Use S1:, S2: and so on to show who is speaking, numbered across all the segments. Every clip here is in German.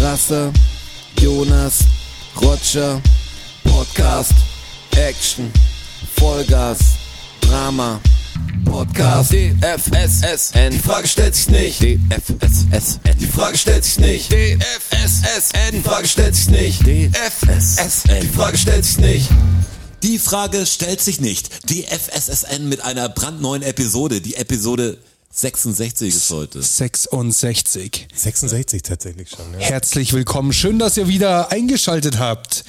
S1: Rasse, Jonas, Roger, Podcast, Action, Vollgas, Drama, Podcast, DFSSN, die Frage stellt sich nicht, DFSSN, die Frage stellt sich nicht, DFSSN, die Frage stellt sich nicht, DFSSN, die Frage stellt sich nicht.
S2: Die Frage stellt sich nicht. Die FSSN mit einer brandneuen Episode. Die Episode 66 ist heute.
S3: 66.
S4: 66 tatsächlich schon,
S3: Äh.
S4: ja.
S3: Herzlich willkommen. Schön, dass ihr wieder eingeschaltet habt.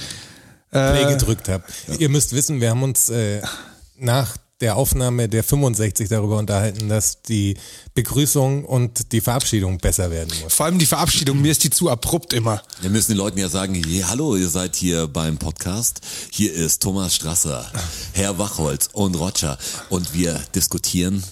S4: Play gedrückt habe. Ihr müsst wissen, wir haben uns äh, nach der Aufnahme der 65 darüber unterhalten, dass die Begrüßung und die Verabschiedung besser werden muss.
S3: Vor allem die Verabschiedung, mir ist die zu abrupt immer.
S2: Wir müssen den Leuten ja sagen, hier, hallo, ihr seid hier beim Podcast. Hier ist Thomas Strasser, Herr Wachholz und Roger. Und wir diskutieren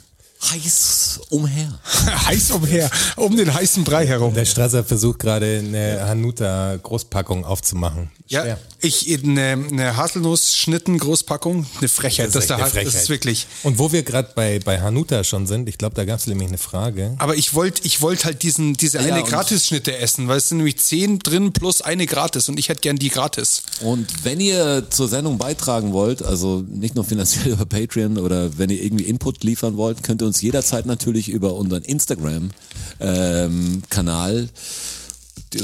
S2: heiß umher.
S3: Heiß umher, um den heißen Brei herum.
S4: Der Strasser versucht gerade eine Hanuta Großpackung aufzumachen.
S3: Ja,
S4: Schwer.
S3: ich eine, eine Haselnuss-Schnitten-Großpackung, eine Frechheit. Das,
S4: echt
S3: das, halt-
S4: eine
S3: das ist
S4: Frechheit.
S3: wirklich.
S4: Und wo wir gerade bei, bei Hanuta schon sind, ich glaube, da gab es nämlich eine Frage.
S3: Aber ich wollte ich wollt halt diesen, diese eine
S2: und-
S3: Gratis-Schnitte essen, weil es sind nämlich zehn drin plus eine gratis und ich hätte gern die gratis.
S2: Und wenn ihr zur Sendung beitragen wollt, also nicht nur finanziell über Patreon oder wenn ihr irgendwie Input liefern wollt, könnt ihr uns jederzeit natürlich über unseren Instagram-Kanal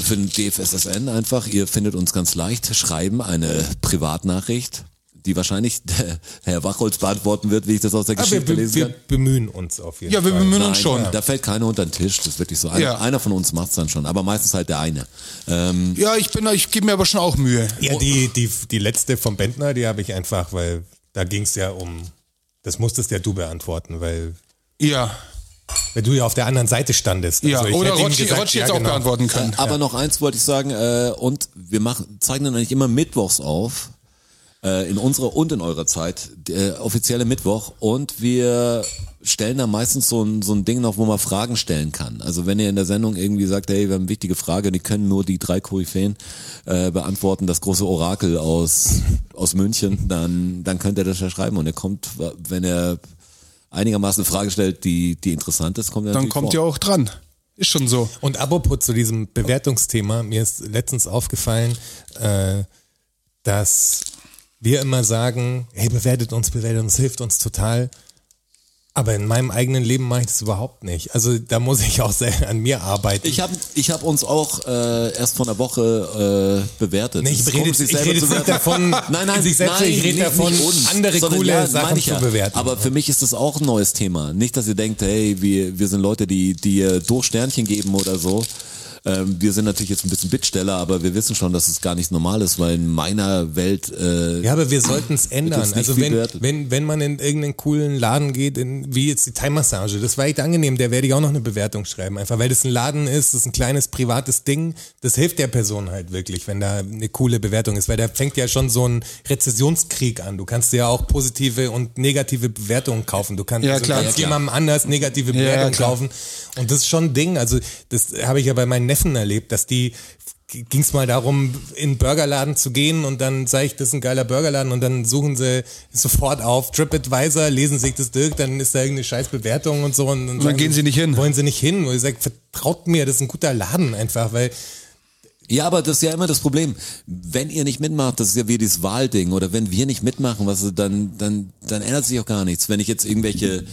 S2: für den DFSSN einfach, ihr findet uns ganz leicht, schreiben eine Privatnachricht, die wahrscheinlich der Herr Wachholz beantworten wird, wie ich das aus der
S4: Aber wir,
S2: Geschichte
S4: be-
S2: lesen
S4: wir
S2: kann.
S4: bemühen uns auf jeden
S3: Ja, wir
S4: Fall.
S3: bemühen Ah, uns
S2: Nein,
S3: schon.
S2: Da fällt keiner unter den Tisch, das ist wirklich so. Einer,
S3: Ja.
S2: einer von uns macht's dann schon, aber meistens halt der eine. Ähm,
S3: Ja, ich bin, ich gebe mir aber schon auch Mühe.
S4: Ja, die, die, die letzte vom Bentner, die habe ich einfach, weil da ging es ja um, das musstest ja du beantworten, weil,
S3: Ja.
S4: weil du ja auf der anderen Seite standest.
S3: Ja,
S4: Also ich
S3: oder
S4: hätte ihm
S3: Rotschi
S4: gesagt,
S3: Rotschi
S4: ja,
S3: jetzt auch
S4: genau.
S3: beantworten können.
S2: Aber noch eins wollte ich sagen, äh, und wir machen, zeichnen eigentlich immer mittwochs auf, äh, in unserer und in eurer Zeit, der offizielle Mittwoch, und wir stellen da meistens so ein, so ein Ding noch, wo man Fragen stellen kann. Also wenn ihr in der Sendung irgendwie sagt, hey, wir haben wichtige Frage, die können nur die drei Koryphäen äh, beantworten, das große Orakel aus, aus München, dann, dann könnt ihr das ja schreiben und er kommt, wenn er einigermaßen eine Frage stellt, die, die interessant ist, kommt er
S3: Dann
S2: natürlich
S3: kommt
S2: vor.
S3: ihr auch dran. Ist schon so.
S4: Und apropos zu diesem Bewertungsthema, mir ist letztens aufgefallen, äh, dass wir immer sagen, hey, bewertet uns, bewertet uns, hilft uns total. Aber in meinem eigenen Leben mache ich das überhaupt nicht. Also da muss ich auch sehr an mir arbeiten.
S2: Ich habe ich hab uns auch äh, erst vor einer Woche äh, bewertet.
S4: Nee, ich
S2: Es ist
S4: rede-
S2: komisch,
S4: ich rede jetzt nicht davon,
S2: nein, nein,
S4: sich selbst,
S2: nein,
S4: ich rede
S2: nicht,
S4: davon,
S2: nicht uns,
S4: andere
S2: sondern,
S4: coole
S2: ja,
S4: Sachen
S2: meine ich
S4: zu
S2: ja.
S4: bewerten.
S2: Aber für mich ist das auch ein neues Thema. Nicht, dass ihr denkt, hey, wir, wir sind Leute, die, die äh, durch Sternchen geben oder so. Ähm, wir sind natürlich jetzt ein bisschen Bittsteller, aber wir wissen schon, dass es gar nicht normal ist, weil in meiner Welt äh,
S4: Ja, aber wir sollten es ändern.
S2: nicht
S4: Also
S2: viel
S4: wenn,
S2: bewertet.
S4: wenn, wenn man in irgendeinen coolen Laden geht, in, wie jetzt die Thai-Massage, das war echt angenehm, der werde ich auch noch eine Bewertung schreiben. Einfach weil das ein Laden ist, das ist ein kleines privates Ding. Das hilft der Person halt wirklich, wenn da eine coole Bewertung ist. Weil da fängt ja schon so ein Rezessionskrieg an. Du kannst dir ja auch positive und negative Bewertungen kaufen. Du kannst,
S3: Ja,
S4: also
S3: klar.
S4: kannst
S2: Ja, klar.
S4: jemandem anders negative
S3: ja,
S4: Bewertungen
S3: klar.
S4: kaufen. Und das ist schon ein Ding. Also das habe ich ja bei meinen Neffen erlebt, dass die ging es mal darum, in einen Burgerladen zu gehen und dann sage ich, das ist ein geiler Burgerladen und dann suchen sie sofort auf TripAdvisor, lesen sich das durch, dann ist da irgendeine scheiß Bewertung und so. Und dann, sagen
S3: gehen sie nicht hin.
S4: Wollen sie nicht hin. Und ich sage, vertraut mir, das ist ein guter Laden einfach, weil
S2: Ja, aber das ist ja immer das Problem. Wenn ihr nicht mitmacht, das ist ja wie dieses Wahlding. Oder wenn wir nicht mitmachen, was ist, dann, dann, dann ändert sich auch gar nichts. Wenn ich jetzt irgendwelche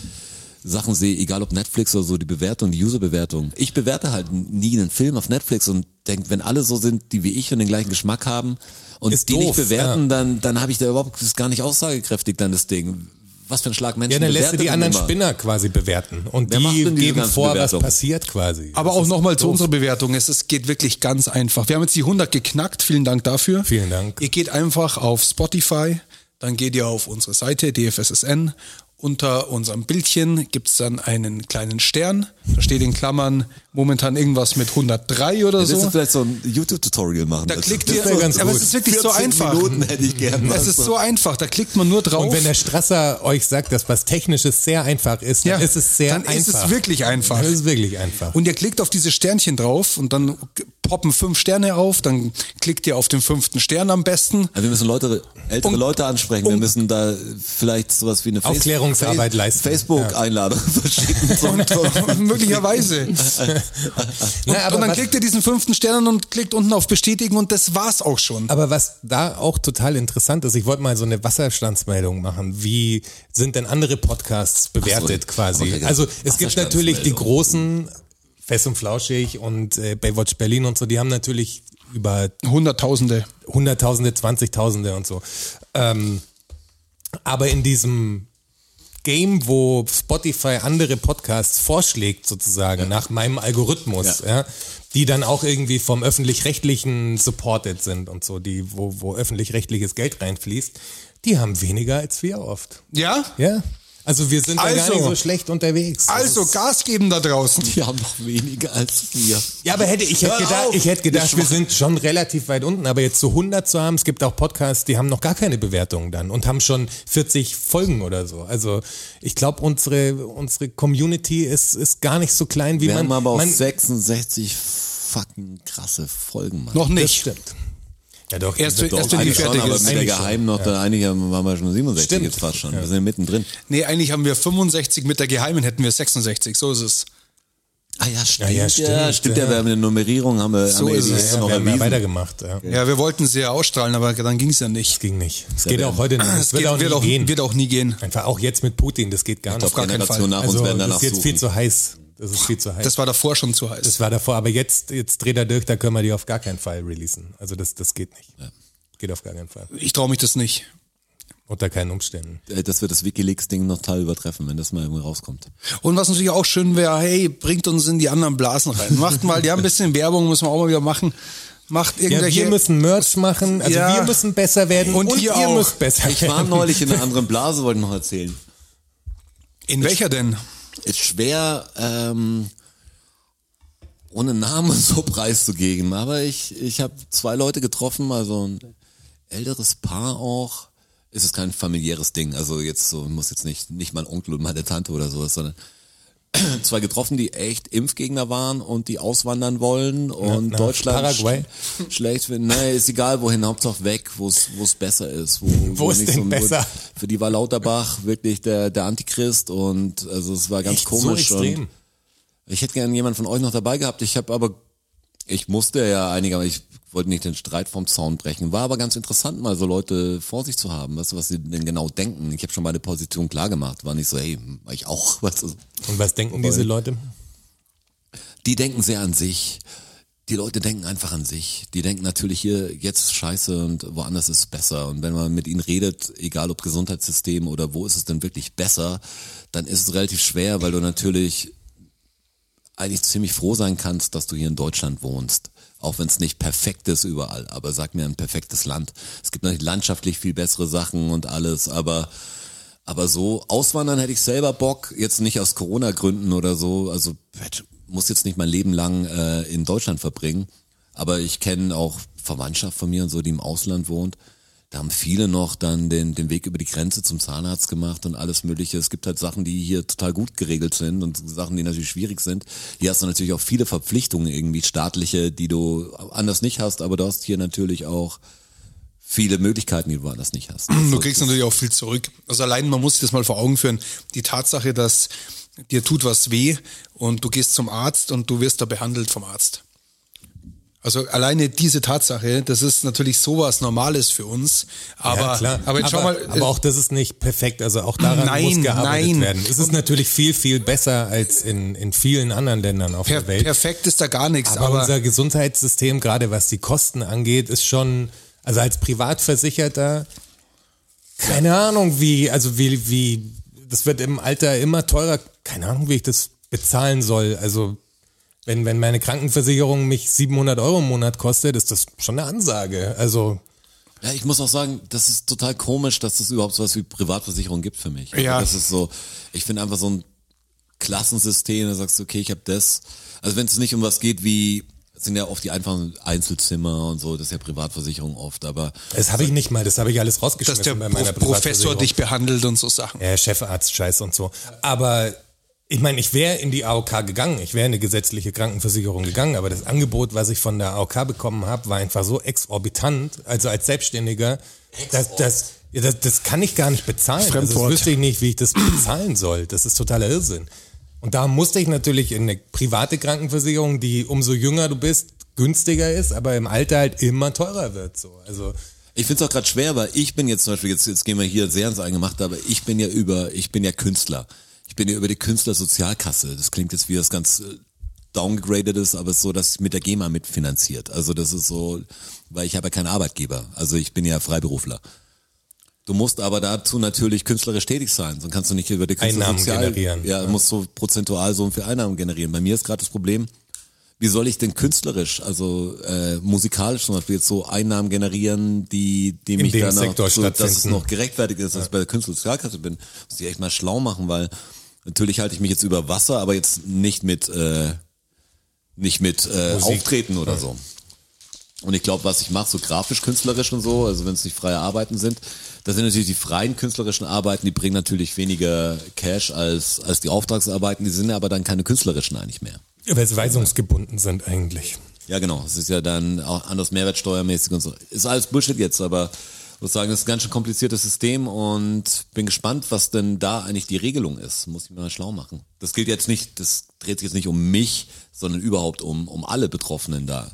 S2: Sachen sehe, egal ob Netflix oder so, die Bewertung, die User-Bewertung. Ich bewerte halt nie einen Film auf Netflix und denke, wenn alle so sind, die wie ich und den gleichen Geschmack haben und
S4: Ist
S2: die
S4: doof,
S2: nicht bewerten, dann, dann habe ich da überhaupt, das ist gar nicht aussagekräftig dann das Ding. Was für ein Schlag Menschen
S4: ja, dann lässt du
S2: bewertet
S4: die
S2: denn
S4: anderen
S2: immer?
S4: Spinner quasi bewerten. Und
S2: Wer macht
S4: die
S2: denn diese
S4: geben
S2: ganzen
S4: vor, was
S2: Bewertungen?
S4: passiert quasi.
S3: Aber auch nochmal zu unserer Bewertung. Es ist, geht wirklich ganz einfach. Wir haben jetzt die 100 geknackt. Vielen Dank dafür.
S4: Vielen Dank.
S3: Ihr geht einfach auf Spotify, dann geht ihr auf unsere Seite DFSSN. Unter unserem Bildchen gibt's dann einen kleinen Stern. Da steht in Klammern momentan irgendwas mit 103 oder
S2: Wir müssen
S3: so.
S2: vielleicht so ein YouTube-Tutorial machen.
S3: Da
S2: Das-
S3: klickt
S2: das
S3: ihr.
S2: wär
S4: ganz
S3: aber
S4: gut.
S3: es ist wirklich so
S2: 14
S3: einfach.
S2: Minuten hätte ich gerne.
S3: Es ist so einfach. Da klickt man nur drauf.
S4: und wenn der Strasser euch sagt, dass was Technisches sehr einfach ist, dann
S3: Ja,
S4: ist es sehr
S3: dann
S4: einfach.
S3: ist es wirklich einfach.
S4: Dann ist es wirklich einfach.
S3: Und ihr klickt auf diese Sternchen drauf und dann poppen fünf Sterne auf, dann klickt ihr auf den fünften Stern am besten.
S2: Also wir müssen Leute, ältere
S3: Und-
S2: Leute ansprechen. wir
S3: und-
S2: müssen da vielleicht sowas wie eine Face-
S4: Aufklärungsarbeit
S2: Face-
S4: leisten.
S2: Facebook-Einladung verschicken.
S3: Und, möglicherweise.
S4: Na, aber
S3: und dann
S4: was-
S3: klickt ihr diesen fünften Stern und klickt unten auf Bestätigen und das war's auch schon.
S4: Aber was da auch total interessant ist, ich wollte mal so eine Wasserstandsmeldung machen. Wie sind denn andere Podcasts bewertet
S2: Ach so,
S4: quasi?
S2: okay, genau.
S4: also es gibt natürlich die
S2: Wasserstandsmeldung.
S4: großen Fest und Flauschig und äh, Baywatch Berlin und so, die haben natürlich über
S3: Hunderttausende.
S4: Hunderttausende, Zwanzigtausende und so. Ähm, aber in diesem Game, wo Spotify andere Podcasts vorschlägt, sozusagen, nach meinem Algorithmus, ja.
S2: Ja.
S4: die dann auch irgendwie vom öffentlich-rechtlichen supported sind und so, die, wo, wo öffentlich-rechtliches Geld reinfließt, die haben weniger als wir oft.
S3: Ja?
S4: Ja. Also wir sind da gar
S3: Also.
S4: nicht so schlecht unterwegs. Das
S3: Also
S4: ist-
S3: Gas geben da draußen.
S2: Die haben noch weniger als wir.
S4: Ja, aber hätte ich hätte
S2: Hör
S4: gedacht,
S2: auf!
S4: ich hätte gedacht,
S2: Ihr
S4: wir
S2: Schwein.
S4: sind schon relativ weit unten, aber jetzt so 100 zu haben, es gibt auch Podcasts, die haben noch gar keine Bewertungen dann und haben schon 40 Folgen oder so. Also, ich glaube, unsere unsere Community ist ist gar nicht so klein, wie
S2: Wir
S4: man
S2: haben aber auch
S4: man
S2: 66 fucking krasse Folgen, Mann.
S3: Noch
S4: das
S3: nicht.
S4: stimmt. Ja doch,
S3: Erst-
S4: doch,
S3: erst wenn die
S4: eigentlich
S3: fertig
S2: aber
S3: ist.
S2: mit der
S4: Eigentlich
S2: Geheim noch, da einige haben- waren wir schon 67
S4: Stimmt.
S2: jetzt fast schon. Wir sind mittendrin.
S3: Nee, eigentlich haben wir 65, mit der geheimen hätten wir 66, so ist es.
S2: Ah ja, stimmt.
S4: Ja,
S2: Ja,
S4: ja,
S2: stimmt. Ja,
S4: stimmt,
S2: stimmt ja. wir haben eine Nummerierung, haben wir
S3: So
S2: haben wir
S3: ist
S2: die
S4: Ja,
S3: es.
S2: jetzt
S4: ja,
S2: noch
S4: wir haben ja
S2: erwiesen.
S4: weitergemacht. Ja.
S3: Ja, wir wollten sie ja ausstrahlen, aber dann ging es ja
S4: Das
S3: nicht.
S4: ging nicht. Es geht
S2: Ja,
S4: auch heute nicht.
S3: Ah, Es
S4: Es wird
S3: geht-
S4: auch nicht gehen.
S3: wird auch nie gehen.
S4: Einfach auch jetzt mit Putin, das geht gar
S2: Ich
S4: nicht.
S2: glaube,
S3: gar keinen Fall.
S2: Generationen nach uns
S4: Also,
S2: werden
S4: das
S2: danach
S4: ist jetzt viel
S2: suchen.
S4: zu heiß. Das ist viel zu heiß.
S3: Das war davor schon zu heiß.
S4: Das war davor, aber jetzt, jetzt dreht er durch, da können wir die auf gar keinen Fall releasen. Also das, das geht nicht. Geht auf gar keinen Fall.
S3: Ich traue mich das nicht.
S4: Unter keinen Umständen.
S2: Äh, Dass wir das Wikileaks-Ding noch total übertreffen, wenn das mal irgendwo rauskommt.
S3: Und was natürlich auch schön wäre, hey, bringt uns in die anderen Blasen rein. Macht mal, die haben ein bisschen Werbung, müssen wir auch mal wieder machen. Macht
S4: Ja,
S3: irgendwelche.
S4: wir müssen Merch machen, also
S3: Ja.
S4: wir müssen besser werden
S3: Und
S4: und,
S3: ihr
S4: ihr,
S3: auch.
S4: müsst besser
S2: Ich war
S4: werden.
S2: neulich in einer anderen Blase, wollte ich noch erzählen.
S3: in welcher denn?
S2: Ist schwer, ähm, ohne Namen so preiszugeben. Aber ich, ich habe zwei Leute getroffen, also ein älteres Paar auch. Es ist kein familiäres Ding. Also jetzt so, muss jetzt nicht, nicht mein Onkel und meine Tante oder sowas, sondern zwei getroffen, die echt Impfgegner waren und die auswandern wollen und
S4: nach
S2: Deutschland
S4: Paraguay?
S2: sch schlecht finden. Naja, ist egal wohin, Hauptsache weg, wo es wo es besser ist. Wo,
S4: Wo ist
S2: nicht
S4: denn besser?
S2: Wo, für die war Lauterbach wirklich der, der Antichrist und also es war ganz
S4: Echt so
S2: komisch.
S4: extrem.
S2: Und ich hätte gerne jemanden von euch noch dabei gehabt. Ich habe aber, ich musste ja einigermaßen, ich wollte nicht den Streit vom Zaun brechen. War aber ganz interessant, mal so Leute vor sich zu haben, weißt du, was sie denn genau denken. Ich habe schon meine Position klar gemacht. War nicht so, hey, ich auch. Weißt du,
S4: Und was denken diese Leute?
S2: die denken sehr an sich. Die Leute denken einfach an sich. Die denken natürlich hier, jetzt ist scheiße und woanders ist besser. Und wenn man mit ihnen redet, egal ob Gesundheitssystem oder wo ist es denn wirklich besser, dann ist es relativ schwer, weil du natürlich eigentlich ziemlich froh sein kannst, dass du hier in Deutschland wohnst. Auch wenn es nicht perfekt ist überall, aber sag mir ein perfektes Land. Es gibt natürlich landschaftlich viel bessere Sachen und alles, aber aber so auswandern hätte ich selber Bock, jetzt nicht aus Corona-Gründen oder so. Also ich muss jetzt nicht mein Leben lang äh, in Deutschland verbringen. Aber ich kenne auch Verwandtschaft von mir und so, die im Ausland wohnt. Da haben viele noch dann den, den Weg über die Grenze zum Zahnarzt gemacht und alles Mögliche. Es gibt halt Sachen, die hier total gut geregelt sind und Sachen, die natürlich schwierig sind. Hier hast du natürlich auch viele Verpflichtungen irgendwie staatliche, die du anders nicht hast, aber du hast hier natürlich auch viele Möglichkeiten, die du anders nicht hast.
S3: Du kriegst natürlich auch viel zurück. Also allein, man muss sich das mal vor Augen führen. Die Tatsache, dass dir tut was weh und du gehst zum Arzt und du wirst da behandelt vom Arzt. Also alleine diese Tatsache, das ist natürlich sowas Normales für uns. Aber,
S4: ja, klar.
S3: aber jetzt schau mal, äh,
S4: aber auch das ist nicht perfekt, also auch daran
S3: Nein,
S4: muss gearbeitet
S3: nein.
S4: werden. Es ist natürlich viel, viel besser als in, in vielen anderen Ländern auf
S3: per,
S4: der Welt.
S3: perfekt ist da gar nichts.
S4: Aber,
S3: Aber,
S4: unser Gesundheitssystem, gerade was die Kosten angeht, ist schon, also als Privatversicherter, keine Ahnung, wie, also wie, wie, das wird im Alter immer teurer, keine Ahnung, wie ich das bezahlen soll. Also, wenn, wenn meine Krankenversicherung mich 700 Euro im Monat kostet, ist das schon eine Ansage. Also,
S2: Ja, ich muss auch sagen, das ist total komisch, dass es überhaupt sowas wie Privatversicherung gibt für mich.
S3: Ja.
S2: Das ist so, ich finde einfach so ein Klassensystem, da sagst du, okay, ich habe das. Also wenn es nicht um was geht wie, es sind ja oft die einfachen Einzelzimmer und so, das ist ja Privatversicherung oft, aber
S4: das habe ich nicht mal, das habe ich alles
S3: dass
S4: rausgeschmissen
S3: der
S4: bei
S3: Prof-
S4: meiner
S3: Professor
S4: Privatversicherung.
S3: dich behandelt und so Sachen.
S4: Ja, Chefarzt-Scheiß und so. Aber Ich meine, ich wäre in die AOK gegangen, ich wäre in eine gesetzliche Krankenversicherung gegangen, aber das Angebot, was ich von der AOK bekommen habe, war einfach so exorbitant, also als Selbstständiger, dass das, ja, das, das kann ich gar nicht bezahlen. Also das
S3: Fremdwort.
S4: wüsste ich nicht, wie ich das bezahlen soll. Das ist totaler Irrsinn. Und da musste ich natürlich in eine private Krankenversicherung, die umso jünger du bist, günstiger ist, aber im Alter halt immer teurer wird. So. Also
S2: Ich find's auch gerade schwer, weil ich bin jetzt zum Beispiel, jetzt, jetzt gehen wir hier sehr ins Eingemachte, aber ich bin ja über, ich bin ja Künstler. Ich bin ja über die Künstlersozialkasse. Das klingt jetzt wie das ganz äh, downgegradet ist, aber es ist so, dass ich mit der GEMA mitfinanziert. Also das ist so, weil ich habe ja keinen Arbeitgeber. Also ich bin ja Freiberufler. Du musst aber dazu natürlich künstlerisch tätig sein, sonst kannst du nicht über die
S4: Einnahmen
S2: Künstlersozial...
S4: generieren.
S2: Ja, du musst so prozentual so und viel Einnahmen generieren. Bei mir ist gerade das Problem, wie soll ich denn künstlerisch, also äh, musikalisch zum Beispiel jetzt so Einnahmen generieren, die, die mich
S4: dem
S2: dann
S4: Sektor
S2: so, dass es
S4: stattfinden.
S2: noch gerechtfertigt ist, dass ich bei der Künstlersozialkasse bin, muss ich echt mal schlau machen, weil natürlich halte ich mich jetzt über Wasser, aber jetzt nicht mit äh, nicht mit äh,
S4: Musik.
S2: Auftreten oder so. Und ich glaube, was ich mache, so grafisch, künstlerisch und so, also wenn es nicht freie Arbeiten sind, das sind natürlich die freien künstlerischen Arbeiten, die bringen natürlich weniger Cash als, als die Auftragsarbeiten, die sind ja aber dann keine künstlerischen eigentlich mehr.
S4: weil es weisungsgebunden sind eigentlich.
S2: Ja, genau. Es ist ja dann auch anders mehrwertsteuermäßig und so. Ist alles Bullshit jetzt, aber ich muss sagen, es ist ein ganz schön kompliziertes System und bin gespannt, was denn da eigentlich die Regelung ist. Muss ich mir mal schlau machen. Das gilt jetzt nicht, das dreht sich jetzt nicht um mich, sondern überhaupt um, um alle Betroffenen da.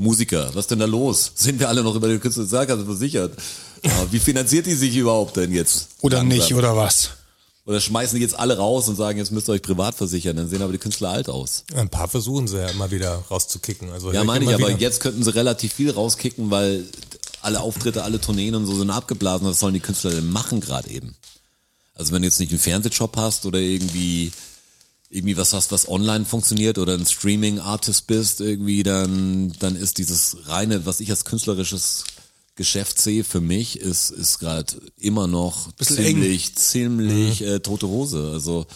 S2: Musiker, was denn da los? Sind wir alle noch über die Künstlersozialkasse versichert? Aber Wie finanziert die sich überhaupt denn jetzt?
S3: Oder
S2: Langsam.
S3: nicht, oder was?
S2: Oder schmeißen die jetzt alle raus und sagen, jetzt müsst ihr euch privat versichern, dann sehen aber die Künstler alt aus.
S4: Ein paar versuchen sie ja immer wieder rauszukicken. Also
S2: Ja, meine ich,
S4: immer
S2: aber
S4: wieder.
S2: jetzt könnten sie relativ viel rauskicken, weil alle Auftritte, alle Tourneen und so sind abgeblasen. Was sollen die Künstler denn machen gerade eben? Also wenn du jetzt nicht einen Fernsehjob hast oder irgendwie irgendwie was hast, was online funktioniert oder ein Streaming-Artist bist, irgendwie, dann, dann ist dieses reine, was ich als künstlerisches Geschäft sehe, für mich ist, ist gerade immer noch
S3: Bisschen eng.
S2: ziemlich, ziemlich äh, tote Hose. Also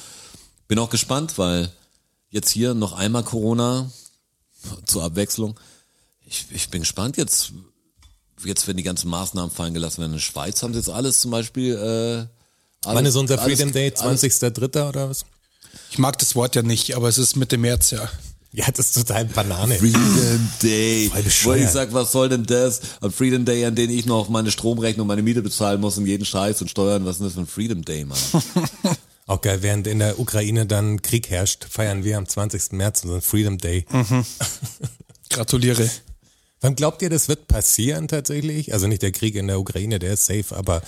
S2: bin auch gespannt, weil jetzt hier noch einmal Corona zur Abwechslung. Ich, ich bin gespannt jetzt, jetzt wenn die ganzen Maßnahmen fallen gelassen werden. In der Schweiz haben sie jetzt alles zum Beispiel. Äh, alles,
S4: Wann ist unser
S2: alles-
S4: Freedom Day?
S2: alles-
S4: 20.03. oder was?
S3: Ich mag das Wort ja nicht, aber es ist Mitte März, ja.
S4: Ja, das ist total Banane.
S2: Freedom Day.
S4: Voll bescheuert.
S2: Weil ich sag, was soll denn das? Am Freedom Day, an den ich noch meine Stromrechnung, meine Miete bezahlen muss und jeden Scheiß und Steuern. Was ist denn das für ein Freedom Day, Mann?
S4: Auch geil, während in der Ukraine dann Krieg herrscht, feiern wir am 20. März unseren Freedom Day.
S2: Mhm.
S3: Gratuliere.
S4: Wann glaubt ihr, das wird passieren tatsächlich? Also nicht der Krieg in der Ukraine, der ist safe, aber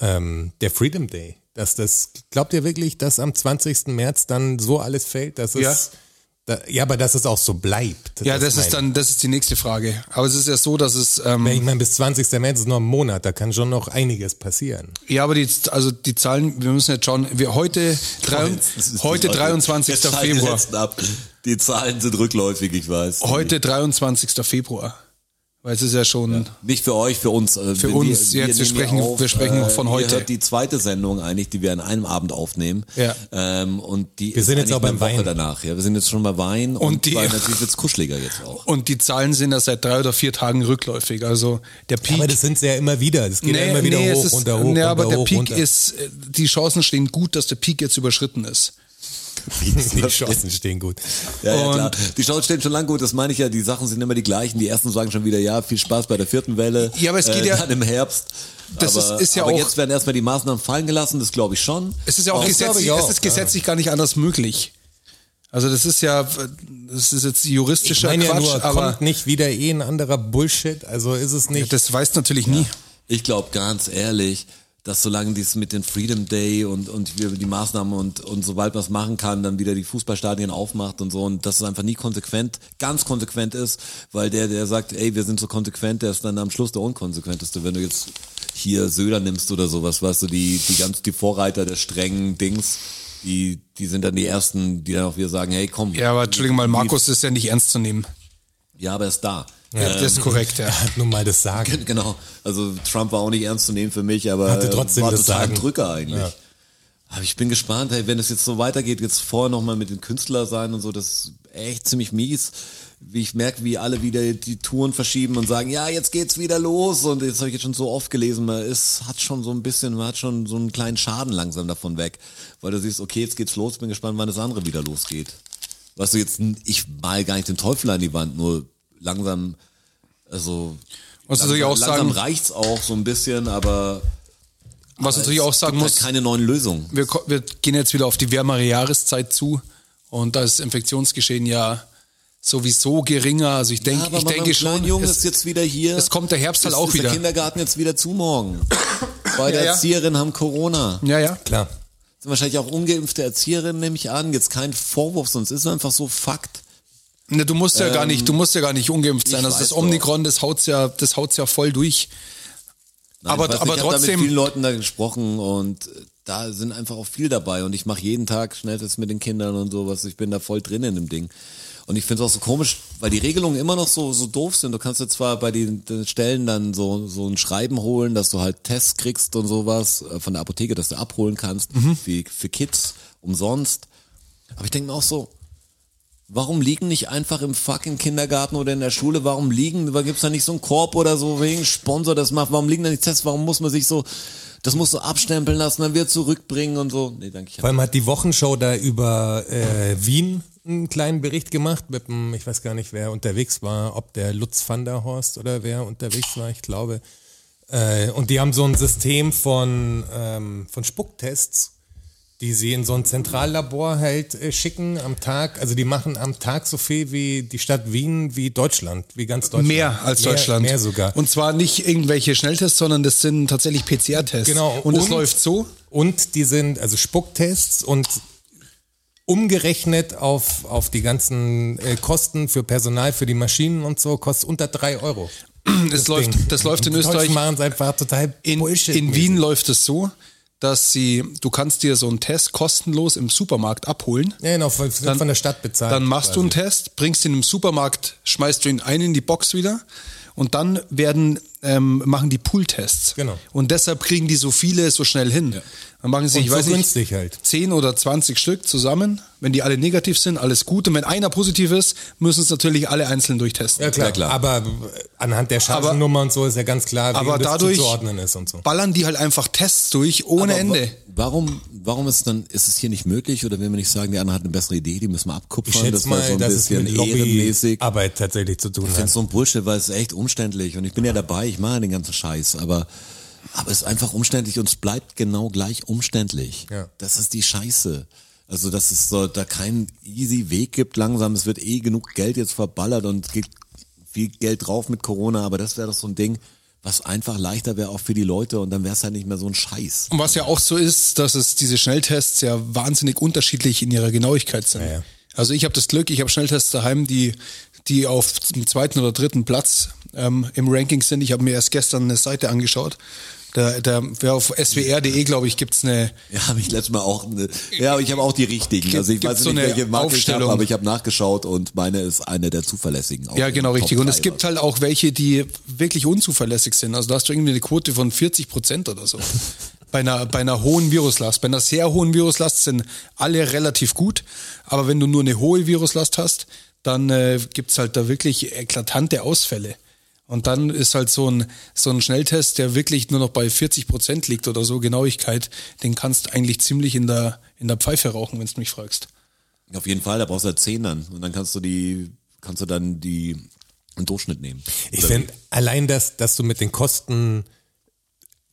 S4: ähm, der Freedom Day. Dass das, glaubt ihr wirklich, dass am 20. März dann so alles fällt? Dass es,
S3: Ja.
S4: Da, ja, aber dass es auch so bleibt.
S3: Ja, das
S4: meine
S3: ist dann, das ist die nächste Frage. Aber es ist ja so, dass es,
S4: ich. Ich
S3: ähm,
S4: meine, bis 20. März ist noch ein Monat, da kann schon noch einiges passieren.
S3: ja, aber die, also die Zahlen, wir müssen jetzt schauen, wir heute, drei, heute 23.
S2: Jetzt schalten die
S3: Februar.
S2: letzten Ab. Die Zahlen sind rückläufig, ich weiß.
S3: Heute 23. Februar. Weil es ist ja schon,
S2: Nicht für euch, für uns. Also Für
S3: uns jetzt, wir sprechen- wir sprechen von heute.
S2: äh, Ihr hört die zweite Sendung eigentlich, die wir an einem Abend aufnehmen.
S3: Ja.
S2: Ähm, und die
S4: Wir sind
S2: ist
S4: jetzt auch
S2: eigentlich
S4: beim
S2: eine Woche
S4: Wein.
S2: danach. Ja, wir sind jetzt schon bei Wein und,
S3: Und die-
S2: weil natürlich wird's kuscheliger jetzt auch.
S3: und die Zahlen sind ja seit drei oder vier Tagen rückläufig. Also der Peak.
S4: Aber das sind sie ja immer wieder. Das geht ja immer wieder
S3: es
S4: hoch,
S3: ist,
S4: runter, hoch,
S3: nee, aber
S4: runter,
S3: der
S4: hoch,
S3: Peak
S4: runter.
S3: ist, äh, die Chancen stehen gut, dass der Peak jetzt überschritten ist.
S4: Die Chancen stehen gut.
S2: Ja, ja,
S3: Und-
S2: klar. Die Chancen stehen schon lang gut, das meine ich ja. Die Sachen sind immer die gleichen. Die ersten sagen schon wieder, ja, viel Spaß bei der vierten Welle. äh,
S3: Ja, aber es geht ja-
S2: Dann im Herbst.
S3: Das
S2: aber,
S3: ist- ist ja
S2: aber
S3: auch-
S2: jetzt werden erstmal die Maßnahmen fallen gelassen, das glaube ich schon.
S3: Es ist ja auch,
S2: Aber-
S4: glaube
S3: gesetzlich,
S4: ich auch,
S3: es ist gesetzlich gar nicht anders möglich. Also das ist ja, das ist jetzt
S4: Ich
S3: juristischer
S4: meine ja
S3: Quatsch,
S4: nur,
S3: aber
S4: kommt nicht wieder eh ein anderer Bullshit. Also ist es nicht.
S3: das weiß natürlich nie.
S2: Ich glaube ganz ehrlich, dass solange dies mit dem Freedom Day und, und wir die Maßnahmen und, und sobald man es machen kann, dann wieder die Fußballstadien aufmacht und so und dass es einfach nie konsequent, ganz konsequent ist, weil der, der sagt, ey, wir sind so konsequent, der ist dann am Schluss der unkonsequenteste, wenn du jetzt hier Söder nimmst oder sowas, weißt du, die, die ganz, die Vorreiter der strengen Dings, die, die sind dann die ersten, die dann auch wieder sagen, hey, komm.
S3: Ja, aber Entschuldigung mal, Markus ist ja nicht ernst zu nehmen.
S2: Ja, aber er ist da. Äh,
S3: das ist korrekt, ja.
S4: hat nun mal das Sagen.
S2: Genau. Also Trump war auch nicht ernst zu nehmen für mich, aber
S4: Hatte trotzdem
S2: war
S4: das
S2: total
S4: Sagen.
S2: ein Drücker eigentlich. Aber ich bin gespannt, hey, wenn es jetzt so weitergeht, jetzt vorher nochmal mit den Künstlern sein und so, das ist echt ziemlich mies. Wie ich merke, wie alle wieder die Touren verschieben und sagen, ja, jetzt geht's wieder los. Und jetzt habe ich jetzt schon so oft gelesen, man ist, hat schon so ein bisschen, man hat schon so einen kleinen Schaden langsam davon weg. Weil du siehst, okay, jetzt geht's los, bin gespannt, wann das andere wieder losgeht. Weißt du, jetzt, ich mal gar nicht den Teufel an die Wand, nur langsam, also,
S3: Was
S2: langsam,
S3: natürlich auch
S2: langsam
S3: sagen,
S2: reicht's auch so ein bisschen, aber
S3: was
S2: aber
S3: natürlich
S2: es
S3: auch sagen
S2: gibt
S3: muss,
S2: halt keine neuen Lösungen.
S3: wir, ko- wir gehen jetzt wieder auf die wärmere Jahreszeit zu und da ist das Infektionsgeschehen ja sowieso geringer. Also ich denke,
S2: Ja, aber
S3: ich
S2: mein
S3: denke
S2: kleiner
S3: schon,
S2: Junge
S3: es-
S2: ist jetzt wieder hier.
S3: es kommt der Herbst halt
S2: Ist-
S3: auch
S2: ist Der
S3: wieder.
S2: Kindergarten jetzt wieder zu morgen. Beide
S3: Ja, ja.
S2: Erzieherinnen haben Corona.
S3: ja, ja.
S4: Klar.
S2: Sind wahrscheinlich auch ungeimpfte Erzieherinnen, nehme ich an. Jetzt kein Vorwurf, sonst ist es einfach so Fakt.
S3: Ne, du musst ja gar nicht, du musst ja gar nicht ungeimpft sein.
S2: ich
S3: Also das
S2: weiß
S3: Omikron, das haut's ja, das haut's ja voll durch.
S2: Nein,
S3: Aber-
S2: ich weiß
S3: aber
S2: ich habe da
S3: trotzdem-
S2: mit vielen Leuten da gesprochen und äh, da sind einfach auch viel dabei und ich mache jeden Tag Schnelltests mit den Kindern und sowas. Ich bin da voll drin in dem Ding. Und ich finde es auch so komisch, weil die Regelungen immer noch so, so doof sind. Du kannst ja zwar bei den den Stellen dann so, so ein Schreiben holen, dass du halt Tests kriegst und sowas äh, von der Apotheke, dass du abholen kannst,
S3: Mhm.
S2: wie für Kids umsonst. Aber ich denke mir auch so, Warum liegen nicht einfach im fucking Kindergarten oder in der Schule? Warum liegen, warum gibt's da nicht so einen Korb oder so wegen Sponsor das macht? Warum liegen da nicht Tests? Warum muss man sich so, das musst du abstempeln lassen, dann wieder zurückbringen und so? Nee, danke, ich
S4: Vor
S2: hab,
S4: allem hat die Wochenschau da über äh, Wien einen kleinen Bericht gemacht mit dem, ich weiß gar nicht, wer unterwegs war, ob der Lutz van der Horst oder wer unterwegs war, ich glaube. Äh, und die haben so ein System von, ähm, von Spucktests, die sie in so ein Zentrallabor halt äh, schicken am Tag. Also die machen am Tag so viel wie die Stadt Wien, wie Deutschland, wie ganz Deutschland.
S3: Mehr als Deutschland.
S4: Mehr sogar.
S3: Und zwar nicht irgendwelche Schnelltests, sondern das sind tatsächlich PCR-Tests.
S4: Genau.
S3: Und es
S4: Und-
S3: läuft so.
S4: Und die sind, also Spucktests und umgerechnet auf, auf die ganzen äh, Kosten für Personal, für die Maschinen und so, kostet unter drei Euro.
S3: Das, läuft,
S4: Ding.
S3: das läuft in
S4: Die Deutschen
S3: Österreich.
S4: machen es einfach total
S3: In,
S4: Bullshit.
S3: in Wien läuft es so, dass sie, du kannst dir so einen Test kostenlos im Supermarkt abholen.
S4: Ja, genau, von, von der Stadt bezahlt.
S3: Dann machst du einen
S4: quasi.
S3: Test, bringst ihn im Supermarkt, schmeißt du ihn ein in die Box wieder und dann werden ähm, machen die Pool-Tests.
S4: Genau.
S3: Und deshalb kriegen die so viele so schnell hin. Dann machen sie,
S4: Und
S3: ich
S4: so
S3: weiß
S4: günstig
S3: nicht,
S4: halt.
S3: 10 oder 20 Stück zusammen. Wenn die alle negativ sind, alles gut. Und wenn einer positiv ist, müssen es natürlich alle einzeln durchtesten.
S4: Ja klar,
S2: Ja, klar.
S4: aber äh, anhand der Chargennummer und so ist ja ganz klar, wie
S3: Aber
S4: das
S3: dadurch-
S4: zuzuordnen ist und so.
S3: Ballern die halt einfach Tests durch ohne
S2: Aber wa-
S3: Ende.
S2: Warum, warum ist dann, ist es hier nicht möglich oder will man nicht sagen, der andere hat eine bessere Idee, die müssen wir abkupfern?
S4: Ich schätze
S2: war
S4: mal, dass es mit
S2: ehrenmäßig.
S4: Lobbyarbeit tatsächlich zu tun
S2: Ich
S4: hat.
S2: finde so ein Bullshit, weil es ist echt umständlich und ich bin ja dabei, ich mache den ganzen Scheiß, aber, aber es ist einfach umständlich und es bleibt genau gleich umständlich.
S4: Ja.
S2: Das ist die Scheiße. Also, dass es so, da keinen easy Weg gibt langsam, es wird eh genug Geld jetzt verballert und es geht viel Geld drauf mit Corona, aber das wäre doch so ein Ding, was einfach leichter wäre auch für die Leute und dann wäre es halt nicht mehr so ein Scheiß.
S3: Und was ja auch so ist, dass es diese Schnelltests ja wahnsinnig unterschiedlich in ihrer Genauigkeit sind.
S4: Ja, ja.
S3: Also ich habe das Glück, ich habe Schnelltests daheim, die, die auf dem zweiten oder dritten Platz ähm, im Ranking sind. Ich habe mir erst gestern eine Seite angeschaut. Da, da, wer auf swr.de, glaube E, ich, gibt's eine,
S2: Ja, habe ich letztes Mal auch. Eine, ja, aber ich habe auch die richtigen.
S3: Gibt-
S2: Also ich weiß
S3: gibt's
S2: nicht,
S3: so eine
S2: welche Marke ich
S3: Aufstellung?
S2: habe, aber ich habe nachgeschaut und meine ist eine der zuverlässigen. auch
S3: Ja,
S2: in
S3: genau,
S2: den
S3: richtig.
S2: Top
S3: Und es
S2: drei
S3: gibt
S2: war.
S3: halt auch welche, die wirklich unzuverlässig sind. Also da hast du irgendwie eine Quote von 40 Prozent oder so. bei, einer, bei einer hohen Viruslast. Bei einer sehr hohen Viruslast sind alle relativ gut. Aber wenn du nur eine hohe Viruslast hast, dann äh, gibt's halt da wirklich eklatante Ausfälle. Und dann ist halt so ein, so ein Schnelltest, der wirklich nur noch bei 40 Prozent liegt oder so, Genauigkeit, den kannst eigentlich ziemlich in der, in der Pfeife rauchen, wenn du mich fragst.
S2: Auf jeden Fall, da brauchst du halt zehn dann und dann kannst du die, kannst du dann die einen Durchschnitt nehmen.
S4: Ich
S2: Oder
S4: finde, allein das, dass du mit den Kosten,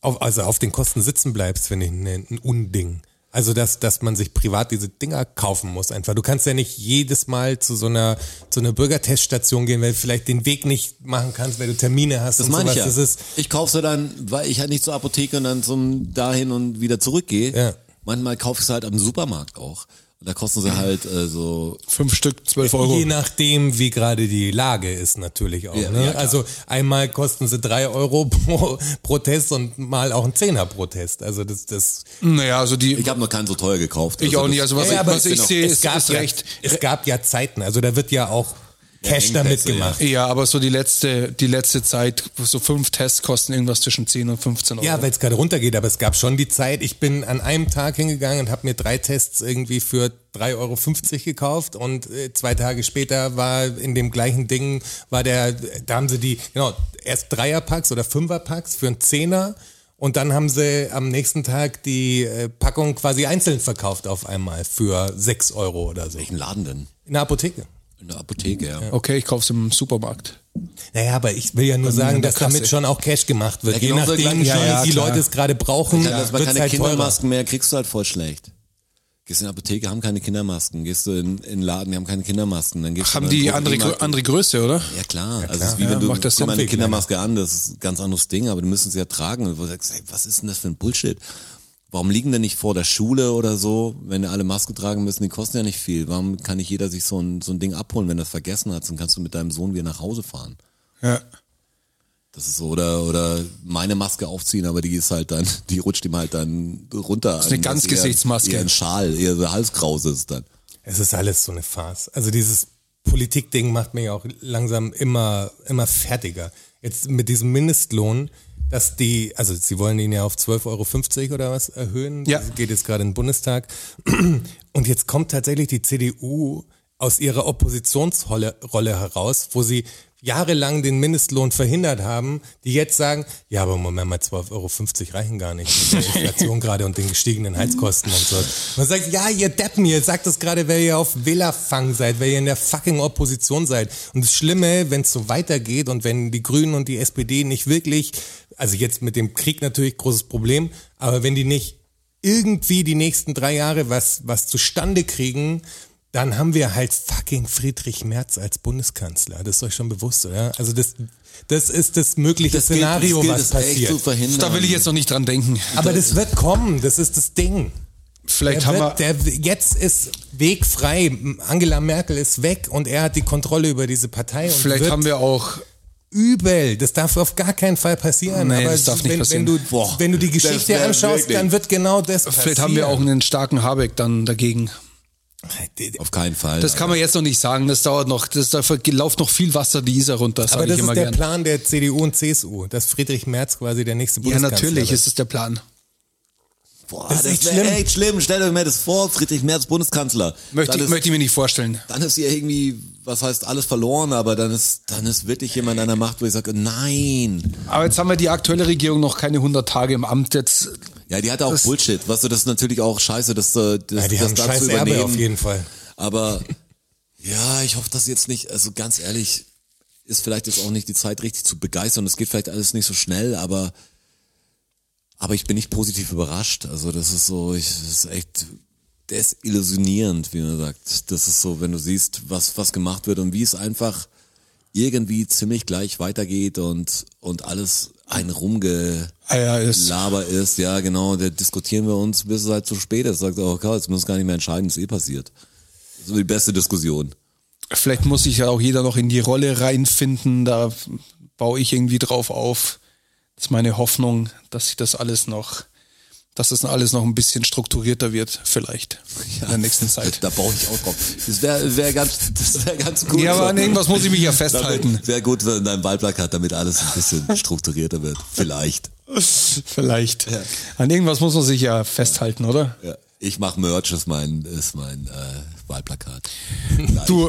S4: auf, also auf den Kosten sitzen bleibst, finde ich ne- ein Unding. Also, dass, dass man sich privat diese Dinger kaufen muss einfach. Du kannst ja nicht jedes Mal zu so einer, zu einer Bürgerteststation gehen, weil du vielleicht den Weg nicht machen kannst, weil du Termine hast
S2: das
S4: und
S2: meine
S4: sowas.
S2: ich ja.
S4: Das ist,
S2: ich kaufe sie dann, weil ich halt nicht zur Apotheke und dann zum dahin und wieder zurückgehe.
S4: Ja.
S2: Manchmal kaufe ich sie halt am Supermarkt auch. Und da kosten sie halt äh, so
S3: Fünf Stück, 12 Euro.
S4: Je nachdem, wie gerade die Lage ist natürlich auch.
S2: Ja,
S4: ne?
S2: ja, klar.
S4: also einmal kosten sie drei Euro pro, pro Test und mal auch ein Zehner pro Test. Also das, das
S3: Naja, also die,
S2: ich habe noch keinen so teuer gekauft.
S3: Ich auch
S2: das-
S3: nicht. Also was
S4: Ja,
S3: ich,
S4: aber
S3: was ich
S4: es-
S3: sehe,
S4: es
S3: ist,
S4: gab
S3: ist
S4: ja,
S3: recht.
S4: Es gab ja Zeiten, also da wird ja auch Cash damit
S2: Engpässe,
S4: gemacht.
S3: Ja, aber so die letzte, die letzte Zeit, so fünf Tests kosten irgendwas zwischen 10 und 15 Euro.
S4: Ja, weil es gerade runtergeht, aber es gab schon die Zeit. Ich bin an einem Tag hingegangen und habe mir drei Tests irgendwie für 3,50 Euro gekauft und äh, zwei Tage später war in dem gleichen Ding, war der, da haben sie die, genau, erst Dreierpacks oder Fünferpacks für einen Zehner und dann haben sie am nächsten Tag die äh, Packung quasi einzeln verkauft auf einmal für 6 Euro oder so.
S2: Welchen Laden denn?
S4: In der Apotheke.
S2: In der Apotheke, ja.
S3: Okay, ich kauf's im Supermarkt.
S4: Naja, aber ich will ja nur sagen, dass damit schon auch Cash gemacht wird.
S2: Ja,
S4: Je
S2: genau so
S4: nachdem,
S2: gleich-
S4: wie
S2: ja, ja,
S4: die
S2: klar.
S4: Leute es gerade brauchen,
S2: Ja, dass man
S4: wird's
S2: keine
S4: halt teurer.
S2: Kindermasken mehr kriegst du halt voll schlecht. Gehst in die Apotheke, haben keine Kindermasken. Gehst du in, in den Laden, die haben keine Kindermasken. Dann gehst du
S3: Haben
S2: in den
S3: die andere, Grö-
S2: Drogeriemarkt.
S3: andere Größe, oder?
S2: Ja klar, also es ist wie
S4: Ja,
S2: wenn du
S3: macht das
S2: guck mal eine
S4: Sinn.
S2: Kindermaske an, das ist ein ganz anderes Ding, aber die müssen sie ja tragen. Und wo du sagst, hey, was ist denn das für ein Bullshit? Warum liegen denn nicht vor der Schule oder so, wenn alle Maske tragen müssen? Die kosten ja nicht viel. Warum kann nicht jeder sich so ein, so ein Ding abholen, wenn er es vergessen hat? Dann kannst du mit deinem Sohn wieder nach Hause fahren.
S3: Ja.
S2: Das ist so, oder, oder meine Maske aufziehen, aber die ist halt dann, die rutscht ihm halt dann runter. Das
S3: ist eine Ganzgesichtsmaske.
S2: Eher, eher ein Schal, eher so Halskrause ist es dann.
S4: Es ist alles so eine Farce. Also dieses Politikding macht mich auch langsam immer, immer fertiger. Jetzt mit diesem Mindestlohn, dass die, also sie wollen ihn ja auf 12,50 Euro oder was erhöhen.
S3: Ja.
S4: Das geht jetzt gerade in den Bundestag. Und jetzt kommt tatsächlich die CDU aus ihrer Oppositionsrolle Rolle heraus, wo sie jahrelang den Mindestlohn verhindert haben, die jetzt sagen, ja, aber Moment mal, 12,50 Euro reichen gar nicht mit der Inflation gerade und den gestiegenen Heizkosten und so. Man sagt, ja, ihr Deppen, ihr sagt das gerade, weil ihr auf Wählerfang seid, weil ihr in der fucking Opposition seid. Und das Schlimme, wenn es so weitergeht und wenn die Grünen und die SPD nicht wirklich, also jetzt mit dem Krieg natürlich großes Problem, aber wenn die nicht irgendwie die nächsten drei Jahre was, was zustande kriegen, dann haben wir halt fucking Friedrich Merz als Bundeskanzler. Das ist euch schon bewusst, oder? Also das, das ist das mögliche Szenario, was
S2: Echt zu
S4: passiert.
S2: verhindern.
S3: Da will ich jetzt noch nicht dran denken.
S4: Aber das wird kommen, das ist das Ding.
S3: Vielleicht
S4: Der
S3: haben wir.
S4: wird, der, jetzt ist Weg frei. Angela Merkel ist weg und er hat die Kontrolle über diese Partei. Und
S3: Vielleicht
S4: wird
S3: haben wir auch
S4: übel. Das darf auf gar keinen Fall passieren.
S3: Nee,
S4: Aber
S3: das darf nicht
S4: wenn,
S3: passieren.
S4: Wenn du,
S2: Boah,
S4: wenn du die
S2: das
S4: Geschichte
S2: wär
S4: anschaust,
S2: wirklich-
S4: dann wird genau das passieren.
S3: Vielleicht haben wir auch einen starken Habeck dann dagegen.
S2: Auf keinen Fall.
S3: Das kann man jetzt noch nicht sagen, das dauert noch, das, da läuft noch viel Wasser die Isar runter, sag
S4: Aber
S3: ich
S4: das ist
S3: immer
S4: der
S3: gern.
S4: Plan der CDU und CSU, dass Friedrich Merz quasi der nächste
S3: Ja,
S4: Bundeskanzler
S3: natürlich
S4: wird.
S3: ist es der Plan.
S2: Boah,
S4: Das
S2: das,
S4: ist echt
S2: wäre
S4: schlimm.
S2: echt schlimm. Stellt euch mir das vor, Friedrich Merz Bundeskanzler.
S3: Möchte,
S2: dann,
S3: ich-
S2: ist,
S3: möchte ich mir nicht vorstellen.
S2: dann ist hier irgendwie, was heißt alles verloren, aber dann ist, dann ist wirklich jemand an der Macht, wo ich sage, nein.
S3: Aber jetzt haben wir die aktuelle Regierung noch keine 100 Tage im Amt. Jetzt,
S2: Ja, die hatte auch
S3: Das-
S2: Bullshit. Weißt du, das ist natürlich auch scheiße, das, äh, das,
S4: Ja, die
S2: das
S4: haben
S2: da
S4: scheiß
S2: zu
S4: Erbe
S2: übernehmen.
S4: auf jeden Fall.
S2: Aber ja, ich hoffe, dass jetzt nicht, also ganz ehrlich, ist vielleicht jetzt auch nicht die Zeit, richtig zu begeistern. Es geht vielleicht alles nicht so schnell, aber, aber ich bin nicht positiv überrascht. Also das ist so, ich, das ist echt desillusionierend, wie man sagt. Das ist so, wenn du siehst, was, was gemacht wird und wie es einfach irgendwie ziemlich gleich weitergeht und, und alles ein Rumge,
S3: ah ja, ist,
S2: Laber ist, ja genau, da diskutieren wir uns, bis es halt zu spät ist. Sagt er, oh Gott, jetzt muss gar nicht mehr entscheiden, ist eh passiert. So die beste Diskussion.
S3: vielleicht muss sich ja auch jeder noch in die Rolle reinfinden. Da baue ich irgendwie drauf auf. Das ist meine Hoffnung, dass sich das alles noch, dass das alles noch ein bisschen strukturierter wird, vielleicht in der nächsten Zeit.
S2: Da, da baue ich auch drauf. Das wäre wär ganz, das wär ganz gut.
S3: Ja, aber an irgendwas muss ich mich ja festhalten.
S2: Wäre gut, wenn dein Wahlplakat, damit alles ein bisschen strukturierter wird. Vielleicht.
S3: Vielleicht. An irgendwas muss man sich ja festhalten, oder?
S2: Ja. Ich mache Merch, ist mein, ist mein äh, Wahlplakat.
S3: Du,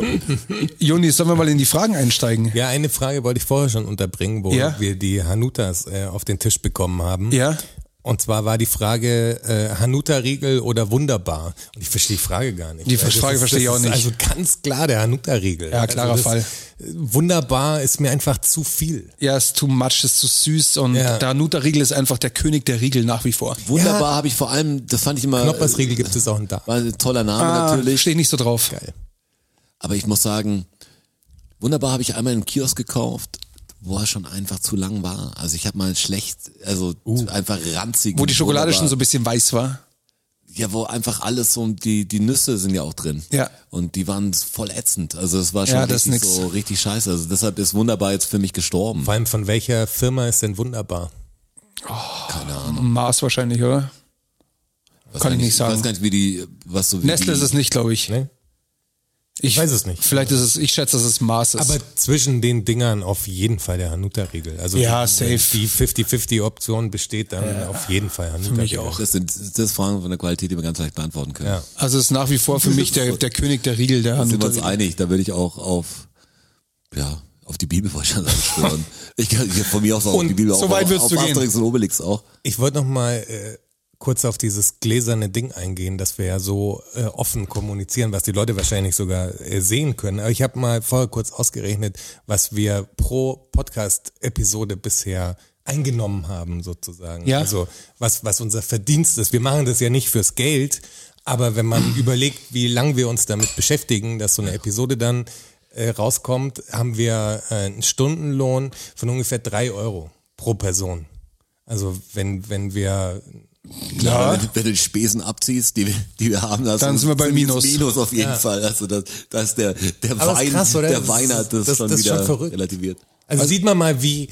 S3: Juni, sollen wir mal in die Fragen einsteigen?
S4: Ja, eine Frage wollte ich vorher schon unterbringen, wo
S3: Ja.
S4: wir die Hanutas äh, auf den Tisch bekommen haben.
S3: Ja.
S4: Und zwar war die Frage äh, Hanuta-Riegel oder Wunderbar. Und ich verstehe die Frage gar nicht.
S3: Die
S4: Weil das
S3: Frage
S4: ist-
S3: verstehe ich
S4: das
S3: auch
S4: ist
S3: nicht.
S4: Also ganz klar der Hanuta-Riegel.
S3: Ja, klarer
S4: also das-
S3: Fall.
S4: Wunderbar ist mir einfach zu viel.
S3: Ja, ist too much, ist zu süß und
S4: Ja.
S3: der Hanuta-Riegel ist einfach der König der Riegel nach wie vor.
S2: Wunderbar habe ich vor allem, das fand ich immer. äh,
S4: Knoppersriegel gibt es auch in da.
S2: War ein toller Name
S3: Ah,
S2: natürlich.
S3: Stehe nicht so drauf.
S4: Geil.
S2: Aber ich muss sagen, wunderbar habe ich einmal im Kiosk gekauft, wo er schon einfach zu lang war. Also ich habe mal schlecht, also einfach ranzig.
S3: Uh. Wo die Schokolade schon so
S2: wunderbar-
S3: ein bisschen weiß war.
S2: Ja, wo einfach alles so, die, die Nüsse sind ja auch drin.
S3: Ja.
S2: Und die waren voll ätzend. Also das war schon
S3: Ja, das ist
S2: richtig,
S3: nix.
S2: so richtig scheiße. Also deshalb ist wunderbar jetzt für mich gestorben.
S4: Vor allem von welcher Firma ist denn Wunderbar?
S3: Mars wahrscheinlich, oder?
S2: Was
S3: kann ich nicht
S2: Ich
S3: sagen.
S2: weiß gar nicht, wie die, was so wie
S3: Nestle
S2: die,
S3: ist es nicht, glaube ich.
S4: Ne?
S3: Ich
S4: weiß es nicht.
S3: Vielleicht ist es, ich schätze, dass es Maß ist.
S4: Aber zwischen den Dingern auf jeden Fall der Hanuta-Riegel. Also
S3: Ja,
S4: wenn
S3: safe.
S4: die 50-50-Option besteht dann auf jeden Fall Hanuta.
S3: mich auch.
S2: Das sind das Fragen von der Qualität, die wir ganz leicht beantworten können.
S4: Ja.
S3: also es ist nach wie vor für mich der, der König der Riegel, der
S2: sind wir uns
S3: Hanuta.
S2: einig, da würde ich auch auf, ja, auf die Bibel wahrscheinlich schwören. ich kann ich von mir aus auch auf
S3: Und
S2: die Bibel,
S3: so
S2: auch,
S3: weit würdest
S2: auf
S3: du gehen.
S2: Asterix und Obelix auch.
S4: Ich wollte noch mal äh, kurz auf dieses gläserne Ding eingehen, dass wir ja so äh, offen kommunizieren, was die Leute wahrscheinlich sogar äh, sehen können. Aber ich habe mal vorher kurz ausgerechnet, was wir pro Podcast-Episode bisher eingenommen haben, sozusagen.
S3: Ja.
S4: Also was, was unser Verdienst ist. Wir machen das ja nicht fürs Geld, aber wenn man überlegt, wie lange wir uns damit beschäftigen, dass so eine Episode dann äh, rauskommt, haben wir äh, einen Stundenlohn von ungefähr drei Euro pro Person. Also wenn, wenn wir
S2: Ja. Wenn, du- wenn du die Spesen abziehst, die, wir- die wir haben,
S3: Dann sind wir bei Minus.
S2: Minus auf jeden Fall. Also das, das ist der, der
S4: Aber ist
S2: Wein,
S4: krass, oder?
S2: der
S4: Das
S2: Wein
S4: ist-
S2: hat das,
S4: das-
S2: schon
S4: das ist schon
S2: wieder
S4: verrückt.
S2: relativiert.
S4: also, sieht man mal, wie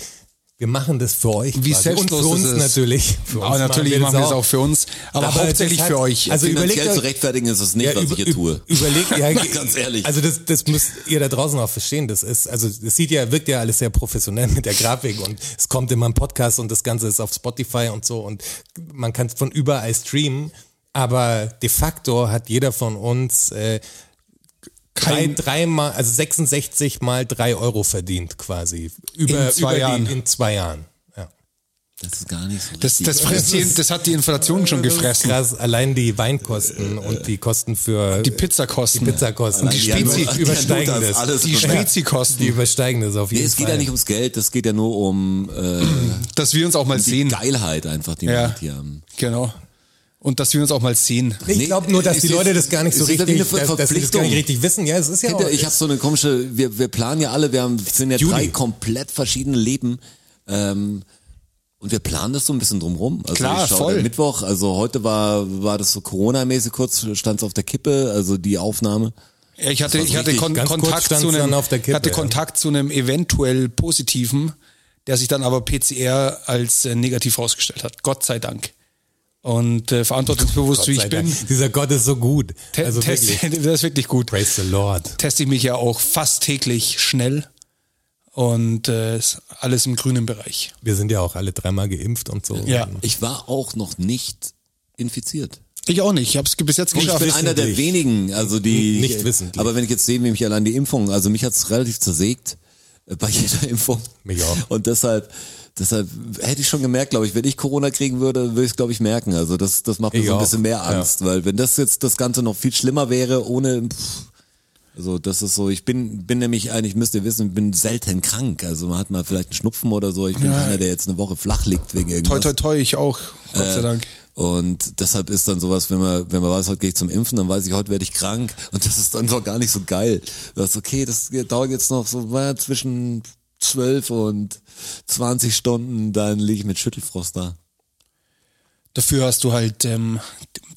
S4: wir machen das für euch.
S3: Wie
S4: quasi.
S3: selbstlos
S4: und für uns
S3: das ist.
S4: natürlich. Für
S3: Aber
S4: uns
S3: natürlich machen wir es auch für uns, aber,
S4: Aber
S3: hauptsächlich
S4: das hat-
S3: für euch.
S4: also überlegt
S2: Finanziell
S4: euch-
S2: zu rechtfertigen ist es nicht, was ich hier
S4: üb-
S2: tue.
S4: Überlegt, ja,
S2: Mal ganz ehrlich.
S4: Also das, das müsst ihr da draußen auch verstehen. Das ist, also das sieht ja, wirkt ja alles sehr professionell mit der Grafik und es kommt immer ein Podcast und das Ganze ist auf Spotify und so und man kann es von überall streamen. Aber de facto hat jeder von uns äh, drei,
S3: Kein-
S4: dreimal, also 66 mal drei Euro verdient quasi. Über,
S3: In zwei
S4: über die-
S3: Jahren.
S4: In zwei Jahren. Ja.
S2: Das ist gar nicht so
S3: Das, das, frisst die, das hat die Inflation schon gefressen.
S4: Krass, allein die Weinkosten und die Kosten für
S3: Die Pizzakosten.
S4: Die Pizzakosten.
S3: Die
S4: Allein
S3: Spezi-
S4: die übersteigen
S2: Hanuta ist
S4: das.
S2: alles
S3: Die
S2: drin.
S3: Spezikosten,
S4: Die übersteigen das auf jeden
S2: Nee, es geht
S4: Fall.
S2: ja nicht ums Geld, das geht ja nur um äh,
S3: dass wir uns auch mal
S2: die
S3: sehen.
S2: Geilheit einfach, die wir
S3: Ja,
S2: halt hier haben.
S3: genau. Und dass wir uns auch mal sehen.
S4: Ich glaube nur, dass
S2: um- es
S4: die
S2: ist-
S4: Leute das gar nicht so
S2: es ist ja
S4: richtig,
S2: wie eine
S4: dass, dass sie das gar
S2: Verpflichtung.
S4: nicht richtig wissen. Ja, es ist ja
S2: Peter,
S4: auch,
S2: ich habe so eine komische, wir, wir planen ja alle, wir haben, sind ja
S4: Juli.
S2: drei komplett verschiedene Leben. Ähm, und wir planen das so ein bisschen drumrum. Also
S3: Klar,
S2: ich schau
S3: voll.
S2: dann Mittwoch, also heute war, war das so Corona-mäßig kurz, stand es auf der Kippe, also die Aufnahme.
S3: Ja, Ich hatte,
S2: Das war
S3: ich hatte
S2: richtig.
S3: Kon
S4: Ganz kurz
S3: Kontakt,
S4: stand's
S3: zu einem,
S4: dann auf der Kippe,
S3: hatte
S4: ja.
S3: Kontakt zu einem eventuell positiven, der sich dann aber PCR als äh, negativ herausgestellt hat. Gott sei Dank. Und äh, verantwortungsbewusst,
S4: Gott
S3: wie
S4: sei
S3: ich bin,
S4: Dank. dieser Gott ist so gut.
S3: te
S4: also
S3: test,
S4: wirklich.
S3: das ist wirklich gut.
S4: Praise the Lord.
S3: Teste ich mich ja auch fast täglich schnell und äh, ist alles im grünen Bereich.
S4: Wir sind ja auch alle dreimal geimpft und so.
S3: Ja.
S2: Ich war auch noch nicht infiziert.
S3: Ich auch nicht. Ich habe es bis jetzt
S2: Ich
S3: geschafft.
S2: bin einer der
S4: wissentlich.
S2: wenigen, also die.
S4: Nicht wissentlich.
S2: Aber wenn ich jetzt sehe, wie mich allein die Impfung, also mich hat's relativ zersägt äh, bei jeder Impfung.
S4: Mich auch.
S2: Und deshalb, deshalb hätte ich schon gemerkt, glaube ich, wenn ich Corona kriegen würde, würde ich es, glaube ich, merken. Also das, das macht mir
S4: Ich
S2: so ein
S4: auch,
S2: bisschen mehr
S4: ja.
S2: Angst, weil wenn das jetzt das Ganze noch viel schlimmer wäre, ohne. Pff, also das ist so, ich bin, bin nämlich eigentlich, müsst ihr wissen, bin selten krank. Also man hat mal vielleicht einen Schnupfen oder so. Ich bin einer, der jetzt eine Woche flach liegt wegen irgendwas.
S3: Toi, toi, toi, ich auch. Gott
S4: Äh.
S3: sei Dank.
S2: Und deshalb ist dann sowas, wenn man, wenn man weiß, heute gehe ich zum Impfen, dann weiß ich, heute werde ich krank. Und das ist dann doch gar nicht so geil. Das ist okay, das dauert jetzt noch so äh, zwischen 12 und 20 Stunden, dann liege ich mit Schüttelfrost da.
S3: Dafür hast du halt ähm,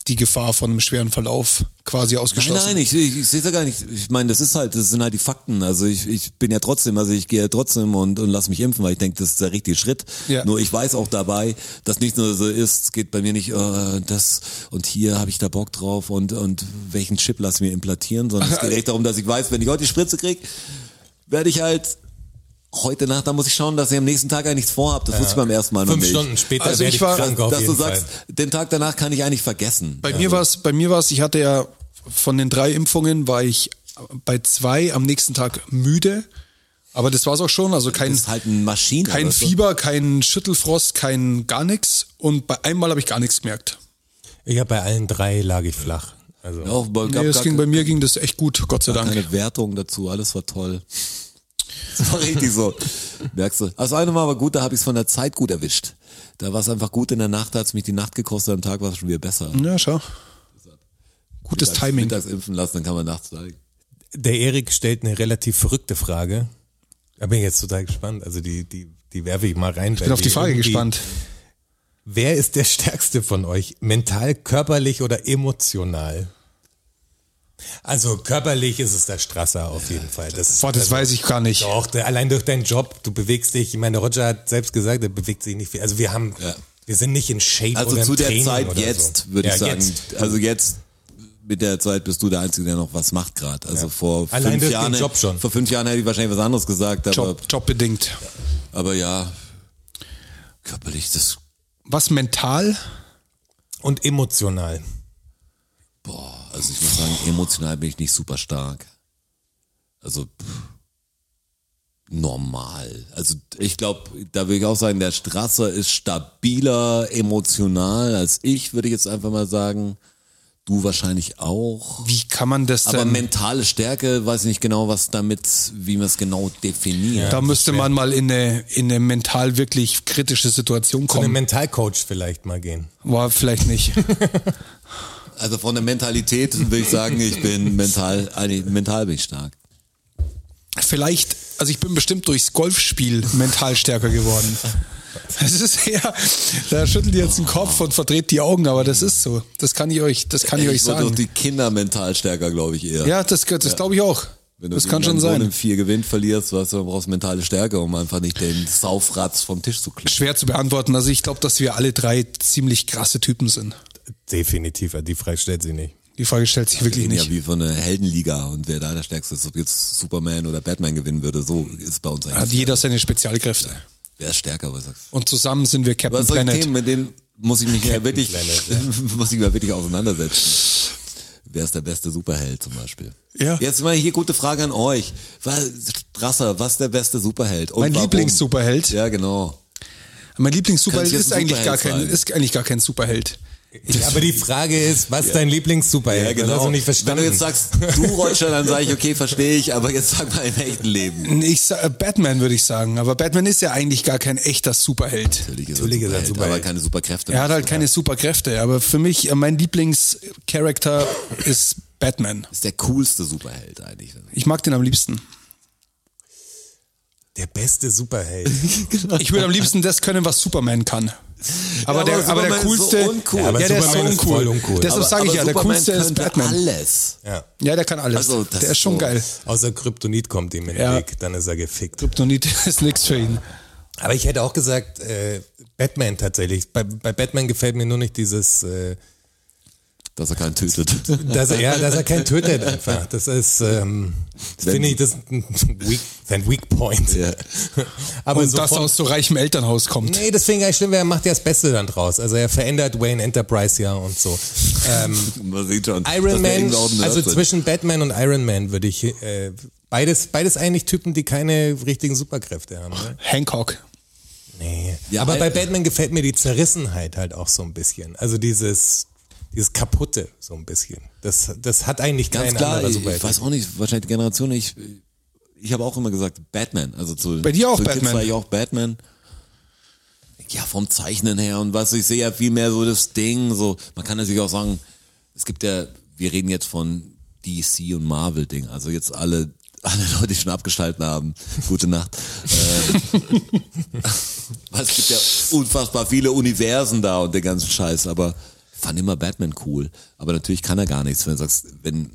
S3: die Gefahr von einem schweren Verlauf quasi
S2: Nein,
S3: ausgeschlossen.
S2: nein, ich, ich, ich sehe es ja gar nicht. Ich meine, das ist halt, das sind halt die Fakten. Also ich, ich bin ja trotzdem, also ich gehe ja trotzdem und, und lass mich impfen, weil ich denke, das ist der richtige Schritt.
S3: Ja.
S2: Nur ich weiß auch dabei, dass nicht nur so ist, es geht bei mir nicht, äh, das und hier habe ich da Bock drauf und, und welchen Chip lass ich mir implantieren, sondern es geht echt darum, dass ich weiß, wenn ich heute die Spritze krieg, werde ich halt heute Nacht, da muss ich schauen, dass ich am nächsten Tag eigentlich nichts vorhabe. Das wusste ich beim ersten Mal noch
S4: Fünf
S2: nicht.
S4: Stunden später
S3: Also
S4: werde
S3: ich
S4: ich
S3: war-
S4: krank auf
S2: dass
S4: jeden
S2: du sagst,
S4: Fall.
S2: den Tag danach kann ich eigentlich vergessen.
S3: Bei mir war es, bei mir war es, ich hatte ja von den drei Impfungen war ich bei zwei am nächsten Tag müde, aber das war es auch schon, also kein,
S2: Das ist halt ein Maschine.
S3: kein
S2: weißt du?
S3: Fieber, kein Schüttelfrost, kein gar nichts und bei einmal habe ich gar nichts gemerkt.
S4: Ich habe bei allen drei lag ich flach. Also
S2: Ja, aber
S3: Nee,
S2: gab
S3: es
S2: gar
S3: ging bei mir ging das echt gut, Gott sei Dank.
S2: keine Wertung dazu, alles war toll. Das war richtig so. Merkst du. Also eine Mal war gut, da habe ich es von der Zeit gut erwischt. Da war es einfach gut in der Nacht, da hat es mich die Nacht gekostet, am Tag war es schon wieder besser.
S3: Ja, schau. Gutes Timing.
S2: Mittags impfen lassen, dann kann man nachts steigen.
S4: der Erik stellt eine relativ verrückte Frage. Da bin ich jetzt total gespannt. Also die, die, die werfe ich mal rein.
S3: Ich bin auf die Frage gespannt.
S4: Wer ist der Stärkste von euch? Mental, körperlich oder emotional? Also körperlich ist es der Strasser auf jeden Fall. Das,
S3: Boah, das
S4: also,
S3: weiß ich gar nicht.
S4: Doch, der, allein durch deinen Job, du bewegst dich. Ich meine, der Roger hat selbst gesagt, er bewegt sich nicht viel. Also wir haben,
S2: Ja.
S4: wir sind nicht in Shape
S2: Also
S4: oder
S2: zu
S4: im
S2: der
S4: Training
S2: Zeit
S4: oder
S2: jetzt,
S4: so.
S2: würde
S4: ja,
S2: ich sagen.
S4: Jetzt.
S2: Also jetzt mit der Zeit bist du der Einzige, der noch was macht gerade. Also vor
S4: Allein
S2: fünf
S4: durch den
S2: Jahren.
S4: Job schon.
S2: Vor fünf Jahren hätte ich wahrscheinlich was anderes gesagt, aber,
S3: Job, jobbedingt.
S2: aber ja, körperlich, das,
S3: Was mental?
S4: Und emotional.
S2: boah, also ich muss sagen, emotional bin ich nicht super stark. Also pff, normal. Also ich glaube, da will ich auch sagen, der Strasser ist stabiler emotional als ich, würde ich jetzt einfach mal sagen. Du wahrscheinlich auch.
S3: Wie kann man das
S2: Aber
S3: denn?
S2: mentale Stärke, weiß nicht genau, was damit, wie man es genau definiert.
S3: da müsste man mal in eine, in eine mental wirklich kritische Situation
S4: Zu einem
S3: kommen.
S4: Mentalcoach vielleicht mal gehen.
S3: War vielleicht nicht.
S2: Also von der Mentalität würde ich sagen, ich bin mental, eigentlich mental bin ich stark.
S3: vielleicht, also ich bin bestimmt durchs Golfspiel mental stärker geworden. Das ist ja, da schüttelt ihr jetzt den Kopf und verdreht die Augen, aber das ist so. Das kann ich euch, das kann ich, euch
S2: ich wurde durch
S3: sagen.
S2: die Kinder mental stärker, glaube ich eher.
S3: Ja, das, das glaube ich auch.
S2: Wenn du
S3: Das kann
S2: gegen deinen
S3: schon
S2: Sohn
S3: sein.
S2: im Vier gewinnt, verlierst, weißt du, dann brauchst du mentale Stärke, um einfach nicht den Saufratz vom Tisch zu klicken.
S3: Schwer zu beantworten. Also ich glaube, dass wir alle drei ziemlich krasse Typen sind.
S4: Definitiv, die Frage stellt sie nicht.
S3: Die Frage stellt sich wirklich
S2: Ja,
S3: nicht.
S2: wie von einer Heldenliga und wer da der Stärkste ist, ob jetzt Superman oder Batman gewinnen würde, so ist bei uns
S3: Hat
S2: eigentlich.
S3: jeder seine Spezialkräfte.
S2: Wer ist stärker, was sagst du?
S3: Und zusammen sind wir Captain
S2: Was solche
S3: Planet.
S2: Themen, mit denen muss ich mich ja wirklich,
S4: Planet,
S2: muss ich mich wirklich auseinandersetzen. Wer ist der beste Superheld zum Beispiel?
S3: Ja.
S2: Jetzt mal hier gute Frage an euch. Was, Strasser, was ist der beste Superheld? Und
S3: Mein
S2: warum?
S3: Lieblings-Superheld?
S2: Ja, genau.
S3: Mein Lieblings-Superheld
S2: Kann ich
S3: ist
S2: jetzt ein
S3: eigentlich, gar
S2: Superheld
S3: kein,
S2: sein?
S3: ist eigentlich gar kein Superheld.
S4: aber die Frage ist, was dein Lieblings-Superheld?
S2: Ja,
S4: Das hast
S2: genau.
S3: Also
S4: du nicht
S2: Wenn du
S4: verstanden.
S2: jetzt sagst, du Roger, dann sage ich, okay, verstehe ich, aber jetzt sag mal im echten Leben.
S3: Ich, sa- äh, Batman würde ich sagen, aber Batman ist ja eigentlich gar kein echter Superheld.
S2: Natürlich ist er
S4: Natürlich ist er
S2: Superheld,
S4: Superheld.
S2: aber keine Superkräfte.
S3: Er hat halt keine Superkräfte, aber für mich, äh, mein Lieblingscharakter ist Batman.
S2: ist der coolste Superheld eigentlich.
S3: Ich mag den am liebsten.
S4: der beste Superheld.
S3: Ich würde am liebsten das können, was Superman kann. Aber,
S2: aber
S3: der, aber der
S2: Superman ist so
S3: coolste.
S2: uncool.
S3: Ja,
S2: Ja, aber
S3: der ist so
S4: Superman ist
S3: uncool.
S4: voll uncool.
S3: Deshalb
S2: Aber-
S3: sage ich
S2: aber
S3: ja, der
S2: Superman
S3: coolste ist
S2: könnte
S3: Batman.
S2: alles.
S4: ja.
S3: Ja, der kann alles.
S2: Also, das
S3: der ist
S2: ist
S3: schon
S2: so-
S3: geil.
S4: Außer Kryptonit kommt ihm in den
S3: Ja.
S4: Weg, dann ist er gefickt.
S3: Kryptonit ist nichts für ihn.
S4: Aber ich hätte auch gesagt, äh, Batman tatsächlich. Bei, bei Batman gefällt mir nur nicht dieses, äh,
S2: Dass er keinen tötet.
S4: dass, er, ja, dass er kein tötet einfach. Das ist, ähm,
S2: Wenn-
S4: finde ich, das ist ein weak, sein Weak Point.
S2: Ja.
S4: Aber
S3: Und
S4: so
S3: das
S4: von-
S3: aus so reichem Elternhaus kommt.
S4: Nee, das finde ich gar nicht schlimm, weil er macht ja das Beste dann draus. Also er verändert Wayne Enterprise ja und so. Ähm,
S2: Man sieht schon. dass
S4: Iron
S2: der
S4: Man,
S2: irgendwo auf dem
S4: also
S2: Nerd sind.
S4: zwischen Batman und Iron Man würde ich, äh, beides, beides eigentlich Typen, die keine richtigen Superkräfte haben. Ne?
S3: Hancock.
S4: Nee.
S2: Ja, äh,
S4: Aber
S2: Al-
S4: bei Batman gefällt mir die Zerrissenheit halt auch so ein bisschen. Also dieses, dieses Kaputte so ein bisschen. Das, das hat eigentlich
S2: Ganz
S4: kein
S2: klar,
S4: anderer
S2: ich,
S4: Superheld.
S2: ich weiß auch nicht, wahrscheinlich die Generation, ich, ich habe auch immer gesagt, Batman. Also zu,
S3: Bei dir auch
S2: zu
S3: Batman.
S2: Kids war ich auch Batman. Ja, vom Zeichnen her und was, ich sehe ja viel mehr so das Ding, so, man kann natürlich auch sagen, es gibt ja, wir reden jetzt von DC und Marvel Ding, also jetzt alle, alle Leute, die schon abgeschalten haben, gute Nacht. Weil es gibt ja unfassbar viele Universen da und den ganzen Scheiß, aber fand immer Batman cool. Aber natürlich kann er gar nichts, wenn du sagst, wenn, wenn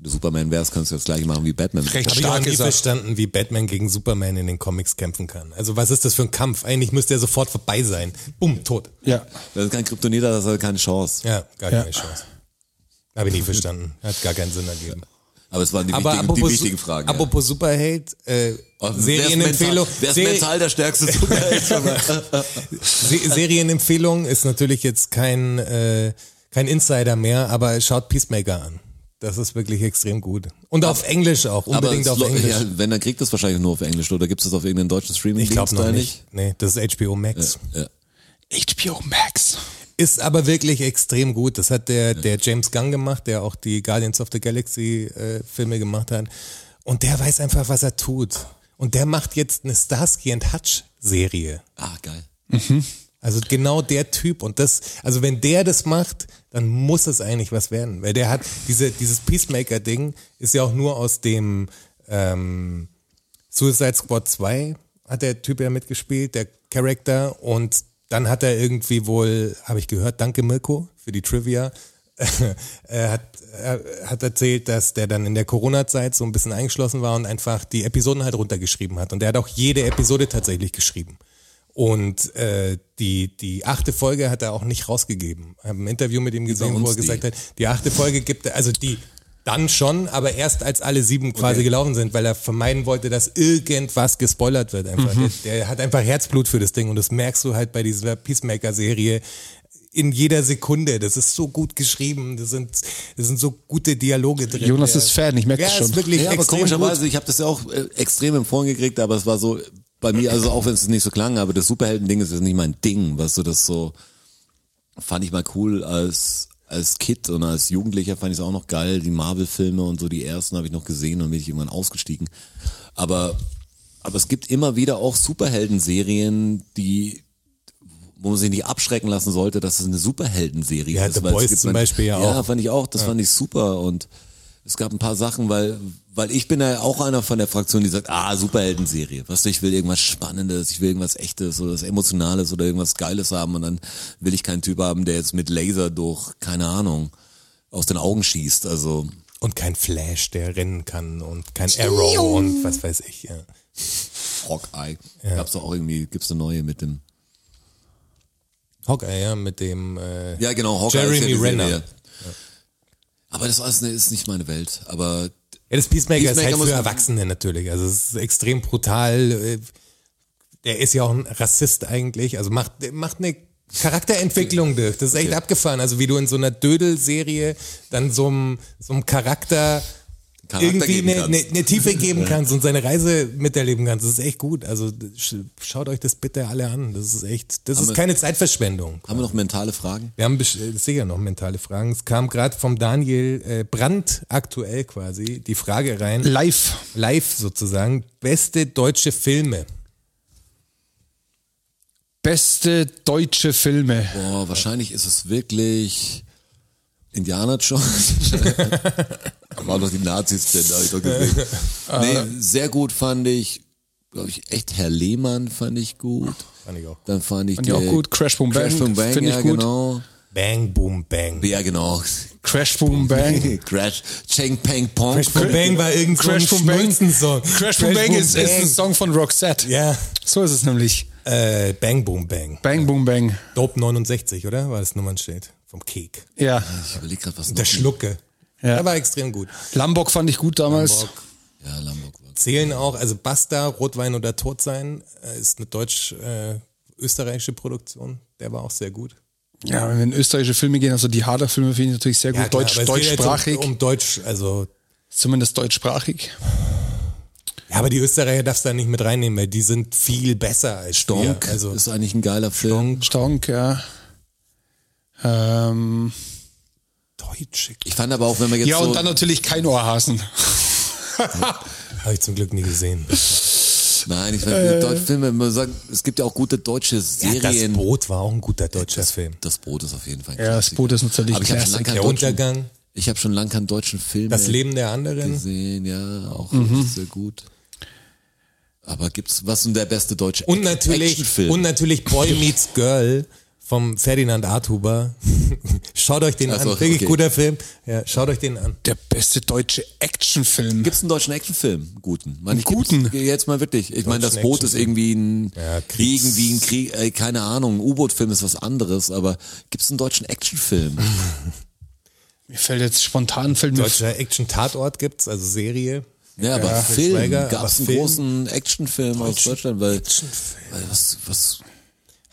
S2: du Superman wärst, kannst du das gleiche machen wie Batman.
S3: Recht
S4: Habe ich auch
S3: stark
S4: nie
S3: ist er.
S4: verstanden, wie Batman gegen Superman in den Comics kämpfen kann. Also was ist das für ein Kampf? Eigentlich müsste er sofort vorbei sein. Bumm, tot.
S3: Ja.
S2: Das ist kein Kryptoniter, das hat keine Chance.
S4: Ja, gar
S3: Ja.
S4: keine Chance. Habe ich nie verstanden. Hat gar keinen Sinn ergeben.
S2: Aber es waren die,
S4: Aber
S2: wichtigen, die
S4: apropos,
S2: wichtigen Fragen. ja.
S4: apropos Superheld, äh, Serienempfehlung.
S2: Wer ist
S4: Seri-
S2: mental der stärkste Superheld?
S4: Se Serienempfehlung ist natürlich jetzt kein, äh, kein Insider mehr, aber schaut Peacemaker an. Das ist wirklich extrem gut. Und auf Englisch auch, unbedingt
S2: es
S4: auf
S2: lo-
S4: Englisch.
S2: ja, wenn, dann kriegt das wahrscheinlich nur auf Englisch oder gibt es das auf irgendeinen deutschen Streaming?
S4: ich glaube noch nicht. Nee, das ist HBO Max.
S2: Ja.
S3: HBO Max.
S4: Ist aber wirklich extrem gut. Das hat der, der James Gunn gemacht, der auch die Guardians of the Galaxy äh, Filme gemacht hat. Und der weiß einfach, was er tut. Und der macht jetzt eine Starsky and Hutch Serie.
S2: Ah, geil.
S4: Also genau der Typ und das, also wenn der das macht, dann muss es eigentlich was werden, weil der hat diese dieses Peacemaker Ding ist ja auch nur aus dem ähm, Suicide Squad 2 hat der Typ ja mitgespielt, der Charakter und dann hat er irgendwie wohl, habe ich gehört, danke Mirko für die Trivia, er hat, er hat erzählt, dass der dann in der Corona-Zeit so ein bisschen eingeschlossen war und einfach die Episoden halt runtergeschrieben hat. Und er hat auch jede Episode tatsächlich geschrieben. Und äh, die, die achte Folge hat er auch nicht rausgegeben. Ich habe ein Interview mit ihm gesehen, wo
S2: uns
S4: er
S2: die.
S4: gesagt hat, die achte Folge gibt er, also die dann schon, aber erst als alle sieben quasi gelaufen sind, weil er vermeiden wollte, dass irgendwas gespoilert wird. Einfach.
S2: Mhm.
S4: Der, der hat einfach Herzblut für das Ding und das merkst du halt bei dieser Peacemaker-Serie in jeder Sekunde. Das ist so gut geschrieben, das sind, das sind so gute Dialoge drin.
S3: Jonas
S4: Der-
S3: ist Fan, ich merk
S4: ja,
S3: das
S4: Ist
S3: schon.
S4: wirklich
S2: Ja, aber
S4: extrem gut.
S2: komischerweise, ich habe das ja auch äh, extrem empfohlen gekriegt, aber es war so bei mir, also auch wenn es nicht so klang, aber das Superhelden-Ding ist jetzt nicht mein Ding, weißt du, das so fand ich mal cool als als Kid und als Jugendlicher fand ich es auch noch geil, die Marvel-Filme und so, die ersten habe ich noch gesehen und bin ich irgendwann ausgestiegen. Aber, aber es gibt immer wieder auch Superhelden-Serien, die wo man sich nicht abschrecken lassen sollte, dass es eine Superhelden-Serie
S4: Ja,
S2: ist.
S4: The
S2: weil es
S4: Boys
S2: gibt
S4: zum
S2: man-
S4: Beispiel ja
S2: Ja,
S4: auch.
S2: fand ich auch, das fand ich super und es gab ein paar Sachen, weil, weil ich bin ja auch einer von der Fraktion, die sagt, ah, Superhelden-Serie. Weißt du, ich will irgendwas Spannendes, ich will irgendwas Echtes oder was Emotionales oder irgendwas Geiles haben und dann will ich keinen Typ haben, der jetzt mit Laser durch, keine Ahnung, aus den Augen schießt. Also,
S4: Und kein Flash, der rennen kann und kein Arrow und was weiß ich. Ja.
S2: Hawkeye. Gab's doch auch irgendwie, gibt's eine neue mit dem.
S4: Hawkeye, ja, mit dem äh,
S2: Ja, genau, Hawkeye.
S4: Jeremy
S2: ist ja die Serie.
S4: Renner.
S2: Ja. Aber das alles ist nicht meine Welt. Aber
S4: Ja, das Peacemaker,
S2: Peacemaker
S4: ist halt
S2: muss-
S4: für Erwachsene natürlich. Also es ist extrem brutal. äh, Der ist ja auch ein Rassist eigentlich. Also macht, macht eine Charakterentwicklung durch. Das ist echt abgefahren. Also wie du in so einer Dödel-Serie dann so einem, so einem Charakter,
S2: Charakter
S4: irgendwie
S2: geben
S4: eine,
S2: kannst.
S4: eine, eine Tiefe geben kannst und seine Reise miterleben kannst. Das ist echt gut. Also sch- schaut euch das bitte alle an. Das ist echt, das ist
S2: wir-
S4: keine Zeitverschwendung.
S2: haben wir noch mentale Fragen?
S4: Wir haben best- äh, sicher noch mentale Fragen. Es kam gerade vom Daniel äh, Brandt aktuell quasi die Frage rein
S3: Live.
S4: live sozusagen, beste deutsche Filme.
S3: Beste deutsche Filme.
S2: Boah, wahrscheinlich ist es wirklich Indianer Jones. Da Waren doch die Nazis drin, da hab ich doch gesehen.
S3: Ah.
S2: Nee, sehr gut fand ich, glaube ich, echt Herr Lehmann fand ich gut.
S4: Fand ich auch.
S2: Dann fand ich
S3: Fand ich auch
S2: die-
S3: gut. Crash Boom
S2: Crash
S3: Bang,
S2: Boom Bang,
S3: find ich
S2: ja,
S3: gut.
S2: genau.
S4: Bang, boom, bang.
S2: Ja, genau.
S3: Crash Boom Bang.
S2: Crash, Cheng Peng Pong.
S4: Crash Boom Bang war irgend so ein
S3: Crash Boom Bang.
S4: Schnulzen-Song.
S3: Crash Boom Bang ist, ist ein Song von Roxette.
S4: Ja.
S3: So ist es nämlich.
S4: Äh, bang, boom, bang.
S3: Bang Boom Bang.
S4: Dope 69, oder? War das Nummernschild. Vom Kek.
S3: Ja.
S2: Ich überleg grad, was
S4: Der
S2: noch-
S4: Schlucke.
S3: Ja.
S4: Der war extrem gut.
S3: Lambok fand ich gut damals.
S2: Ja, Lamborg war.
S4: Zählen auch, also Basta, Rotwein oder Totsein äh, ist eine deutsch-österreichische Produktion. Der war auch sehr gut.
S3: Ja, wenn wir in österreichische Filme gehen, also die Harder-Filme finde ich natürlich sehr gut.
S4: Ja, klar,
S3: Deutsch,
S4: aber es geht jetzt
S3: deutschsprachig.
S4: Um, um Deutsch, also
S3: Zumindest deutschsprachig.
S4: Ja, aber die Österreicher darfst du da nicht mit reinnehmen, weil die sind viel besser als
S2: Donk
S4: wir. Also
S2: ist eigentlich ein geiler Film.
S3: Stonk, ja. Ähm,
S4: Deutsche
S2: Ich fand aber auch, wenn man jetzt
S3: ja,
S2: so
S3: und dann natürlich kein Ohrhasen.
S4: habe ich zum Glück nie gesehen.
S2: Nein, ich fand
S3: Äh.
S2: deutsche Filme, man sagt, es gibt ja auch gute deutsche
S4: Ja, das
S2: Serien.
S4: Boot war auch ein guter deutscher Film.
S2: das Brot ist auf jeden Fall. ein
S3: Ja, das
S2: Klassiker.
S3: Boot ist natürlich
S2: Aber ich habe schon
S3: Classic.
S2: lange keinen
S4: Der
S2: deutschen,
S4: Untergang,
S2: ich habe schon lange keinen deutschen Film
S4: das
S2: mehr
S4: Leben Mhm. der anderen
S2: gesehen, ja, auch sehr gut. Aber gibt's was denn der beste deutsche
S4: und
S2: Act-
S4: natürlich
S2: Actionfilm?
S4: und natürlich Boy Meets Girl vom Ferdinand Arthuber. schaut euch den
S2: Also,
S4: an, wirklich
S2: okay.
S4: guter Film. Ja, schaut euch den an.
S3: Der beste deutsche Actionfil.
S2: Gibt's einen deutschen Actionfilm? Guten. Meine, ich
S3: Guten?
S2: gibt's- Jetzt mal wirklich. Ich meine, das
S4: Deutschen
S2: Boot ist irgendwie ein,
S4: Ja, Kriegs-
S2: irgendwie ein Krieg, äh, keine Ahnung, ein U-Boot-Film ist was anderes, aber gibt's einen deutschen Actionfilm?
S3: Mir fällt jetzt spontan, fällt mir
S4: Deutscher Action Tatort gibt's, also Serie.
S2: Ja, aber Film,
S4: Schweiger,
S2: gab es
S4: aber
S2: einen
S4: Film.
S2: großen Actionfilm aus Deutschland, weil, weil was, was,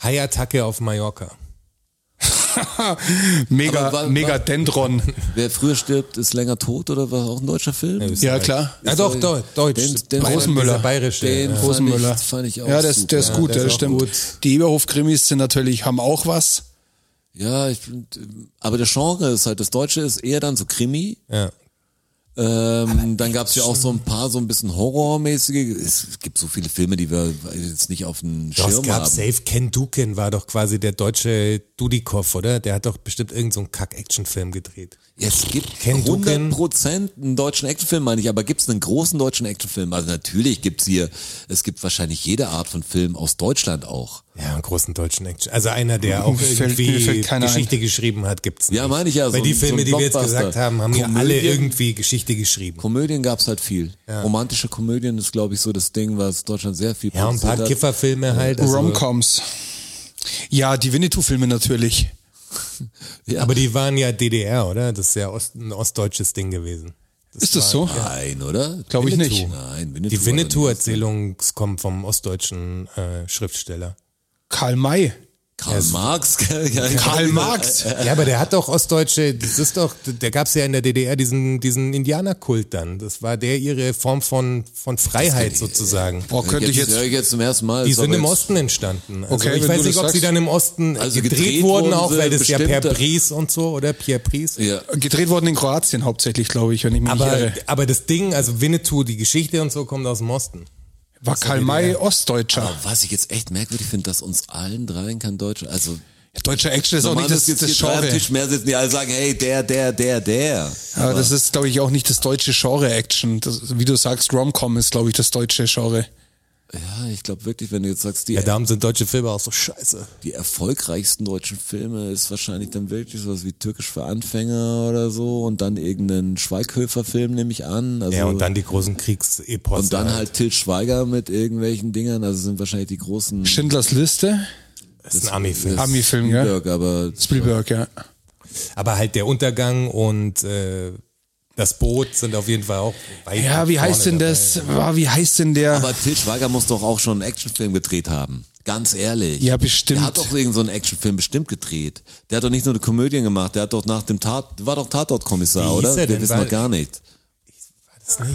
S4: Haiattacke auf Mallorca.
S3: mega,
S2: Aber wa- wa-
S3: Ah, mega Dendron.
S2: wer früher stirbt, ist länger tot oder war auch ein deutscher Film?
S3: Ja, klar.
S4: Ja, doch, doch, Deutsch.
S2: Den- den
S4: Bayer-
S3: Rosenmüller.
S4: dieser Bayerische.
S2: Den
S4: ja.
S2: fand
S3: Rosenmüller.
S2: ich, fand ich auch
S3: ja, das,
S2: super.
S3: der ist gut,
S4: der
S3: der
S4: ist auch
S3: stimmt. Die Eberhof-Krimis sind natürlich, haben auch was.
S2: Ja, ich, aber der Genre ist halt, das Deutsche ist eher dann so Krimi.
S4: Ja.
S2: Ähm, dann gab's ja auch so ein paar so ein bisschen horrormäßige. Es gibt so viele Filme, die wir jetzt nicht auf dem
S4: Doch, es
S2: Schirm
S4: gab
S2: haben.
S4: safe Ken Duken war doch quasi der deutsche Dudikoff, oder? Der hat doch bestimmt irgendeinen so einen Kack-Action-Film gedreht.
S2: Es gibt
S4: Ken Duken.
S2: 100% einen deutschen Actionfilm, meine ich, aber gibt's einen großen deutschen Actionfilm? Also natürlich gibt's hier, es gibt wahrscheinlich jede Art von Film aus Deutschland auch.
S4: Ja, einen großen deutschen Action. Also einer, der auch
S3: Mir fällt- mir
S4: irgendwie
S3: fällt keiner
S4: Geschichte geschrieben hat, gibt's nicht.
S2: Ja, meine ich ja, so
S4: Weil die
S2: ein- so
S4: Filme,
S2: ein
S4: die wir jetzt
S2: Blockbuster.
S4: gesagt haben, haben ja alle
S2: Komödien.
S4: irgendwie Geschichte geschrieben.
S2: Komödien gab's halt viel. Romantische Komödien ist, glaube ich, so das Ding, was Deutschland sehr viel
S4: Ja, und ein paar
S2: produziert hat.
S4: Kifferfilme halt. Also,
S3: Romcoms. Ja, die Winnetou-Filme natürlich.
S2: Ja.
S4: aber die waren ja DDR, oder? Das ist ja Ost, ein ostdeutsches Ding gewesen.
S3: Ist das so?
S2: Nein, oder?
S3: Glaube ich
S2: Winnetou.
S3: nicht.
S2: Nein, Winnetou.
S4: Die
S2: war doch nicht.
S4: Winnetou-Erzählung kommt vom ostdeutschen äh, Schriftsteller.
S3: Karl May.
S2: Karl Marx, gell? Ja,
S3: Karl Marx.
S4: Ja, aber der hat doch ostdeutsche, das ist doch, der gab's ja in der DDR diesen, diesen Indianerkult dann. Das war der ihre Form von, von Freiheit sozusagen.
S3: Boah, könnte
S2: jetzt,
S3: ich jetzt.
S2: höre ich jetzt zum ersten Mal.
S4: Die
S2: Ist
S4: sind
S2: aber
S4: im
S2: also jetzt-
S4: Osten entstanden. Also
S3: Okay,
S4: ich
S3: wenn
S4: weiß
S3: du
S4: nicht,
S3: das
S4: ob sie
S3: sagst.
S4: dann im Osten
S2: Also
S4: gedreht,
S2: gedreht
S4: wurden,
S2: wurden
S4: auch
S2: sie
S4: weil das ja per
S2: bestimmte-
S4: Pries und so, oder? Pierre Pries.
S2: Ja.
S3: Gedreht worden in Kroatien hauptsächlich, glaube ich, wenn ich mich nicht
S4: Aber,
S3: irre.
S4: aber das Ding, also Winnetou, die Geschichte und so kommt aus dem Osten.
S3: War Karl May Ostdeutscher.
S2: Was ich jetzt echt merkwürdig finde, dass uns allen dreien kein Deutscher, also
S3: Deutscher Action ist auch
S2: normal
S3: nicht das,
S2: müssten jetzt
S3: das
S2: hier drei am
S3: Genre.
S2: Tisch mehr sitzen, die alle sagen, hey, der, der, der, der.
S3: Aber das ist, glaube ich, auch nicht das deutsche Genre Action. Das, wie du sagst, Romcom ist, glaube ich, das deutsche Genre.
S2: Ja, ich glaube wirklich, wenn du jetzt sagst, die,
S4: Ja, darum sind deutsche Filme auch so scheiße.
S2: die erfolgreichsten deutschen Filme ist wahrscheinlich dann wirklich sowas wie Türkisch für Anfänger oder so und dann irgendeinen Schweighöfer-Film nehme ich an. Also,
S4: Ja, und dann äh, die großen Kriegseposen.
S2: und dann halt, Til Schweiger mit irgendwelchen Dingern, also sind wahrscheinlich die großen
S3: Schindlers Liste,
S4: Das ist ein Ami-Film.
S3: Ami-Film, gell?
S2: Spielberg, aber
S3: Spielberg, ja.
S4: Aber halt der Untergang und äh, das Boot sind auf jeden Fall auch weit
S3: Ja, wie
S4: vorne
S3: heißt denn
S4: dabei.
S3: das? War, wie heißt denn der?
S2: aber Til Schweiger muss doch auch schon einen Actionfilm gedreht haben. Ganz ehrlich.
S3: ja, bestimmt.
S2: Der hat doch irgendeinen so einen Actionfilm bestimmt gedreht. Der hat doch nicht nur eine Komödie gemacht, der hat doch nach dem Tat, war doch
S4: Wie
S2: Tatortkommissar,
S4: hieß
S2: oder?
S4: er
S2: Wir
S4: denn?
S2: wissen wir
S4: Weil-
S2: gar nicht.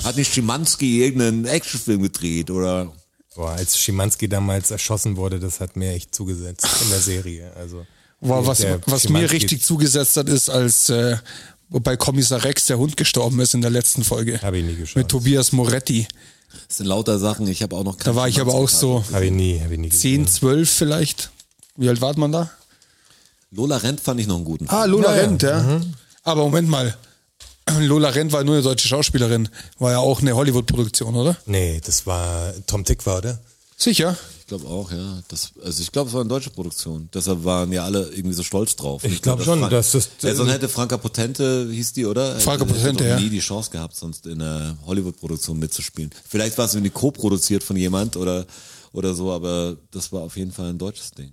S2: Hat nicht Schimanski irgendeinen Actionfilm gedreht oder?
S4: Boah, als Schimanski damals erschossen wurde, das hat mir echt zugesetzt in der Serie. Also
S3: Boah, was,
S4: der
S3: was
S4: Schimanski-
S3: mir richtig zugesetzt hat, ist, als äh, bei Kommissar Rex der Hund gestorben ist in der letzten Folge.
S4: Hab ich nie geschaut.
S3: Mit Tobias Moretti.
S2: Das sind lauter Sachen, ich habe auch noch
S3: Da war ich aber auch so
S4: Hab ich nie, hab ich nie gesehen.
S3: 10, 12 vielleicht. Wie alt war man da?
S2: Lola Rent fand ich noch einen guten.
S3: Ah, Lola
S4: Ja, ja.
S3: Rent, ja. Aber Moment mal. Lola Rent war nur eine deutsche Schauspielerin. War ja auch eine Hollywood-Produktion, oder?
S4: Nee, das war Tom Tick war, oder?
S3: Sicher.
S2: Ich glaube auch, ja. Das, also ich glaube, es war eine deutsche Produktion. Deshalb waren ja alle irgendwie so stolz drauf. Ich
S4: glaub schon, dass das-
S2: Ja, sonst hätte Franka Potente, hieß die, oder?
S3: Franka
S2: Hätte-
S3: Potente,
S2: hätte doch
S3: ja.
S2: nie die Chance gehabt, sonst in einer Hollywood-Produktion mitzuspielen. Vielleicht war es irgendwie co-produziert von jemand oder, oder so, aber das war auf jeden Fall ein deutsches Ding.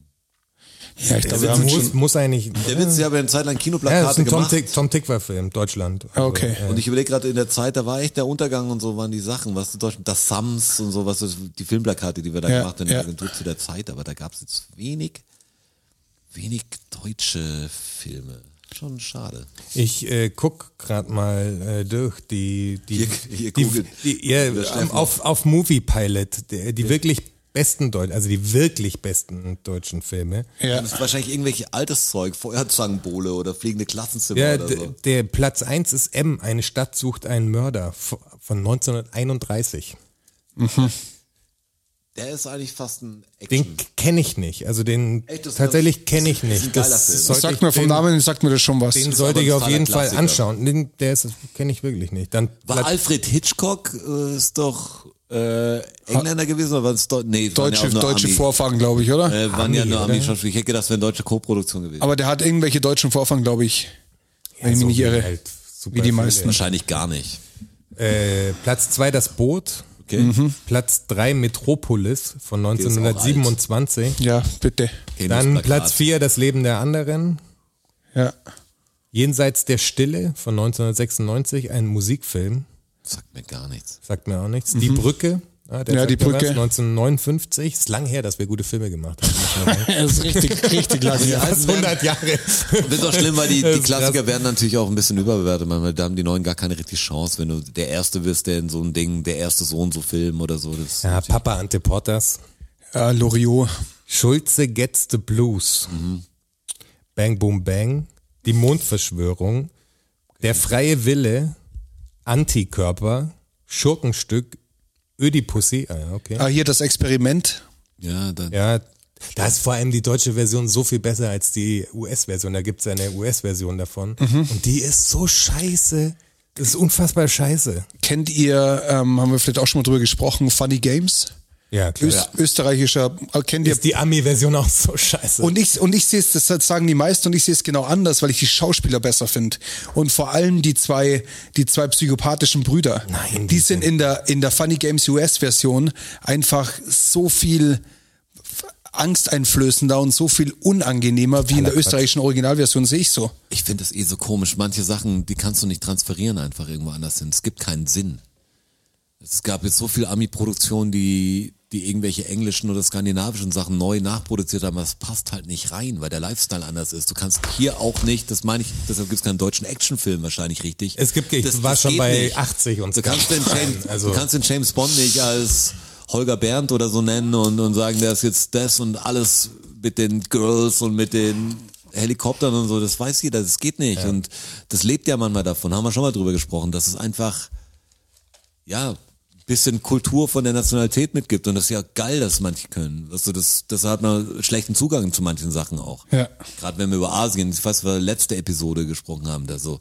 S3: Ja, ich glaube, wir
S4: Das
S3: haben
S4: Also muss,
S3: schon.
S4: muss eigentlich.
S2: Der Witz, sie haben ja eine Zeit lang
S4: Ja, das ist
S2: Kinoplakate
S4: ein Tom
S2: gemacht.
S4: Tick, Tom Tick war Film, Deutschland.
S3: Ah, okay.
S4: Also,
S2: Und ich überlege gerade in der Zeit, da war echt der Untergang und so waren die Sachen, was die Deutschen, das Sams und so, was das, die Filmplakate, die wir da
S3: Ja,
S2: gemacht haben, in der
S3: ja.
S2: Agentur zu der Zeit, aber da gab es jetzt wenig, wenig deutsche Filme. Schon schade.
S4: Ich äh, guck gerade mal äh, durch die die,
S2: Hier- hier
S4: die,
S2: googelt.
S4: die ja, ähm,
S2: Der Steffen.
S4: auf auf Movie Pilot die, die wirklich besten Deutsch, also die wirklich besten deutschen Filme.
S3: Ja.
S2: Das ist wahrscheinlich irgendwelche altes Zeug, Feuerzangenbowle oder fliegende Klassenzimmer
S4: Ja,
S2: oder
S4: d-
S2: so.
S4: der Platz eins ist M, eine Stadt sucht einen Mörder f- von 1931.
S2: Der ist eigentlich fast ein
S4: Den
S2: Action.
S4: kenne ich nicht, also den
S2: Hm. Echt, das ist
S4: tatsächlich
S2: ein-
S4: kenne ich
S2: das ist ein
S4: nicht.
S2: geiler
S4: Das
S2: Film.
S4: sollte ich
S3: Sagt mir vom
S4: den-
S3: Namen, sagt mir das schon was.
S4: Den sollte
S2: aber
S4: ich
S2: ein
S4: auf jeden Fall
S2: Klassiker.
S4: anschauen. Den, der ist, kenne ich wirklich nicht. Dann
S2: War
S4: Platz-
S2: Alfred Hitchcock äh, ist doch äh, Engländer gewesen oder war es Deu nee, waren ja
S3: Deutsche,
S2: auch nur
S3: deutsche
S2: Ami.
S3: Vorfahren, glaube ich, oder?
S2: Äh, waren ja nur Ami-Schauspieler. Ich hätte gedacht, das wäre eine deutsche Co-Produktion gewesen.
S3: Aber der hat irgendwelche deutschen Vorfahren, glaube ich. Wenn ich
S4: so
S3: mich nicht
S4: wie
S2: also
S3: irre.
S4: halt super
S3: wie die
S4: viele.
S3: meisten.
S2: Wahrscheinlich gar nicht.
S4: Äh, Platz zwei das Boot.
S2: Okay.
S4: Mhm. Hm? Platz drei Metropolis von
S2: ist auch
S4: 1927.
S3: Ja, bitte.
S2: Okay,
S4: Dann
S2: das Plakat.
S4: Platz vier Das Leben der anderen.
S3: Ja.
S4: Jenseits der Stille von 1996, ein Musikfilm.
S2: Sagt mir gar nichts.
S4: Sagt mir auch nichts. Die Brücke. Ah, der
S3: Mhm. Ja,
S4: sagt
S3: die
S4: mir was,
S3: Brücke.
S4: 1959. Ist lang her, dass wir gute Filme gemacht haben.
S3: Er ist richtig, richtig lang.
S2: Die
S4: Fast
S2: alten werden,
S4: 100 Jahre.
S2: wird doch schlimm, weil die, die
S4: ist krass.
S2: Klassiker werden natürlich auch ein bisschen überbewertet. Man, da haben die Neuen gar keine richtige Chance, wenn du der Erste bist, der in so einem Ding, der erste so und so Film oder so. Das
S4: Ja, Papa Ante Portas.
S3: Ja, Loriot.
S4: Schulze Gets the Blues.
S2: Mhm.
S4: Bang Boom Bang. Die Mondverschwörung. Der freie Wille. Antikörper. Schurkenstück. Ödipussy. Ah, ja, okay.
S3: Ah, hier das Experiment.
S2: ja, dann,
S4: Ja, da ist vor allem die deutsche Version so viel besser als die US-Version. Da gibt's eine US-Version davon.
S2: Mhm.
S4: Und die ist so scheiße. Das ist unfassbar scheiße.
S3: Kennt ihr, ähm, haben wir vielleicht auch schon mal drüber gesprochen, Funny Games?
S4: Ja, klar.
S3: Öst, österreichischer, äh, kennt ihr
S4: Ist die Ami-Version auch so scheiße?
S3: Und ich, und ich sehe es, das sagen die meisten, und ich sehe es genau anders, weil ich die Schauspieler besser finde. Und vor allem die zwei, die zwei psychopathischen Brüder.
S4: Nein,
S3: Die
S4: die
S3: sind in der, in der Funny Games US-Version einfach so viel angsteinflößender und so viel unangenehmer wie in der österreichischen Originalversion, sehe ich so.
S2: Ich finde das eh so komisch. Manche Sachen, die kannst du nicht transferieren einfach irgendwo anders hin. Es gibt keinen Sinn. Es gab jetzt so viele Ami-Produktionen, die, die irgendwelche englischen oder skandinavischen Sachen neu nachproduziert haben. aber Das passt halt nicht rein, weil der Lifestyle anders ist. Du kannst hier auch nicht, das meine ich, deshalb gibt es keinen deutschen Actionfilm wahrscheinlich richtig.
S4: Es gibt- ich war schon
S2: geht
S4: bei 80 und
S2: du kannst, den James,
S4: Also-
S2: du kannst den James Bond nicht als Holger Berndt oder so nennen und, und sagen, der ist jetzt das und alles mit den Girls und mit den Helikoptern und so. Das weiß jeder, das geht nicht. Und das lebt ja manchmal davon. Haben wir schon mal drüber gesprochen. Das ist einfach, ja, ein bisschen Kultur von der Nationalität mitgibt. Und das ist ja geil, dass manche können. Weißt du, das, das hat man schlechten Zugang zu manchen Sachen auch.
S3: Ja.
S2: Gerade wenn wir über Asien, ich weiß, wir letzte Episode gesprochen haben, da so.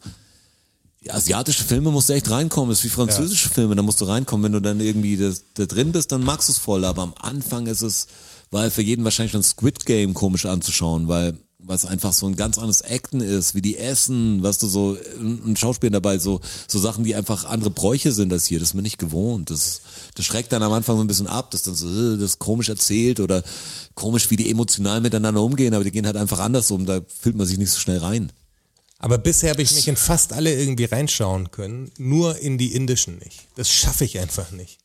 S2: Ja, Asiatische Filme musst du echt reinkommen, das ist wie französische Filme, da musst du reinkommen. Wenn du dann irgendwie das, da drin bist, dann magst du es voll. Aber am Anfang ist es, weil für jeden wahrscheinlich schon Squid Game komisch anzuschauen, weil weil es einfach so ein ganz anderes Acten ist, wie die essen, was du so, ein Schauspiel dabei, so, so Sachen, die einfach andere Bräuche sind als hier, das ist mir nicht gewohnt. Das, das schreckt dann am Anfang so ein bisschen ab, dass dann so, äh, das ist komisch erzählt oder komisch, wie die emotional miteinander umgehen, aber die gehen halt einfach anders um, da fühlt man sich nicht so schnell rein.
S4: Aber bisher habe ich mich in fast alle irgendwie reinschauen können, nur in die indischen nicht. Das schaffe ich einfach nicht.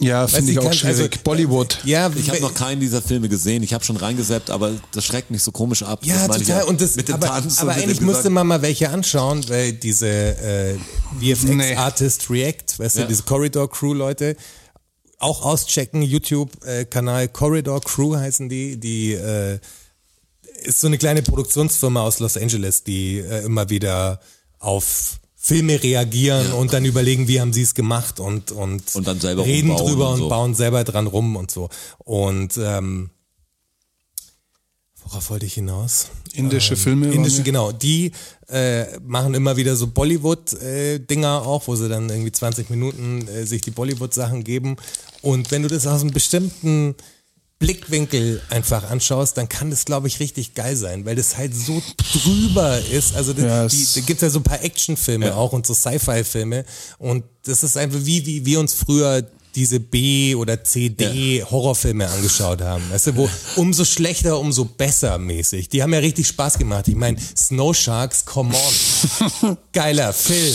S3: Ja, finde ich
S4: du,
S3: auch
S4: kannst-
S3: schwierig.
S4: also-
S3: Bollywood.
S4: Ja,
S2: Ich habe
S4: we-
S2: noch keinen dieser Filme gesehen. Ich habe schon reingesappt, aber das schreckt mich so komisch ab.
S4: ja,
S2: meine ich
S4: total. Und das,
S2: mit dem
S4: aber
S2: Tanz
S4: aber
S2: und mit
S4: eigentlich
S2: dem
S4: müsste
S2: Gesang.
S4: man mal welche anschauen, weil diese äh, VFX
S3: Nee.
S4: Artist React, weißt
S2: Ja.
S4: du, diese Corridor Crew Leute, auch auschecken. YouTube-Kanal Corridor Crew heißen die. Die äh, ist so eine kleine Produktionsfirma aus Los Angeles, die äh, immer wieder auf Filme reagieren und dann überlegen, wie haben sie es gemacht und und,
S2: Und dann selber
S4: reden
S2: rumbauen
S4: drüber
S2: und
S4: und
S2: so.
S4: bauen selber dran rum und so. Und ähm, worauf wollte ich hinaus?
S3: Indische Filme.
S4: Indische,
S3: Indische
S4: genau. Die äh, machen immer wieder so Bollywood-Dinger auch, wo sie dann irgendwie 20 Minuten äh, sich die Bollywood-Sachen geben. Und wenn du das aus einem bestimmten Blickwinkel einfach anschaust, dann kann das, glaube ich, richtig geil sein, weil das halt so drüber ist. Also das,
S3: Ja, es-
S4: die, da gibt's ja so ein paar Actionfilme auch und so Sci-Fi-Filme. Und das ist einfach wie, wie wir uns früher diese B- oder CD-Horrorfilme angeschaut haben. Weißt du, wo umso schlechter, umso besser mäßig. Die haben ja richtig Spaß gemacht. Ich meine, Snow Sharks, come on. Geiler Film.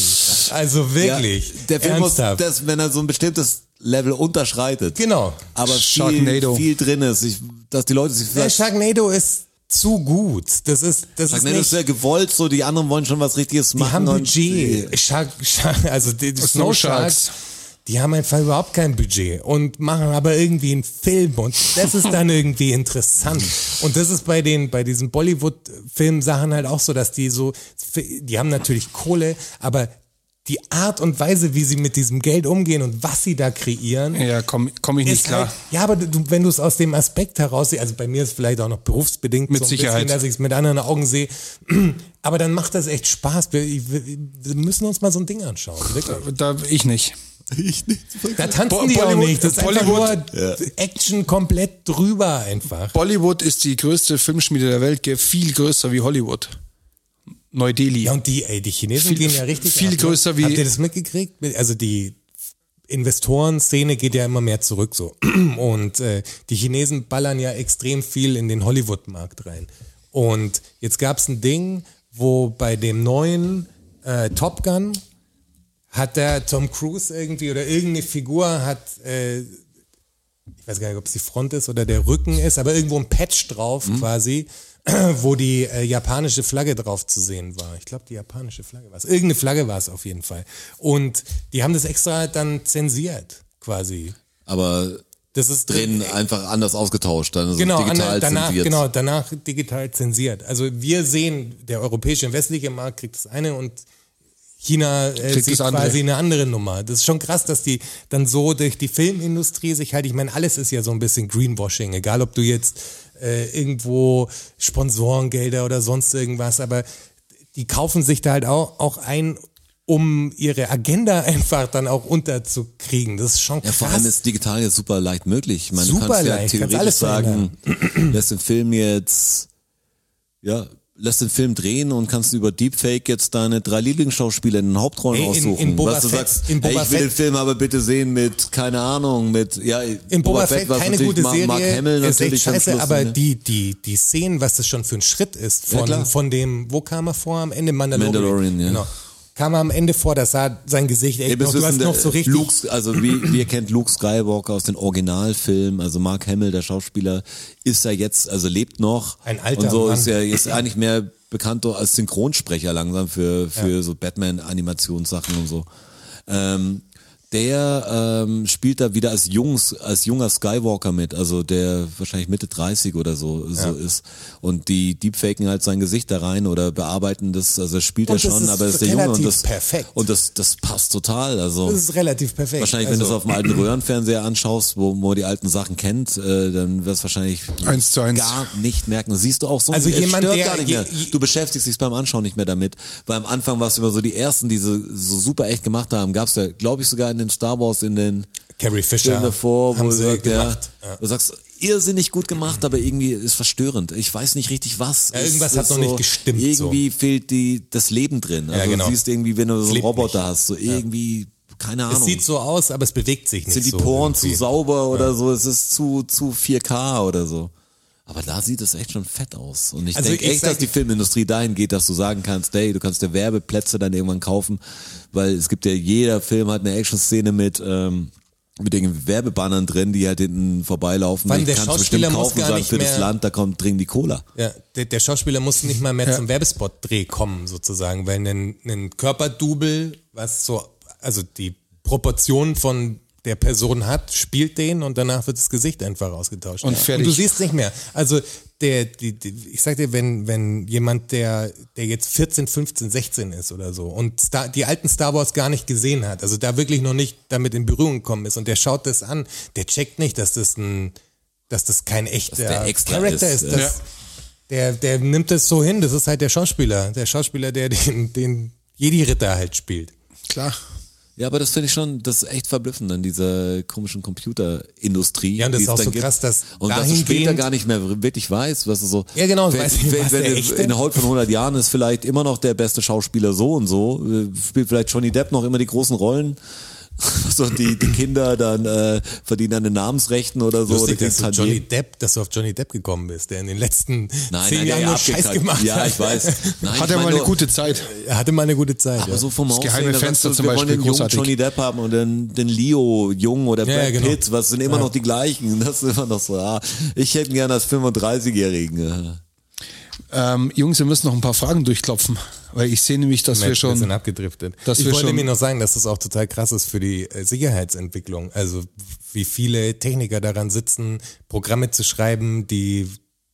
S4: Also wirklich.
S2: Ja, der Film muss,
S4: Ernsthaft.
S2: das, wenn er so ein bestimmtes Level unterschreitet.
S4: genau.
S2: Aber viel,
S3: Sharknado.
S2: viel drin ist, ich, dass die Leute sich
S4: Der
S2: vielleicht.
S4: Sharknado ist zu gut. Das ist, das
S2: Sharknado
S4: ist
S2: ist ja
S4: nicht,
S2: gewollt, so die anderen wollen schon was Richtiges
S4: die haben
S2: machen. und-
S4: Budget. Shark, Shark, also die, die Snow Sharks, die haben einfach überhaupt kein Budget und machen aber irgendwie einen Film und das ist dann irgendwie interessant. Und das ist bei den, bei diesen Bollywood-Filmsachen halt auch so, dass die so, die haben natürlich Kohle, aber die Art und Weise, wie sie mit diesem Geld umgehen und was sie da kreieren,
S3: Ja, komme komm ich nicht
S4: ist
S3: klar.
S4: Halt, ja, aber du, wenn du es aus dem Aspekt heraus siehst, also bei mir ist vielleicht auch noch berufsbedingt
S3: Mit
S4: so ein
S3: Sicherheit.
S4: bisschen, dass ich es mit anderen Augen sehe, aber dann macht das echt Spaß. Wir, ich- wir wir müssen uns mal so ein Ding anschauen. Wirklich.
S3: halt- Da, ich nicht.
S2: Ich nicht.
S4: Da tanzen
S3: Bo-
S4: die auch
S3: Bollywood-
S4: nicht. Das ist einfach
S3: Bollywood-
S4: nur Action komplett drüber einfach.
S3: Bollywood ist die größte Filmschmiede der Welt, gell? viel größer wie Hollywood. Neu-Delhi.
S4: Ja, und die, ey, die Chinesen
S3: Viel-
S4: gehen ja richtig
S3: viel
S4: ab, ne?
S3: größer wie-
S4: Habt ihr das mitgekriegt? Also die Investorenszene geht ja immer mehr zurück so. Und äh, die Chinesen ballern ja extrem viel in den Hollywood-Markt rein. Und jetzt gab's ein Ding, wo bei dem neuen äh, Top Gun hat der Tom Cruise irgendwie oder irgendeine Figur hat äh, ich weiß gar nicht, ob es die Front ist oder der Rücken ist, aber irgendwo ein Patch drauf quasi, wo die äh, japanische Flagge drauf zu sehen war. Ich glaube, die japanische Flagge war es. Irgendeine Flagge war es auf jeden Fall. Und die haben das extra dann zensiert quasi.
S2: Aber
S4: Das ist
S2: drin einfach anders ausgetauscht, dann so
S4: Äh, Genau,
S2: digital
S4: an, danach,
S2: zensiert.
S4: genau, danach digital zensiert. Also wir sehen, der europäische und westliche Markt kriegt das eine und China äh,
S3: Kriegt
S4: sieht
S3: das andere.
S4: quasi eine andere Nummer. Das ist schon krass, dass die dann so durch die Filmindustrie sich halt, ich meine, alles ist ja so ein bisschen Greenwashing, egal ob du jetzt äh, irgendwo Sponsorengelder oder sonst irgendwas, aber die kaufen sich da halt auch, auch ein, um ihre Agenda einfach dann auch unterzukriegen. Das ist schon
S2: Ja,
S4: krass.
S2: vor allem ist digital jetzt super leicht möglich. Ich meine,
S4: Super
S2: du kannst ja
S4: leicht, kannst
S2: theoretisch
S4: alles
S2: sagen, lässt den Film jetzt, ja, lässt den Film drehen und kannst über Deepfake jetzt deine drei Lieblingsschauspieler in den Hauptrollen
S4: Ey, in- in
S2: aussuchen.
S4: Boba
S2: was du
S4: Fett-
S2: sagst,
S4: in
S2: ey,
S4: Boba
S2: ich will
S4: Fett-
S2: den Film aber bitte sehen mit, keine Ahnung, mit, ja,
S4: in Boba, Fett,
S2: was
S4: keine
S2: natürlich
S4: gute
S2: Mark,
S4: Serie.
S2: Mark Hamill
S4: ist echt
S2: natürlich am
S4: scheiße,
S2: Schluss,
S4: aber
S2: ne?
S4: die, die, die Szenen, was das schon für ein Schritt ist, von,
S2: klar.
S4: von dem, wo kam er vor am Ende? Mandalorian.
S2: Mandalorian, ja.
S4: Genau. Kam er am Ende vor, das sah sein Gesicht echt
S2: Ihr
S4: noch,
S2: müsst
S4: du hast
S2: wissen,
S4: noch
S2: der-
S4: so richtig.
S2: Luke, also wie, wie ihr kennt Luke Skywalker aus den Originalfilmen, also Mark Hamill, der Schauspieler, ist ja jetzt, also lebt noch.
S4: Ein alter
S2: Und so
S4: Mann.
S2: ist ja jetzt eigentlich mehr bekannt als Synchronsprecher langsam für, für so Batman-Animationssachen und so. Ähm, der ähm, spielt da wieder als, Jungs, als junger Skywalker mit, also der wahrscheinlich Mitte 30 oder so, so ist. Und die deepfaken halt sein Gesicht da rein oder bearbeiten das, also das spielt er
S4: Und das
S2: schon,
S4: ist
S2: aber das ist der Junge und
S4: relativ
S2: das,
S4: perfekt.
S2: und das, das passt total. Also
S4: Das ist relativ perfekt. Also,
S2: wahrscheinlich, wenn du es auf dem alten Röhrenfernseher anschaust, wo man die alten Sachen kennt, äh, dann wirst du wahrscheinlich
S3: Eins zu eins.
S2: gar nicht merken. Das siehst du auch so.
S4: Also
S2: es
S4: jemand,
S2: stört
S4: der-
S2: gar nicht mehr.
S4: je- je-
S2: Du beschäftigst dich beim Anschauen nicht mehr damit. Weil am Anfang warst du immer so die ersten, die so, so super echt gemacht haben. Gab's ja, glaube ich, sogar in den Star Wars in den
S4: Carrie Fisher
S2: Filmen davor, wo
S4: haben
S2: du
S4: sie
S2: sagst, ja,
S4: gemacht.
S2: du sagst, irrsinnig gut gemacht, aber irgendwie ist verstörend. Ich weiß nicht richtig was. Es
S4: irgendwas
S2: ist
S4: hat noch nicht gestimmt,
S2: Irgendwie fehlt die, das Leben drin. Also
S4: genau.
S2: du siehst irgendwie, wenn du so einen
S4: lebt
S2: Roboter
S4: nicht.
S2: hast, so irgendwie, keine Ahnung
S4: Es sieht so aus, aber es bewegt sich nicht.
S2: sind die
S4: so
S2: Poren
S4: irgendwie.
S2: zu sauber oder so, es ist zu, zu 4K oder so. Aber da sieht es echt schon fett aus. Und ich
S4: Also
S2: denke
S4: ich
S2: echt,
S4: sag-
S2: dass die Filmindustrie dahin geht, dass du sagen kannst, hey, du kannst dir Werbeplätze dann irgendwann kaufen, weil es gibt ja jeder Film hat eine Action-Szene mit, ähm, mit den Werbebannern drin, die halt hinten vorbeilaufen.
S4: Vor allem
S2: Ich
S4: der
S2: kann's
S4: Schauspieler muss gar
S2: sagen,
S4: nicht
S2: für das
S4: mehr-
S2: Land, da kommt dringend die Cola.
S4: Ja, der, der Schauspieler muss nicht mal mehr zum Werbespot-Dreh kommen, sozusagen, weil ein, ein Körperdouble, was so, also die Proportionen von der Person hat, spielt den und danach wird das Gesicht einfach ausgetauscht.
S3: Und fertig.
S4: du siehst nicht mehr. Also der, die, die, ich sag dir, wenn, wenn jemand, der, der jetzt 14, 15, 16 ist oder so und Star, die alten Star Wars gar nicht gesehen hat, also da wirklich noch nicht damit in Berührung gekommen ist und der schaut das an, der checkt nicht, dass das ein, dass das kein echter
S2: der extra
S4: Charakter
S2: ist, äh,
S4: ist.
S2: ja.
S4: dass, der, der nimmt das so hin, das ist halt der Schauspieler. Der Schauspieler, der den, den Jedi-Ritter halt spielt.
S3: Klar.
S2: Ja, aber das finde ich schon, das ist echt verblüffend an dieser komischen Computerindustrie.
S4: Ja, und das
S2: die
S4: ist
S2: es
S4: auch
S2: dann
S4: so krass, dass
S2: und dass du später
S4: dahingehend-
S2: gar nicht mehr wirklich weißt, was du so.
S4: Ja, genau, du
S2: wenn,
S4: weißt nicht,
S2: wenn,
S4: was
S2: wenn
S4: der
S2: du-
S4: echte-
S2: in der Haut von 100 Jahren ist vielleicht immer noch der beste Schauspieler so und so, äh, spielt vielleicht Johnny Depp noch immer die großen Rollen. So, die, die Kinder dann äh, verdienen an den Namensrechten oder so.
S4: Lustig,
S2: oder
S4: dass du,
S2: kriegen
S4: Johnny
S2: Tantiemen.
S4: Depp, dass du auf Johnny Depp gekommen bist, der in den letzten
S2: nein,
S4: zehn
S2: nein, der
S4: Jahren nur
S2: hat
S4: Scheiß
S2: abgekackt.
S4: gemacht
S2: Ja,
S4: hat.
S2: ich weiß. Nein,
S3: Hat
S2: ich
S3: er
S2: mein
S3: mal eine
S2: nur-
S3: gute Zeit.
S4: Er hatte mal eine gute Zeit.
S2: Aber
S4: ja.
S2: so vom Aussehen,
S3: geheime
S2: da
S3: Fenster
S2: sagst du,
S3: zum
S2: wir wollen
S3: Beispiel,
S2: den jungen
S3: großartig.
S2: Johnny Depp haben und den, den Leo Jung oder
S4: Ja,
S2: Brad
S4: ja, genau.
S2: Pitt, was sind immer noch die gleichen. Das ist immer noch so, ah, ich hätte ihn gerne als äh. 35-Jährigen.
S3: Ähm, Jungs, wir müssen noch ein paar Fragen durchklopfen, weil ich sehe nämlich, dass wir
S4: sind
S3: schon.
S4: abgedriftet.
S3: dass
S4: ich
S3: wir
S4: wollte
S3: schon-
S4: mir noch sagen, dass das auch total krass ist für die äh, Sicherheitsentwicklung. Also wie viele Techniker daran sitzen, Programme zu schreiben, die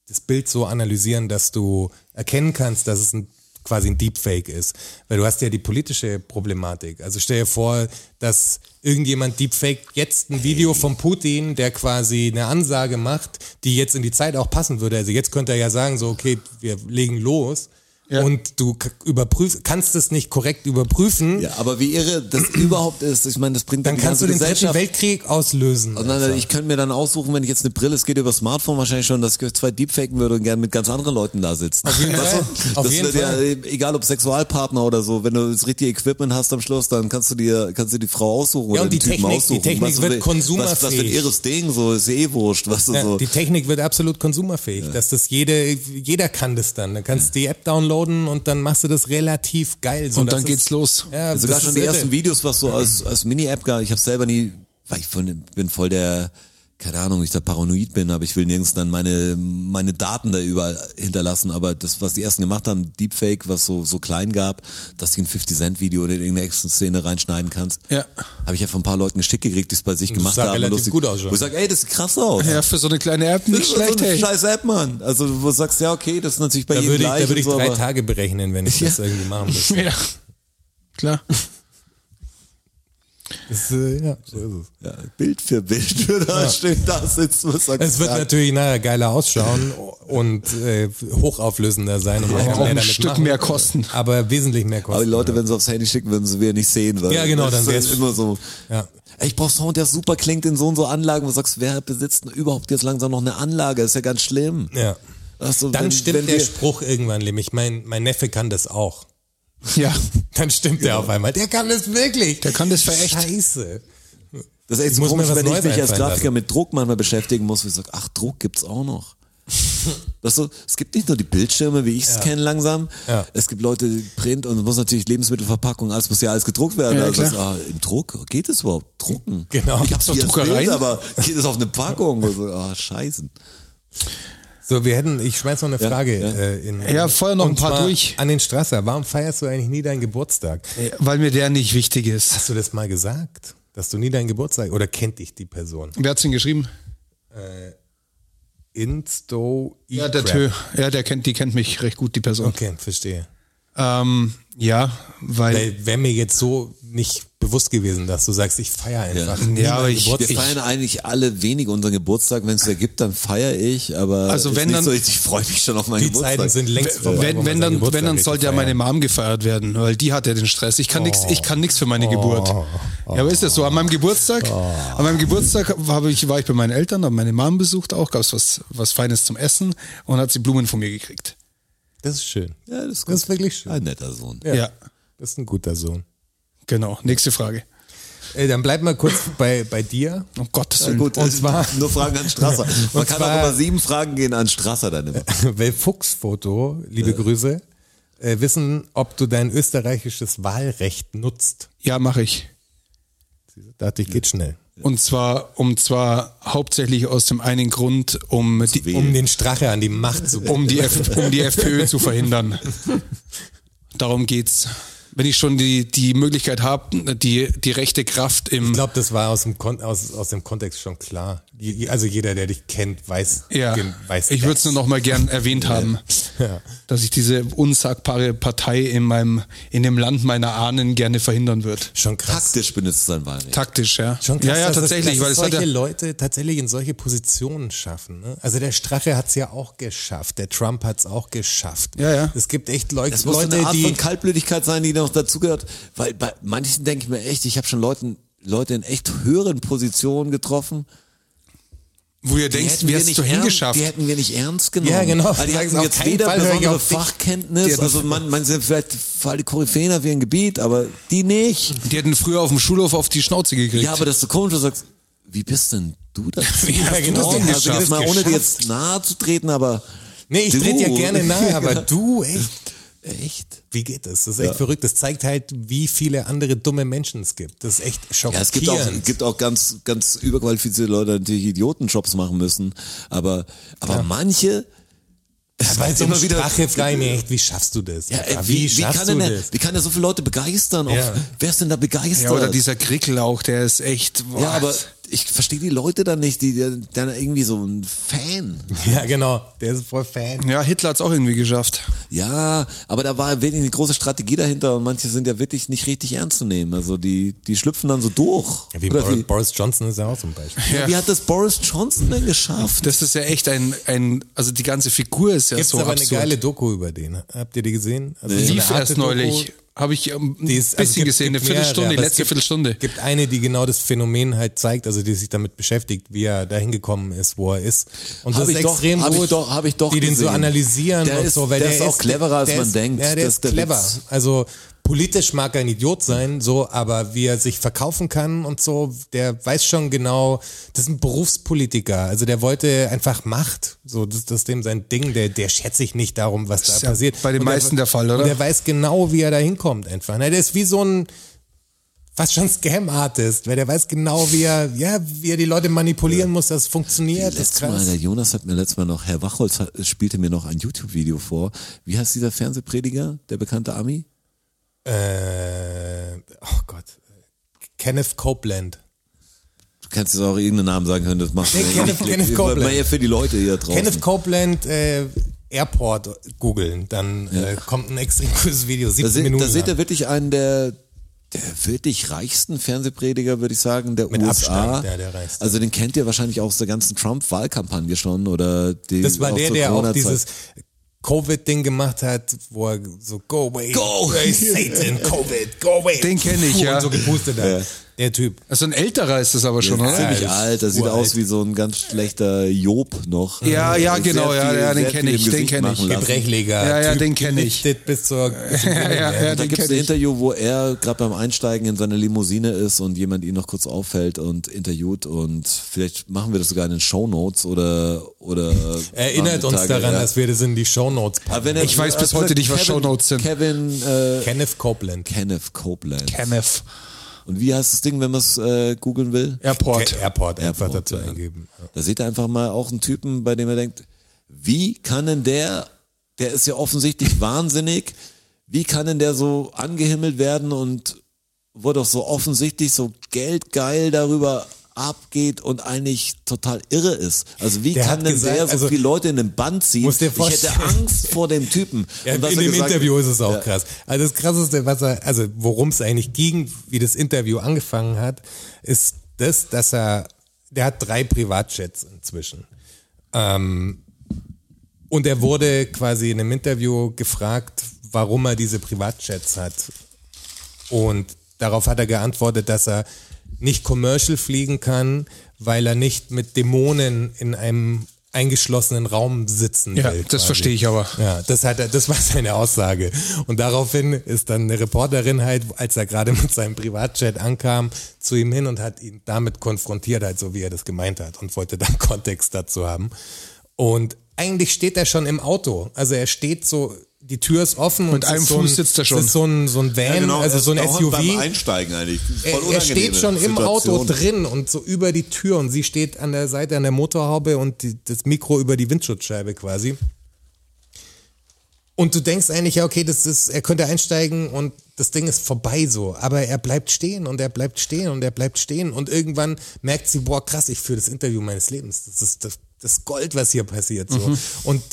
S4: das Bild so analysieren, dass du erkennen kannst, dass es ein, quasi ein Deepfake ist. Weil du hast ja die politische Problematik. Also stell dir vor, dass irgendjemand Deepfake jetzt ein Video von Putin, der quasi eine Ansage macht, die jetzt in die Zeit auch passen würde. Also jetzt könnte er ja sagen, so okay, wir legen los.
S3: Ja.
S4: Und du k- überprüf, kannst es nicht korrekt überprüfen,
S2: Ja, aber wie irre das überhaupt ist, ich meine, das bringt
S4: dann
S2: die
S4: kannst
S2: ganze
S4: du den dritten
S2: Gesellschaft.
S4: Weltkrieg auslösen.
S2: Und dann, äh, ich könnte mir dann aussuchen, wenn ich jetzt eine Brille, es geht über das Smartphone wahrscheinlich schon, dass ich euch zwei Deepfaken würde und gerne mit ganz anderen Leuten da sitzen. Auf
S4: jeden Fall.
S2: Das
S4: Auf jeden
S2: wird ja, e-, egal ob Sexualpartner oder so, wenn du das richtige Equipment hast am Schluss, dann kannst du dir, kannst du die Frau aussuchen oder
S4: Ja, und
S2: den
S4: die
S2: Typen
S4: Technik- die
S2: aussuchen.
S4: Technik
S2: was, du
S4: wird
S2: willst. Was, was für ein
S4: konsumerfähig.
S2: irres Ding, so, ist ja eh wurscht, was du
S4: ja,
S2: so.
S4: Die Technik wird absolut konsumerfähig, dass das jede, jeder kann das dann. Dann kannst du die App downloaden und dann machst du das relativ geil. So
S3: Und
S4: dass
S3: dann
S4: es-
S3: geht's los.
S4: Ja,
S2: Also sogar
S4: das
S2: schon
S4: ist
S2: die
S4: irre.
S2: ersten Videos, was so als, als Mini-App gab. Ich habe selber nie, weil ich von, bin voll der, keine Ahnung, ich da paranoid bin, aber ich will nirgends dann meine, meine Daten da überall hinterlassen. Aber das, was die ersten gemacht haben, Deepfake, was so, so klein gab, dass du ein 50-Cent-Video oder in irgendeine Action-Szene reinschneiden kannst.
S3: Ja.
S2: Habe ich ja von ein paar Leuten geschickt gekriegt, die es bei sich gemacht
S4: sah
S2: haben.
S4: relativ
S2: lustig-
S4: gut aus, ja.
S2: Wo ich sage, ey, das sieht krass aus.
S3: Ja, für so eine kleine App nicht
S2: Das ist so
S3: schlecht,
S2: eine
S3: ey.
S2: scheiß App, Mann. Also, wo du sagst, ja, okay, das ist natürlich bei
S4: Da
S2: jedem
S4: würde ich,
S2: gleich.
S4: da würde
S2: und
S4: ich
S2: so,
S4: drei
S2: aber-
S4: Tage berechnen, wenn ich das irgendwie machen müsste.
S3: Ja. Klar.
S4: Das, äh, ja, so ist es.
S2: Ja, Bild für Bild würde da stehen, da sitzen wir sagen.
S4: Es wird natürlich nachher geiler ausschauen und äh, hochauflösender sein. Und man kann
S3: Auch
S4: mehr
S3: ein
S4: damit
S3: Stück
S4: machen,
S3: mehr kosten.
S4: Aber wesentlich mehr
S2: Aber
S4: kosten.
S2: die Leute, wenn sie aufs Handy schicken, würden sie wieder nicht sehen. Weil
S4: Ja, genau,
S2: das
S4: dann
S2: ist
S4: wär's-
S2: immer so.
S4: Ja.
S2: Ey, Ich brauch Sound, der super klingt in so und so Anlagen, wo du sagst, wer besitzt denn überhaupt jetzt langsam noch eine Anlage? Ist ja ganz schlimm.
S4: ja.
S2: Also,
S4: Dann
S2: wenn-
S4: stimmt
S2: wenn
S4: der
S2: wir-
S4: Spruch irgendwann nämlich. Mein, mein Neffe kann das auch.
S3: Ja,
S4: Dann stimmt der auf einmal. Der kann das wirklich. Genau. Der
S3: kann das für echt.
S4: Scheiße.
S2: Das ist echt so
S4: muss mir
S2: komisch,
S4: was
S2: wenn ich
S4: Neues
S2: mich als
S4: einfallen
S2: Grafiker mit Druck manchmal beschäftigen muss, wie ich sage, ach, Druck gibt's auch noch. Das so, es gibt nicht nur die Bildschirme, wie ich's kenne langsam.
S4: Ja.
S2: Es gibt Leute, die Print und es muss natürlich Lebensmittelverpackung, alles muss ja alles gedruckt werden.
S3: Ja,
S2: also
S3: klar.
S2: das, ah, Im Druck? Geht es überhaupt? Drucken?
S4: Genau.
S2: Ich hab's
S4: Gibt's
S2: hier
S3: noch
S2: als Bild,
S3: Druckereien?
S2: aber geht es auf eine Packung? Also, ah, scheißen.
S4: So, wir hätten, ich schmeiß noch eine Frage
S2: ja.
S4: Äh, in.
S3: Ja, feuer noch
S4: und
S3: ein paar
S4: zwar
S3: durch.
S4: An den Strasser, warum feierst du eigentlich nie deinen Geburtstag?
S3: weil mir der nicht wichtig ist.
S4: Hast du das mal gesagt? Dass du nie deinen Geburtstag, oder kennt dich die Person?
S3: Wer hat's denn geschrieben?
S4: Insto
S3: Ja, der Tö. Ja, der kennt, die kennt mich recht gut, die Person.
S4: Okay, verstehe.
S3: Ähm, ja, weil.
S4: Weil wäre mir jetzt so nicht bewusst gewesen, dass du sagst, ich feiere einfach. nie
S3: Ja, aber
S4: meinen
S3: ich-
S2: Wir
S4: Geburtstag.
S2: feiern eigentlich alle wenig unseren Geburtstag. Wenn es da gibt, dann feiere ich, aber
S3: Also
S2: ist
S3: wenn
S2: nicht
S3: dann-
S2: so, ich, ich freue mich schon auf meinen
S4: die
S2: Geburtstag.
S4: Zeiten sind längst vorbei. wo
S3: Wenn, wenn,
S4: man seinen
S3: dann,
S4: Geburtstag
S3: wenn dann
S4: richtig
S3: sollte ja
S4: feiert.
S3: meine Mom gefeiert werden, weil die hat ja den Stress. Ich kann nix, ich kann nichts für meine Geburt. Ja, aber ist das so? An meinem Geburtstag, an meinem Geburtstag habe ich, war ich bei meinen Eltern, habe meine Mom besucht auch, gab es was, was Feines zum Essen und hat sie Blumen von mir gekriegt.
S4: Das ist schön.
S2: ja, das ist,
S4: Das ist
S2: gut.
S4: wirklich schön.
S2: Ein netter Sohn.
S3: Ja.
S4: Das ist ein guter Sohn.
S3: Genau. Nächste Frage.
S4: Äh, dann bleib mal kurz bei, bei dir.
S3: Oh Gottes
S2: Ja,
S3: Willen.
S2: gut,
S4: Und
S2: äh,
S4: zwar-
S2: nur Fragen an Strasser. Man
S4: Und
S2: kann
S4: zwar-
S2: auch über sieben Fragen gehen an Strasser dann immer.
S4: Will Fuchsfoto, liebe Grüße, äh, wissen, ob du dein österreichisches Wahlrecht nutzt.
S3: Ja, mache ich.
S4: Dachte ich, geht schnell.
S3: Und zwar, um zwar hauptsächlich aus dem einen Grund, um die,
S4: Um den Strache an die Macht zu bringen.
S3: um die, F um die FPÖ zu verhindern. Darum geht's. Wenn ich schon die, die Möglichkeit habe, die, die rechte Kraft im.
S4: Ich glaube, das war aus dem, Kon aus, aus dem Kontext schon klar. Je- je- Also jeder, der dich kennt, weiß.
S3: ja,
S4: gen- weiß
S3: ich würde es nur noch mal gern erwähnt haben,
S4: Ja.
S3: dass ich diese unsagbare Partei in meinem, in dem Land meiner Ahnen gerne verhindern wird.
S4: Schon krass.
S2: Taktisch benutzt sein Wahlrecht.
S3: Taktisch, ja.
S4: Schon krass,
S3: ja, ja,
S4: dass es-
S3: tatsächlich,
S4: dass
S3: weil
S4: es
S3: es hat
S4: solche
S3: ja,
S4: Leute tatsächlich in solche Positionen schaffen. Ne? Also der Strache hat es ja auch geschafft, der Trump hat es auch geschafft.
S3: Ja, ja.
S4: Es gibt echt Leute,
S2: Es muss so
S4: Leute
S2: eine Art
S4: die
S2: von Kaltblütigkeit sein, die noch dazugehört. Weil bei manchen denke ich mir echt, ich habe schon Leuten, Leute in echt höheren Positionen getroffen.
S3: wo ihr
S2: Die
S3: denkt,
S2: hätten
S3: wie
S2: wir
S3: hast
S2: nicht
S3: du
S2: ernst-
S3: hingeschafft?
S2: Die hätten wir nicht ernst genommen.
S4: Ja, genau.
S2: Weil die
S4: Sagen
S2: hatten
S4: auf
S2: jetzt
S4: keinen
S2: weder
S4: Fall höre ich
S2: besondere
S4: auf dich.
S2: Fachkenntnis,
S4: hätten-
S2: also man, man sind vielleicht voll die Koryphäen auf ihrem Gebiet, aber die nicht.
S3: Die hätten früher auf dem Schulhof auf die Schnauze gekriegt.
S2: Ja, aber das ist so komisch, du sagst, wie bist denn du dazu?
S4: Ja, genau.
S2: gekommen?
S4: Das
S2: Also jetzt
S4: geschafft.
S2: mal, ohne dir jetzt nahe zu treten, aber
S4: Nee, ich trete ja
S2: du-
S4: gerne nahe, aber du, echt,
S2: Echt?
S4: wie geht das? Das ist echt verrückt. Das zeigt halt, wie viele andere dumme Menschen es gibt. Das ist echt
S2: Ja,
S4: schockierend.
S2: es gibt auch, gibt auch ganz, ganz überqualifizierte Leute, die natürlich Idiotenjobs machen müssen. Aber, aber manche,
S4: Weil so
S2: immer wieder-
S4: immer wieder Sprache frage ich mich echt, wie schaffst du das?
S2: ja, ey,
S4: Alter?
S2: wie, wie, kann
S4: schaffst
S2: denn
S4: du
S2: der,
S4: das?
S2: wie kann er so viele Leute begeistern?
S4: Ja.
S2: Auf, wer ist denn da begeistert?
S3: Ja, oder dieser Grickel auch, der ist echt. boah.
S2: Ja, aber ich verstehe die Leute dann nicht, die, die dann irgendwie so ein Fan.
S4: Ja, genau. Der ist voll Fan.
S3: Ja, Hitler hat's auch irgendwie geschafft.
S2: Ja, aber da war wenig eine große Strategie dahinter und manche sind ja wirklich nicht richtig ernst zu nehmen. Also die, die schlüpfen dann so durch.
S4: Wie
S2: Oder
S4: Boris,
S2: wie,
S4: Boris Johnson ist ja auch zum Beispiel.
S2: ja. wie hat das Boris Johnson denn geschafft?
S3: Das ist ja echt ein, ein also die ganze Figur ist ja
S4: Gibt's
S3: so
S4: aber
S3: absurd.
S4: eine geile Doku über den. Habt ihr die gesehen? Also so eine
S3: Lief
S4: Arte
S3: erst
S4: Doku.
S3: neulich. Habe ich ähm, ein
S4: Die
S3: bisschen
S4: ist- also gibt-
S3: gesehen, eine
S4: gibt mehrere,
S3: Viertelstunde, die
S4: aber es
S3: letzte
S4: gibt-
S3: Viertelstunde.
S4: gibt eine, die genau das Phänomen halt zeigt, also die sich damit beschäftigt, wie er dahin gekommen ist, wo er ist. Und das
S2: Hab
S4: ist
S2: ich doch-
S4: extrem
S2: hab ich
S4: gut,
S2: doch- hab ich doch
S4: die den so
S2: gesehen.
S4: analysieren
S2: Der
S4: und
S2: ist-
S4: so, weil
S2: der
S4: der,
S2: ist auch cleverer, als
S4: der
S2: man
S4: ist,
S2: denkt.
S4: Ja,
S2: Das
S4: der ist
S2: ist der
S4: clever.
S2: Witz.
S4: Also politisch mag er ein Idiot sein, so, aber wie er sich verkaufen kann und so, der weiß schon genau, das ist ein Berufspolitiker. Also der wollte einfach Macht. So, das, das ist dem sein Ding, der, der schert sich nicht darum, was da
S3: Ist ja
S4: passiert.
S3: bei den
S4: Und der-
S3: meisten der Fall, oder?
S4: Und der weiß genau, wie er da hinkommt einfach. Na, der ist wie so ein fast schon Scam-Artist, weil der weiß genau, wie er, ja, wie er die Leute manipulieren muss, dass es funktioniert. Das ist
S2: Letztes Mal,
S4: krass.
S2: der Jonas hat mir letztes Mal noch, Herr Wachholz hat, spielte mir noch ein YouTube-Video vor. Wie heißt dieser Fernsehprediger, der bekannte Ami?
S4: Äh, oh Gott. Kenneth Copeland.
S2: Du kannst jetzt auch irgendeinen Namen sagen können, das macht
S4: Nee,
S2: mir
S4: Kenneth-
S2: nicht-
S4: Kenneth
S2: weil-
S4: Copeland.
S2: weil ja für die Leute hier draußen.
S4: Kenneth Copeland äh, Airport googeln, dann äh, kommt ein extrem cooles Video,
S2: da,
S4: 17
S2: se,
S4: Minuten.
S2: da seht ihr
S4: lang.
S2: wirklich einen, der der wirklich reichsten Fernsehprediger, würde ich sagen, der
S4: Mit
S2: USA.
S4: Abstand, ja, der reichste.
S2: Also den kennt ihr wahrscheinlich auch aus der ganzen Trump-Wahlkampagne schon oder die
S4: Das war
S2: auch
S4: der,
S2: zur
S4: der auch
S2: Corona-Zeit.
S4: dieses Covid-Ding gemacht hat, wo er so, go away,
S2: Go!
S4: away, Satan, Covid, go away.
S3: Den kenn ich,
S4: Puh,
S3: ja.
S4: Und so gepustet hat. Der Typ.
S3: Also ein älterer ist es aber schon,
S2: Der
S3: oder?
S2: ist ziemlich
S4: Ja, das ist
S2: alt, das sieht
S4: uralt.
S2: aus wie so ein ganz schlechter Job noch.
S3: Ja, ja,
S2: Sehr
S3: genau, ja, ja, den
S2: sehr
S3: kenn
S2: viel
S3: ich,
S2: im
S3: den
S2: Gesicht
S3: kenn ich.
S2: machen lassen.
S4: Gebrechliger.
S3: Ja, ja,
S4: typ,
S3: den kenn ich.
S4: gelichtet Bis zur, bis zum
S3: Ja, ja, ja,
S2: Da
S3: den
S2: gibt es
S3: kenne
S2: ein
S3: ich.
S2: Interview, wo er gerade beim Einsteigen in seiner Limousine ist und jemand ihn noch kurz auffällt und interviewt und vielleicht machen wir das sogar in den Shownotes oder oder
S4: Erinnert uns
S2: Nachmittage,
S4: daran,
S2: ja.
S4: dass wir das in die Shownotes packen.
S2: Aber wenn er-
S3: Ich weiß bis heute nicht, was
S2: Kevin-
S3: Shownotes sind.
S2: Kevin äh,
S4: Kenneth Copeland.
S2: Kenneth Copeland.
S3: Kenneth.
S2: und wie heißt das Ding, wenn man es äh, googeln will?
S3: Airport.
S4: Ke- Airport, einfach
S2: Airport,
S4: dazu
S2: ja.
S4: eingeben.
S2: Da seht ihr einfach mal auch einen Typen, bei dem er denkt, wie kann denn der, der ist ja offensichtlich wahnsinnig, wie kann denn der so angehimmelt werden und wo doch so offensichtlich so geldgeil darüber abgeht und eigentlich total irre ist. Also wie
S4: Der
S2: kann
S4: hat
S2: denn
S4: gesagt,
S2: der so
S4: also-
S2: viele Leute in den Bann ziehen?
S4: Musst dir
S2: Ich hätte
S4: vorstellen.
S2: Angst vor dem Typen.
S4: Ja, in
S2: Und was
S4: dem
S2: er gesagt-
S4: Interview ist es auch
S2: Ja.
S4: krass. Also das krasseste, was er, also worum es eigentlich ging, wie das Interview angefangen hat, ist das, dass er, der hat drei Privatjets inzwischen. Ähm, und er wurde quasi in einem Interview gefragt, warum er diese Privatjets hat. Und darauf hat er geantwortet, dass er nicht commercial fliegen kann, weil er nicht mit Dämonen in einem eingeschlossenen Raum sitzen
S3: Ja,
S4: will.
S3: das
S4: quasi.
S3: verstehe ich aber.
S4: Ja, das hat er, das war seine Aussage. Und daraufhin ist dann eine Reporterin halt, als er gerade mit seinem Privatchat ankam, zu ihm hin und hat ihn damit konfrontiert, halt so wie er das gemeint hat und wollte dann Kontext dazu haben. Und eigentlich steht er schon im Auto. Also er steht so, die Tür ist offen und
S3: Mit
S4: es
S3: einem
S4: ist so
S3: Fuß
S4: ein,
S3: sitzt er schon.
S4: es Ist so ein, so ein Van,
S2: Ja, genau,
S4: also so ein
S2: er ist dauernd Beim
S4: SUV.
S2: Einsteigen eigentlich. Voll
S4: Er, er steht
S2: unangenehme
S4: schon im Auto
S2: Situation.
S4: drin und so über die Tür und sie steht an der Seite an der Motorhaube und die, das Mikro über die Windschutzscheibe quasi. Und du denkst eigentlich, ja, okay, das ist, er könnte einsteigen und das Ding ist vorbei so. Aber er bleibt stehen und er bleibt stehen und er bleibt stehen. Und irgendwann merkt sie, boah, krass, ich führe das Interview meines Lebens. Das ist das, das Gold, was hier passiert. So.
S2: Mhm.
S4: Und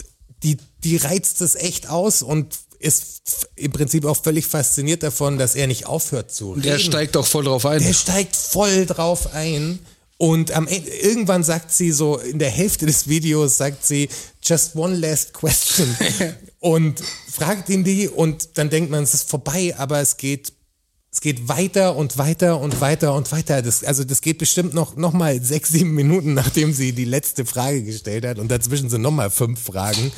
S4: die, die reizt es echt aus und ist f- im Prinzip auch völlig fasziniert davon, dass er nicht aufhört zu reden.
S3: Der steigt auch voll drauf ein.
S4: Der steigt voll drauf ein. Und am Ende, irgendwann sagt sie so, in der Hälfte des Videos sagt sie, just one last question. und fragt ihn die und dann denkt man, es ist vorbei, aber es geht, es geht weiter und weiter und weiter und weiter. Das, also das geht bestimmt noch, noch mal sechs, sieben Minuten, nachdem sie die letzte Frage gestellt hat. Und dazwischen sind noch mal fünf Fragen.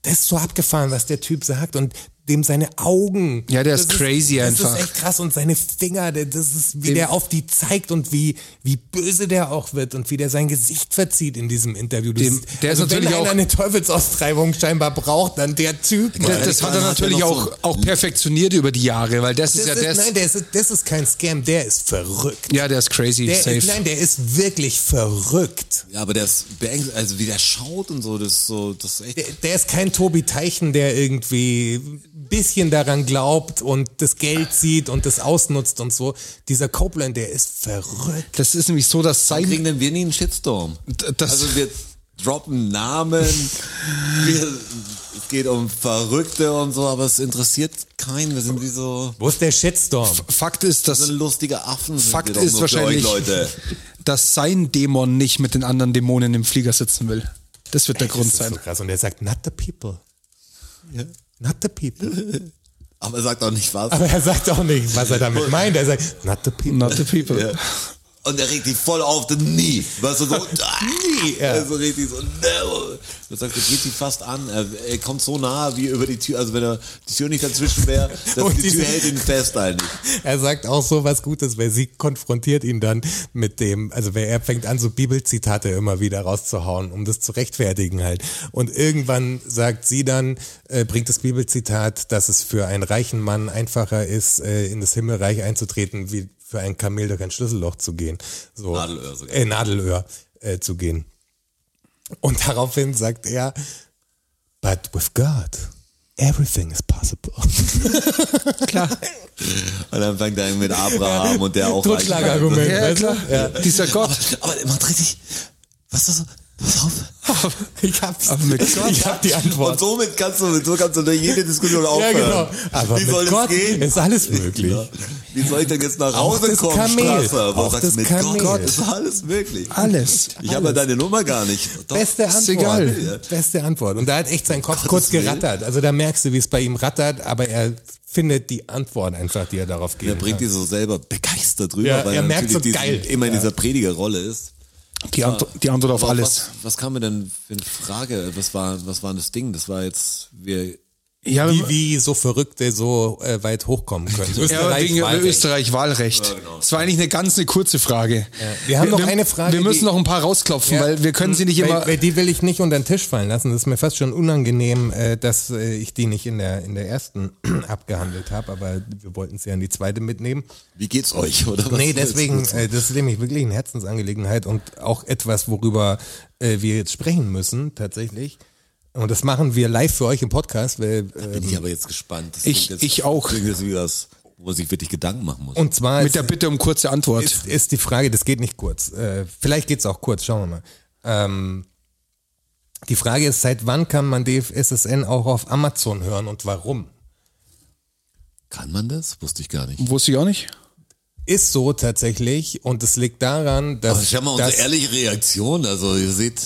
S4: Das ist so abgefahren, was der Typ sagt und dem seine Augen.
S3: Ja, der ist
S4: das
S3: crazy
S4: das
S3: einfach.
S4: Ist echt krass und seine Finger, der- das ist, wie
S3: Dem-
S4: der auf die zeigt und wie, wie böse der auch wird und wie der sein Gesicht verzieht in diesem Interview. Du
S3: Dem-
S4: siehst-
S3: der ist
S4: also wenn
S3: natürlich
S4: einer
S3: auch-
S4: eine Teufelsaustreibung scheinbar braucht, dann der Typ. Mann.
S3: das, das hat er
S2: Mann hat ja
S3: natürlich
S2: noch
S3: auch, auch perfektioniert über die Jahre, weil das,
S4: das
S3: ist ja
S4: ist,
S3: der.
S4: nein, der ist, das ist kein Scam, der ist verrückt.
S3: ja, der ist crazy,
S4: Der
S3: safe.
S4: ist, nein, der ist wirklich verrückt.
S2: Ja, aber der ist beängstigt, also wie der schaut und so, das ist so, das ist echt.
S4: Der, der ist kein Tobi Teichen, der irgendwie ein bisschen daran glaubt und das Geld sieht und das ausnutzt und so. Dieser Copeland, der ist verrückt.
S3: das ist nämlich so, dass
S2: Wann
S3: sein.
S2: kriegen denn wir nie einen Shitstorm?
S3: D- das-
S2: also wir droppen Namen, wir, es geht um Verrückte und so, aber es interessiert keinen. Wir sind wie so,
S4: Wo ist der Shitstorm?
S3: Fakt ist,
S2: so
S3: dass,
S4: also-
S2: lustige Affen. Sind
S3: Fakt
S2: wir doch
S3: ist
S2: nur
S3: wahrscheinlich-
S2: Für euch, Leute.
S3: dass sein Dämon nicht mit den anderen Dämonen im Flieger sitzen will. Das wird der Grund
S4: Das ist
S3: sein.
S4: so krass. Und er sagt, not the people.
S2: Ja.
S4: Not the people.
S2: Aber sagt auch nicht was.
S4: Aber er sagt auch nicht, was er damit meint. Er sagt, not the people.
S3: Not the people.
S2: Ja. Und er regt die voll auf, denn nie. Weißt du, so, nie.
S4: ja.
S2: Also richtig so, no. Das sagt, er geht sie fast an. Er, er kommt so nah wie über die Tür. Also wenn er die Tür nicht dazwischen wäre, dass
S4: Und
S2: die Tür
S4: diese-
S2: hält ihn fest eigentlich.
S4: Er sagt auch so was Gutes, weil sie konfrontiert ihn dann mit dem, also wer- er fängt an, so Bibelzitate immer wieder rauszuhauen, um das zu rechtfertigen halt. Und irgendwann sagt sie dann, äh, bringt das Bibelzitat, dass es für einen reichen Mann einfacher ist, äh, in das Himmelreich einzutreten, wie für ein Kamel durch ein Schlüsselloch zu gehen. So,
S2: Nadelöhr sogar.
S4: Äh, Nadelöhr äh, zu gehen. Und daraufhin sagt er, but with God, everything is possible.
S3: Klar.
S2: Und dann fängt er mit Abraham und der auch.
S4: Totschlagargument.
S3: Ja,
S4: weißt du?
S3: klar. Dieser Gott.
S2: Aber, aber man dreht sich. Was ist das? Pass auf.
S4: Ich hab's.
S3: Aber mit Gott.
S4: ich hab die Antwort.
S2: Und somit kannst du, so kannst du durch jede Diskussion
S4: ja,
S2: aufhören.
S4: genau. Aber
S2: Wie
S4: mit
S2: soll
S4: Gott
S2: das gehen?
S4: ist alles möglich.
S2: Ja. Wie soll ich denn jetzt nach
S4: Auch
S2: Hause
S4: das
S2: kommen,
S4: Kamel.
S2: Straße? Aber
S4: Auch
S2: sagst,
S4: das
S2: mit
S4: Kamel.
S2: Gott ist alles möglich.
S3: Alles.
S2: Ich habe ja deine Nummer gar nicht. Doch.
S4: Beste Antwort.
S3: Ist egal.
S2: Ja.
S4: Beste Antwort. Und da hat echt sein Kopf
S2: Gottes
S4: kurz
S2: Willen.
S4: gerattert. Also da merkst du, wie es bei ihm rattert, aber er findet die Antwort einfach, die er darauf
S2: Er
S4: geben
S2: bringt
S4: kann.
S2: die so selber begeistert drüber,
S4: Ja,
S2: weil
S4: er merkt
S2: natürlich
S4: so
S2: diesen-
S4: geil.
S2: immer in dieser Predigerrolle ist.
S3: Die, Ant die Antwort auf
S2: Aber
S3: alles.
S2: Was, was kam mir denn für eine Frage? Was war, was war denn das Ding? Das war jetzt, wir,
S3: Ja,
S4: Wie, wie so Verrückte so äh, weit hochkommen können.
S3: ja, wegen
S4: Wahlrecht. genau.
S3: Österreich-Wahlrecht. Das war eigentlich eine ganz eine kurze Frage.
S4: Wir haben noch eine Frage,
S3: Wir müssen
S4: die-
S3: noch ein paar rausklopfen,
S4: Ja.
S3: weil wir können sie nicht
S4: weil,
S3: immer.
S4: Weil die will ich nicht unter den Tisch fallen lassen. Das ist mir fast schon unangenehm, äh, dass äh, ich die nicht in der, in der ersten abgehandelt habe, aber wir wollten sie an die zweite mitnehmen.
S2: wie geht's euch? Oder was
S4: nee,
S2: ist jetzt?
S4: deswegen, äh, das ist nämlich wirklich eine Herzensangelegenheit und auch etwas, worüber äh, wir jetzt sprechen müssen, tatsächlich. Und das machen wir live für euch im Podcast, weil, äh,
S2: Bin ich aber jetzt gespannt. Das
S3: Ich-
S2: klingt jetzt,
S3: ich auch.
S2: Klingt jetzt wie was, wo man sich wirklich Gedanken machen muss.
S4: und zwar
S3: Mit
S4: ist,
S3: der Bitte um kurze Antwort.
S4: ist, ist die Frage, das geht nicht kurz. Äh, vielleicht geht's auch kurz, schauen wir mal. Ähm, die Frage ist, seit wann kann man DFSSN auch auf Amazon hören und warum?
S2: Kann man das? Wusste ich gar nicht.
S3: Wusste ich auch nicht.
S4: Ist so tatsächlich und es liegt daran,
S2: Aber
S4: dass
S2: Also, ich habe mal
S4: dass-
S2: unsere ehrliche Reaktion. Also ihr seht,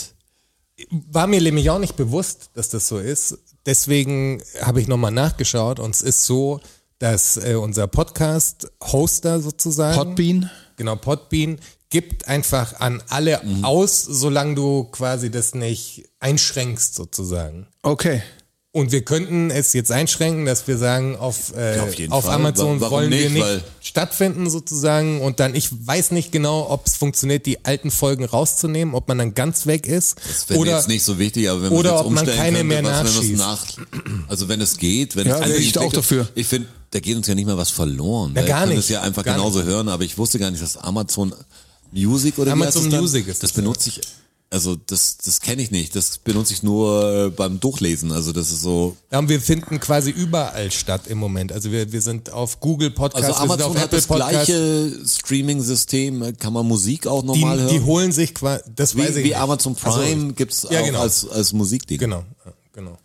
S4: war mir nämlich auch nicht bewusst, dass das so ist. Deswegen habe ich nochmal nachgeschaut und es ist so, dass äh, unser Podcast-Hoster sozusagen,
S3: Hotbean.
S4: genau Podbean, gibt einfach an alle
S2: Mhm.
S4: aus, solange du quasi das nicht einschränkst sozusagen.
S3: Okay.
S4: Und wir könnten es jetzt einschränken, dass wir sagen, auf, äh,
S2: Ja, auf jeden
S4: auf
S2: Fall.
S4: Amazon
S2: Wa- warum
S4: wollen wir
S2: nicht?
S4: nicht
S2: Weil-
S4: stattfinden sozusagen. Und dann, ich weiß nicht genau, ob es funktioniert, die alten Folgen rauszunehmen, ob man dann ganz weg ist.
S2: Das wäre
S4: oder
S2: jetzt nicht so wichtig, aber wenn
S4: oder
S2: man es
S4: ob man
S2: umstellen
S4: keine
S2: könnte,
S4: mehr
S2: was, wenn man's
S4: nachschießt.
S2: nach, also wenn es geht, wenn
S3: Ja,
S2: es,
S3: wäre
S2: also
S3: ich da auch
S2: denke,
S3: dafür.
S2: Ich finde, da geht uns ja nicht mal was verloren.
S4: Na,
S2: weil
S4: gar
S2: ich kann
S4: nicht.
S2: es ja einfach
S4: Gar
S2: genauso hören, aber ich wusste gar nicht, dass Amazon Music oder wie
S4: Amazon
S2: heißt es dann?
S4: Music ist
S2: das
S4: das,
S2: benutze ich. Also das das kenne ich nicht. Das benutze ich nur äh, beim Durchlesen. Also das ist so.
S4: Ja, und wir finden quasi überall statt im Moment. Also wir, wir sind auf Google Podcast,
S2: Also
S4: wir sind auf
S2: Amazon hat
S4: Apple
S2: das
S4: Podcast.
S2: gleiche Streaming-System. äh, Kann man Musik auch
S4: Die,
S2: normal
S4: die
S2: hören?
S4: holen sich quasi, das weiß ich
S2: wie wie
S4: nicht.
S2: Amazon
S4: Also,
S2: Prime gibt's
S4: ja,
S2: auch
S4: genau.
S2: als als Musikding.
S4: genau, ja, genau.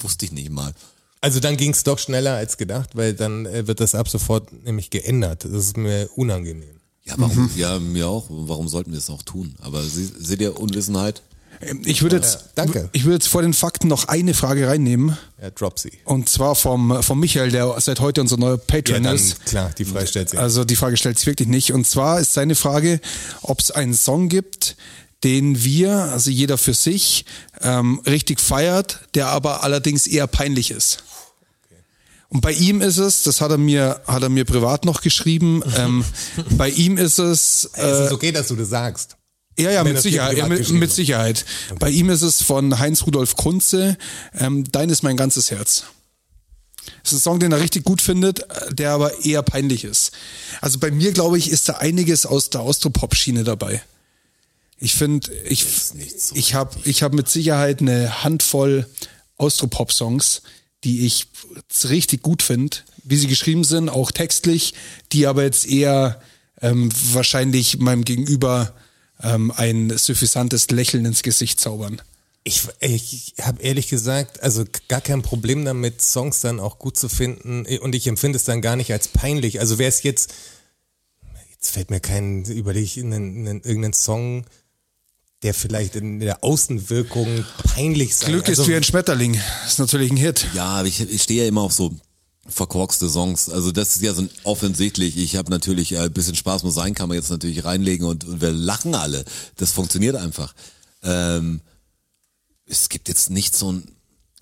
S2: Wusste ich nicht mal.
S4: Also dann ging es doch schneller als gedacht, weil dann äh, wird das ab sofort nämlich geändert. Das ist mir unangenehm.
S2: Ja, warum, ja, mir auch. Warum sollten wir es auch tun? Aber sie, seht ihr Unwissenheit?
S3: Ähm, Ich würde jetzt,
S4: danke.
S3: ich würde jetzt vor den Fakten noch eine Frage reinnehmen.
S4: Ja, Dropsy.
S3: Und zwar vom, vom Michael, der seit heute unser neuer
S4: Ja,
S3: Patron
S4: dann,
S3: ist.
S4: klar, die freistellt sich.
S3: Also die Frage stellt sich wirklich nicht. Und zwar ist seine Frage, ob es einen Song gibt, den wir, also jeder für sich, ähm, richtig feiert, der aber allerdings eher peinlich ist. Und bei ihm ist es, das hat er mir, hat er mir privat noch geschrieben, ähm, bei ihm ist es,
S4: es
S3: äh,
S4: ist okay, dass du das sagst.
S3: ja, ja,
S4: Wenn
S3: mit
S4: das dir
S3: Sicherheit,
S4: privat
S3: ja, mit,
S4: geschrieben
S3: mit
S4: wird.
S3: Sicherheit. Bei ihm ist es von Heinz Rudolf Kunze, ähm, Dein ist mein ganzes Herz. Das ist ein Song, den er richtig gut findet, äh, der aber eher peinlich ist. Also bei mir, glaube ich, ist da einiges aus der Austropop-Schiene dabei. Ich finde, ich,
S2: nicht so
S3: ich habe ich hab mit Sicherheit eine Handvoll Austropop-Songs, die ich richtig gut finde, wie sie geschrieben sind, auch textlich, die aber jetzt eher ähm, wahrscheinlich meinem Gegenüber ähm, ein suffisantes Lächeln ins Gesicht zaubern.
S4: Ich, ich habe ehrlich gesagt, also gar kein Problem damit, Songs dann auch gut zu finden. Und ich empfinde es dann gar nicht als peinlich. Also wäre es jetzt, jetzt fällt mir kein, überleg ich, einen, einen, irgendeinen Song, der vielleicht in der Außenwirkung peinlich sein
S3: Glück
S4: also,
S3: ist wie ein Schmetterling. Ist natürlich ein Hit.
S2: Ja, aber ich, ich stehe ja immer auf so verkorkste Songs. Also das ist ja so offensichtlich. Ich habe natürlich äh, ein bisschen Spaß muss sein, kann man jetzt natürlich reinlegen und, und wir lachen alle. Das funktioniert einfach. Ähm, es gibt jetzt nicht so ein,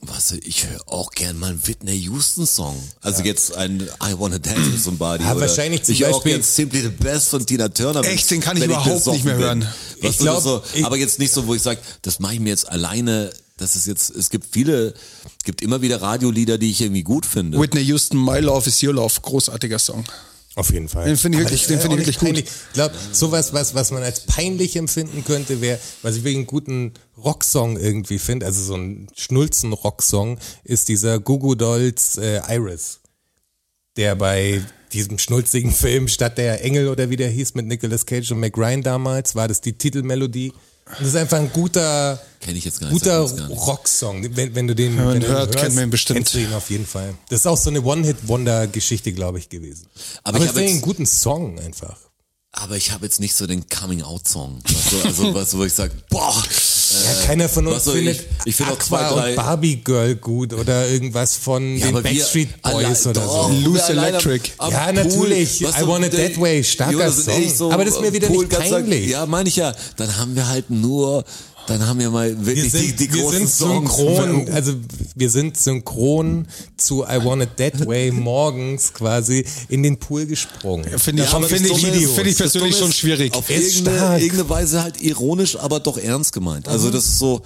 S2: was ich höre auch gern mal einen Whitney Houston Song. Also jetzt ein I Wanna Dance with Somebody.
S4: Ja,
S2: oder
S4: wahrscheinlich zum
S2: ich höre auch
S4: Beispiel-
S2: gern Simply the Best von Tina Turner. wenn-
S3: Echt, den kann ich
S2: wenn
S3: überhaupt
S2: besoffen
S3: nicht mehr
S2: bin.
S3: hören.
S2: Weißt
S4: Ich
S2: du, das
S4: glaub,
S2: so,
S4: ich-
S2: aber jetzt nicht so, wo ich sage, das mache ich mir jetzt alleine. Das ist jetzt, es gibt viele, es gibt immer wieder Radiolieder, die ich irgendwie gut finde.
S3: Whitney Houston, My Love is Your Love, großartiger Song.
S4: Auf jeden Fall.
S3: Den finde ich
S4: Aber
S3: wirklich-
S4: das ist
S3: den finde
S4: auch
S3: ich
S4: nicht
S3: wirklich
S4: peinlich. Ich glaube, sowas, was, was man als peinlich empfinden könnte, wäre, was ich wegen guten Rocksong irgendwie finde, also so ein Schnulzen-Rocksong, ist dieser Gugu Dolls äh, Iris, der bei diesem schnulzigen Film statt der Engel oder wie der hieß mit Nicolas Cage und McRyan damals, war das die Titelmelodie Und Das ist einfach ein guter,
S2: Kenn ich jetzt gar nicht.
S4: guter
S2: sag mir jetzt gar nicht.
S4: Rocksong. Wenn, wenn du den
S3: man
S4: wenn du den
S3: hört, kennt man ihn bestimmt.
S4: Kennst du ihn auf jeden Fall. Das ist auch so eine One-Hit-Wonder-Geschichte, glaube ich, gewesen.
S2: Aber
S4: Aber,
S2: ich
S4: ich
S2: habe
S4: finde
S2: jetzt-
S4: einen guten Song einfach.
S2: Aber ich habe jetzt nicht so den Coming-out-Song. Weißt du, also, weißt du, wo ich sage, boah.
S4: Ja, keiner von uns
S2: weißt du,
S4: findet
S2: ich- Äh, ich finde auch
S4: Aqua
S2: zwei, drei-
S4: und Barbie Girl gut oder irgendwas von
S2: Ja,
S4: den
S2: aber wir
S4: Backstreet Boys
S2: alle-
S4: oder
S2: doch,
S4: so.
S2: wir
S3: Loose
S2: allein am-
S3: Electric.
S2: am
S4: Ja,
S2: Pool,
S4: natürlich.
S2: weißt
S4: I
S2: du,
S4: want it
S2: der-
S4: that way, starker
S2: Jonas und
S4: Song.
S2: ich
S4: Aber das ist mir
S2: am
S4: wieder
S2: Pool
S4: nicht
S2: ganz lang-
S4: peinlich.
S2: Ja, meine ich ja. Dann haben wir halt nur, dann haben wir mal wirklich die, die
S4: wir
S2: großen
S4: sind
S2: Songs.
S4: synchron, also wir sind synchron zu I Want It That Way morgens quasi in den Pool gesprungen.
S3: Finde ich,
S4: Davon
S3: find
S4: gibt's
S3: ich,
S4: Videos.
S3: find ich
S2: Das
S3: persönlich
S2: Dumme
S3: schon
S2: ist,
S3: schwierig.
S2: Auf
S4: Ist
S2: irgendeine,
S4: stark.
S2: irgendeine Weise halt ironisch, aber doch ernst gemeint. Also das ist so,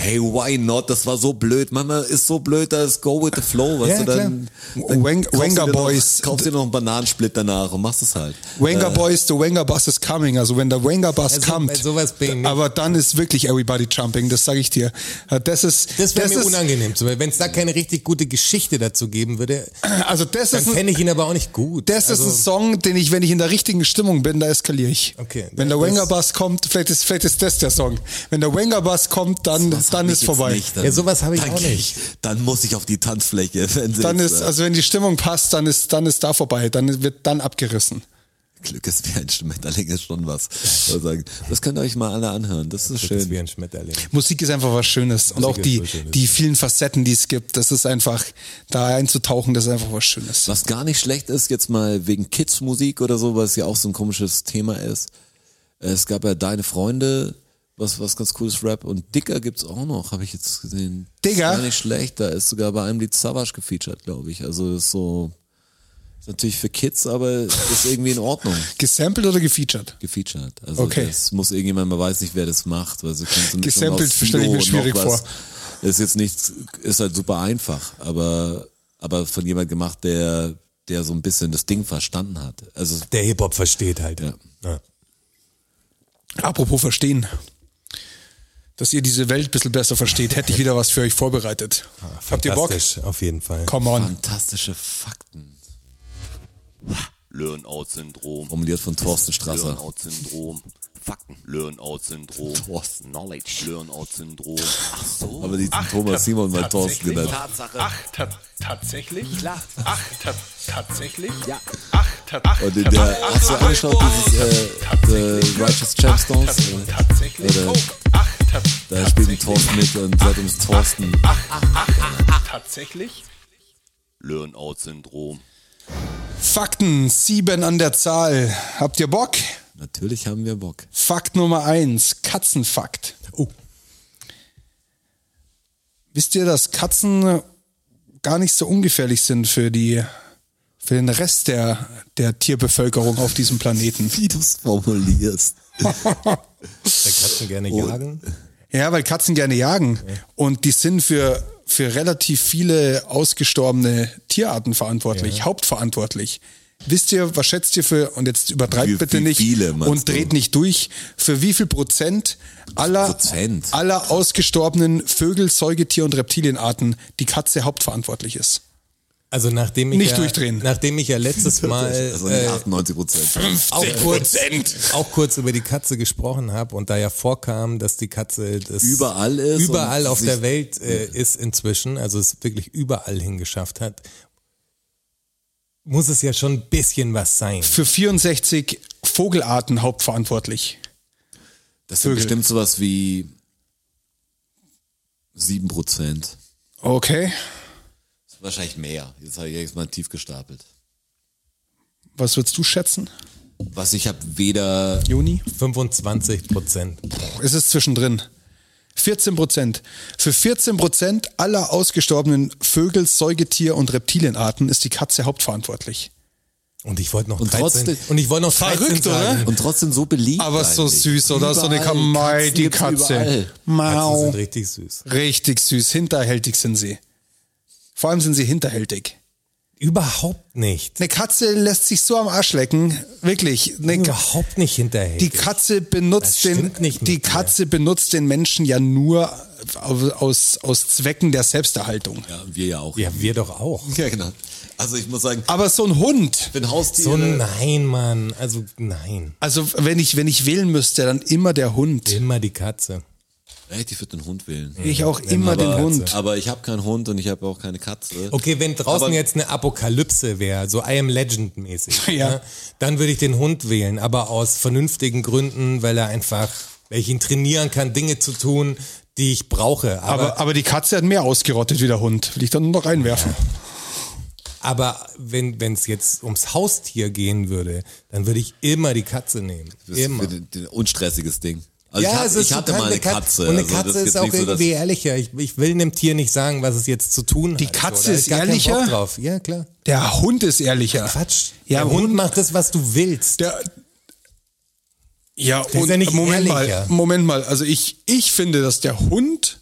S2: hey, why not? Das war so blöd. Manchmal ist so blöd, das Go with the Flow, weißt du,
S4: Ja,
S2: dann, dann
S3: Wang-
S2: kaufst du
S3: Wanga
S2: dir noch-
S3: Boys.
S2: Kaufst dir noch einen Bananensplit danach und machst es halt.
S3: Wenger Boys, the Wenger Bus is coming. Also wenn der Wenger Bus
S4: Also,
S3: kommt,
S4: bei sowas bin ich nicht.
S3: aber dann ist wirklich everybody jumping, das sage ich dir. Äh, Das ist
S4: das wäre mir
S3: ist,
S4: unangenehm, wenn es da keine richtig gute Geschichte dazu geben würde,
S3: Also das
S4: dann
S3: ist ein,
S4: kenne ich ihn aber auch nicht gut. Also,
S3: das ist ein Song, den ich, wenn ich in der richtigen Stimmung bin, da eskaliere ich.
S4: Okay.
S3: Wenn der
S4: Das-
S3: Wenger Bus kommt, vielleicht ist, vielleicht ist das der Song. Wenn der Wenger Bus kommt, dann,
S2: Das hab
S3: dann
S2: ich
S3: ist
S2: jetzt
S3: vorbei.
S2: Nicht, dann,
S4: Ja, sowas hab ich
S2: dann
S4: auch
S2: geh
S4: nicht.
S2: Dann muss ich auf die Tanzfläche. Wenn sie
S3: Dann
S2: jetzt,
S3: ist,
S2: äh,
S3: also wenn die Stimmung passt, dann ist, dann ist da vorbei. Dann wird dann abgerissen.
S2: Glück ist wie ein Schmetterling ist schon was. Also sagen, Das könnt ihr euch mal alle anhören. Das ist
S4: das ist
S2: schön.
S4: wie ein Schmetterling.
S3: Musik ist einfach was Schönes. Und auch
S4: ist
S3: die,
S4: was Schönes.
S3: die vielen Facetten, die es gibt, das ist einfach, da einzutauchen, das ist einfach was Schönes.
S2: Was gar nicht schlecht ist, jetzt mal wegen Kids-Musik oder so, was ja auch so ein komisches Thema ist. Es gab ja Deine Freunde, was, was ganz cooles Rap. Und Dicker gibt's auch noch, habe ich jetzt gesehen.
S3: Digger?
S2: Ist Gar nicht schlecht. Da ist sogar bei einem Lied Savage gefeatured, glaube ich. Also ist so, ist natürlich für Kids, aber ist irgendwie in Ordnung.
S3: Gesampled oder gefeatured?
S2: gefeatured. Also
S3: Okay.
S2: das muss irgendjemand, man weiß nicht, wer das macht. Weil so kannst du mit so einem
S3: Gesampelt
S2: Silo
S3: stell ich mir schwierig
S2: noch was.
S3: vor.
S2: Ist jetzt nicht, ist halt super einfach, aber, aber von jemand gemacht, der, der so ein bisschen das Ding verstanden hat. Also
S4: Der Hip-Hop versteht halt.
S2: Ja.
S4: Ja.
S3: Apropos verstehen. Dass ihr diese Welt ein bisschen besser versteht, hätte ich wieder was für euch vorbereitet.
S2: Ah,
S3: Habt ihr Bock?
S4: Fantastisch, auf jeden Fall.
S3: Come on.
S2: fantastische Fakten.
S5: Learn-out-Syndrom.
S2: Formuliert von Thorsten Strasser.
S5: Learn-out-Syndrom. Fakten. Learn-out-Syndrom.
S2: Thorsten.
S5: Knowledge. Learn-out-Syndrom. Ach so.
S2: Aber die Thomas Simon mal Thorsten genannt.
S5: Tatsache.
S6: Ach, ta tatsächlich?
S5: Klar.
S6: Ach, ta tatsächlich?
S5: Ja.
S6: Ach, ta ach,
S2: Und in der,
S6: ach,
S2: hast du
S6: ach,
S2: angeschaut,
S6: ach,
S2: dieses äh, The Righteous Gemstones?
S6: ach, tatsächlich?
S2: Oder-
S6: Oh, ach, ta
S2: Da spielt ein Thorsten mit und seitdem ist Thorsten.
S6: tatsächlich?
S5: Learn-out-Syndrom.
S3: Fakten, sieben an der Zahl. Habt ihr Bock?
S2: Natürlich haben wir Bock.
S3: Fakt Nummer eins, Katzenfakt.
S4: Oh.
S3: Wisst ihr, dass Katzen gar nicht so ungefährlich sind für die, für den Rest der, der Tierbevölkerung auf diesem Planeten?
S2: Wie du es formulierst.
S4: Der Katzen gerne
S2: Oh.
S4: jagen.
S3: Ja, weil Katzen gerne jagen. Und die sind für, für relativ viele ausgestorbene Tierarten verantwortlich, hauptverantwortlich. Wisst ihr, was schätzt ihr für, und jetzt übertreibt
S2: Wie-
S3: bitte
S2: wie
S3: nicht
S2: viele meinst
S3: und
S2: du?
S3: dreht nicht durch, für wie viel Prozent aller,
S2: Prozent?
S3: aller ausgestorbenen Vögel, Säugetier und Reptilienarten die Katze hauptverantwortlich ist?
S4: Also nachdem ich
S3: Nicht
S4: ja,
S3: durchdrehen.
S4: Nachdem ich ja letztes Mal
S2: Also
S4: äh,
S2: 98 Prozent.
S4: auch, kurz, auch kurz über die Katze gesprochen habe und da ja vorkam, dass die Katze das
S2: Überall ist
S4: überall
S2: und
S4: auf
S2: sich-
S4: der Welt äh, ist inzwischen, also es wirklich überall hingeschafft hat, muss es ja schon ein bisschen was sein.
S3: Für 64 Vogelarten hauptverantwortlich.
S2: Das sind
S3: Vögel.
S2: bestimmt sowas wie 7 Prozent.
S3: Okay.
S2: Wahrscheinlich mehr. Jetzt habe ich jetzt mal tief gestapelt.
S3: Was würdest du schätzen?
S2: Was ich habe weder.
S3: Juni?
S4: 25 Prozent.
S3: Es ist zwischendrin. 14 Prozent. Für 14 Prozent aller ausgestorbenen Vögel, Säugetier und Reptilienarten ist die Katze hauptverantwortlich.
S4: Und ich wollte noch
S2: Und
S4: 13,
S2: trotzdem-
S4: und ich wollte noch 13
S3: Verrückt, oder?
S4: sagen.
S2: Und trotzdem so beliebt.
S3: Aber so
S2: eigentlich.
S3: süß, oder? So eine
S2: Überall.
S3: Kamai,
S2: Katzen
S3: die
S2: gibt's
S3: Katze.
S2: überall.
S4: Katzen
S3: Mau.
S4: sind richtig süß.
S3: Richtig süß. Hinterhältig sind sie. Vor allem sind sie hinterhältig.
S4: Überhaupt nicht.
S3: Eine Katze lässt sich so am Arsch lecken. Wirklich. Eine Ka-
S4: Überhaupt nicht
S3: die
S4: hinterhältig.
S3: Katze benutzt
S4: Das
S3: den,
S4: stimmt nicht mit
S3: die
S4: mir.
S3: Katze benutzt den Menschen ja nur aus, aus, aus Zwecken der Selbsterhaltung.
S2: Ja, wir ja auch.
S4: ja, wir doch auch.
S2: Ja, genau. Also ich muss sagen,
S3: Aber so ein Hund,
S2: wenn Haustiere...
S4: So nein, Mann. Also nein.
S3: also wenn ich, wenn ich wählen müsste, dann immer der Hund.
S4: Immer die Katze.
S2: Echt, ich würde den Hund wählen.
S3: Ich auch immer den Hund.
S2: Aber ich habe keinen Hund und ich habe auch keine Katze.
S4: Okay, wenn draußen
S2: Aber-
S4: jetzt eine Apokalypse wäre, so I am Legend mäßig,
S3: Ja.
S4: ne, dann würde ich den Hund wählen, aber aus vernünftigen Gründen, weil er einfach, weil ich ihn trainieren kann, Dinge zu tun, die ich brauche. Aber, aber,
S3: Aber, aber die Katze hat mehr ausgerottet wie der Hund. Will ich dann nur noch reinwerfen.
S4: wenn es jetzt ums Haustier gehen würde, dann würde ich immer die Katze nehmen.
S2: Das
S4: immer.
S2: ist ein- ein unstressiges Ding. Also ich,
S4: es
S2: hatte,
S4: ist
S2: ich hatte
S4: total
S2: mal eine
S4: Kat-
S2: Katze.
S4: Und eine
S2: also
S4: Katze
S2: das
S4: ist
S2: jetzt
S4: auch
S2: nicht so, dass-
S4: irgendwie ehrlicher. Ich, ich will einem Tier nicht sagen, was es jetzt zu tun hat.
S3: Die Katze
S4: so. Da
S3: ist
S4: hab ich gar keinen
S3: ehrlicher?
S4: Bock Drauf. Ja, klar.
S3: Der Hund ist ehrlicher.
S4: Quatsch.
S3: Ja,
S4: der Hund,
S3: Hund-
S4: macht das, was du willst.
S3: Der, ja,
S4: ist
S3: und
S4: ja nicht
S3: Moment mal,
S4: ehrlicher.
S3: Moment mal. Also ich, ich finde, dass der Hund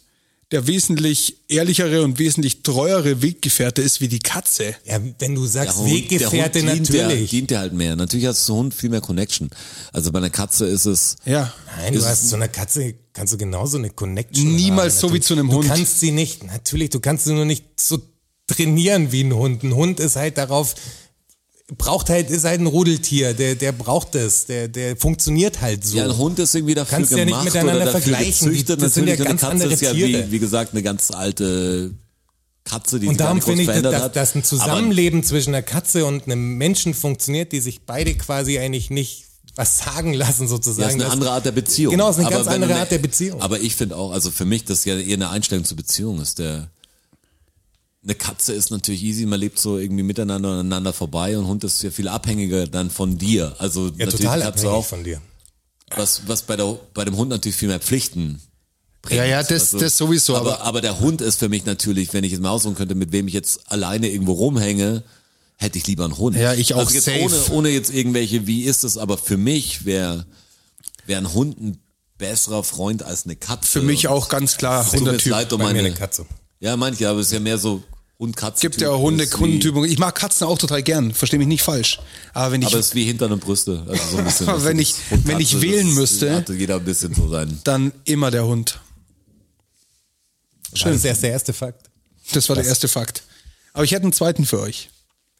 S3: der wesentlich ehrlichere und wesentlich treuere Weggefährte ist wie die Katze.
S4: Ja, wenn du
S2: Der
S4: sagst
S2: Hund-
S4: Weggefährte,
S2: der Hund dient
S4: natürlich.
S2: Der, dient der halt mehr. Natürlich hast du Hund viel mehr Connection. Also bei einer Katze ist es.
S3: Ja.
S4: Nein, du hast zu einer Katze, kannst du genauso eine Connection
S3: Niemals
S4: haben,
S3: so wie
S4: natürlich.
S3: zu einem Hund.
S4: Du kannst sie nicht, natürlich, du kannst sie nur nicht so trainieren wie ein Hund. Ein Hund ist halt darauf, braucht halt, ist halt ein Rudeltier, der, der braucht es, der, der funktioniert halt so.
S2: Ja, ein Hund ist irgendwie dafür
S4: Kannst du ja
S2: gemacht
S4: nicht miteinander
S2: oder dafür
S4: vergleichen. Die-
S2: gezüchtet.
S4: das sind ja
S2: Natürlich,
S4: ganz
S2: und eine Katze
S4: andere
S2: ist ja
S4: Tiere.
S2: wie, wie gesagt eine ganz alte Katze, die sich
S4: Und
S2: gar
S4: darum
S2: nicht groß
S4: finde ich,
S2: verändert
S4: dass,
S2: hat.
S4: dass ein Zusammenleben zwischen einer Katze und einem Menschen funktioniert, die sich beide quasi eigentlich nicht was sagen lassen sozusagen.
S2: Ja, ist eine
S4: Das-
S2: andere Art der Beziehung.
S4: Genau, ist eine
S2: Aber
S4: ganz
S2: wenn du
S4: andere
S2: eine-
S4: Art der Beziehung.
S2: Aber ich finde auch, also für mich, das ist ja eher eine Einstellung zur Beziehung ist. Der, eine Katze ist natürlich easy, man lebt so irgendwie miteinander und aneinander vorbei und Hund ist ja viel abhängiger dann von dir. Also
S4: ja,
S2: natürlich
S4: total
S2: kannst
S4: abhängig
S2: du auch,
S4: von dir.
S2: was, was bei, der, bei dem Hund natürlich viel mehr Pflichten bringt. Also,
S3: Ja, ja, das- das sowieso,
S2: Aber,
S3: aber-
S2: aber, der Hund ist für mich natürlich, wenn ich jetzt mal ausruhen könnte, mit wem ich jetzt alleine irgendwo rumhänge, hätte ich lieber einen Hund.
S3: Ja, ich auch
S2: Also jetzt
S3: safe.
S2: Ohne, ohne jetzt irgendwelche, wie ist es, aber für mich wäre wär ein Hund ein besserer Freund als eine Katze.
S3: Für mich auch ganz klar
S2: Also, Tut mir jetzt
S3: Hundertyp.
S2: leid um
S4: Bei mir
S2: meine
S4: eine Katze.
S2: Ja, manche, aber es ist ja mehr so Hund-Katze.
S3: gibt ja Hunde, Kundentypen. Ich mag Katzen auch total gern, versteh mich nicht falsch. Aber wenn ich,
S2: Aber es ist wie Hintern und Brüste. Also so ein bisschen.
S3: Aber wenn ich-
S2: Das Hund-Katze,
S3: wenn ich
S2: das
S3: wählen
S2: ist-
S3: müsste-
S2: Hatte jeder ein bisschen so sein.
S3: dann immer der Hund.
S4: Schön. Das ist erst der erste Fakt.
S3: Das war der erste Fakt. Aber ich hätte einen zweiten für euch.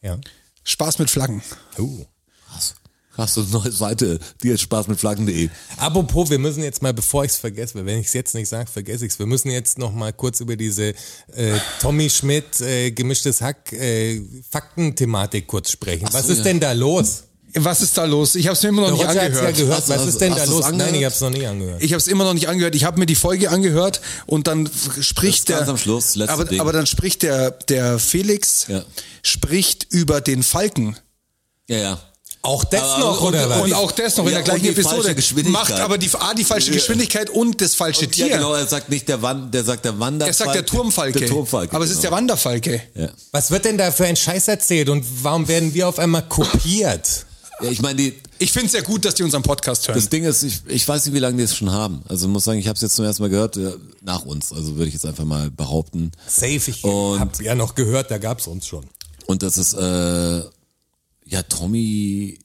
S4: Ja.
S3: Spaß mit Flaggen.
S4: Uh.
S2: Krass. Krass, so eine neue Seite. Die hat Spaß mit Flaggen.de.
S4: Apropos, wir müssen jetzt mal, bevor ich es vergesse, weil wenn ich es jetzt nicht sage, vergesse ich es. Wir müssen jetzt noch mal kurz über diese äh, Tommy Schmidt äh, gemischtes Hack äh, Faktenthematik kurz sprechen. Was
S2: so,
S4: ist
S2: ja.
S4: denn da los?
S3: Was ist da los? Ich habe es mir immer noch
S4: Der
S3: nicht
S4: Roger hat's ja
S3: angehört.
S4: gehört.
S2: Hast du-
S4: Was
S2: hast-
S4: ist denn da
S2: hast du's
S4: los?
S2: angehört?
S4: Nein, ich habe es noch nicht angehört.
S3: Ich habe es immer noch nicht angehört. Ich habe mir die Folge angehört und dann f- spricht
S2: Das ist ganz
S3: der
S2: am Schluss, letzte
S3: aber,
S2: Ding.
S3: aber dann spricht der der Felix
S2: Ja.
S3: spricht über den Falken
S2: Ja, ja.
S4: auch das
S2: Aber-
S4: noch,
S2: und-
S4: oder was?
S3: und auch das noch in
S2: Ja,
S3: der gleichen
S2: und die falsche
S3: Episode
S2: Geschwindigkeit.
S3: macht aber die A die falsche
S2: Ja.
S3: Geschwindigkeit und das falsche
S2: Und,
S3: Tier.
S2: ja, genau, er sagt nicht der Wand, der sagt der Wander.
S3: Er sagt der Turmfalke.
S2: Der Turmfalke. genau.
S3: aber es ist der Wanderfalke.
S2: der Wand.
S4: Was wird denn da für ein Scheiß erzählt und warum werden wir auf einmal kopiert?
S2: Ja. ja, ich meine, die-
S3: Ich finde es sehr gut, dass die unseren Podcast hören.
S2: das Ding ist, ich, ich weiß nicht, wie lange die es schon haben. Also muss sagen, ich habe es jetzt zum ersten Mal gehört, äh, nach uns. Also würde ich jetzt einfach mal behaupten.
S4: Safe, ich
S2: Und-
S4: hab ja noch gehört, da gab's uns schon.
S2: Und das ist, äh, ja, Tommy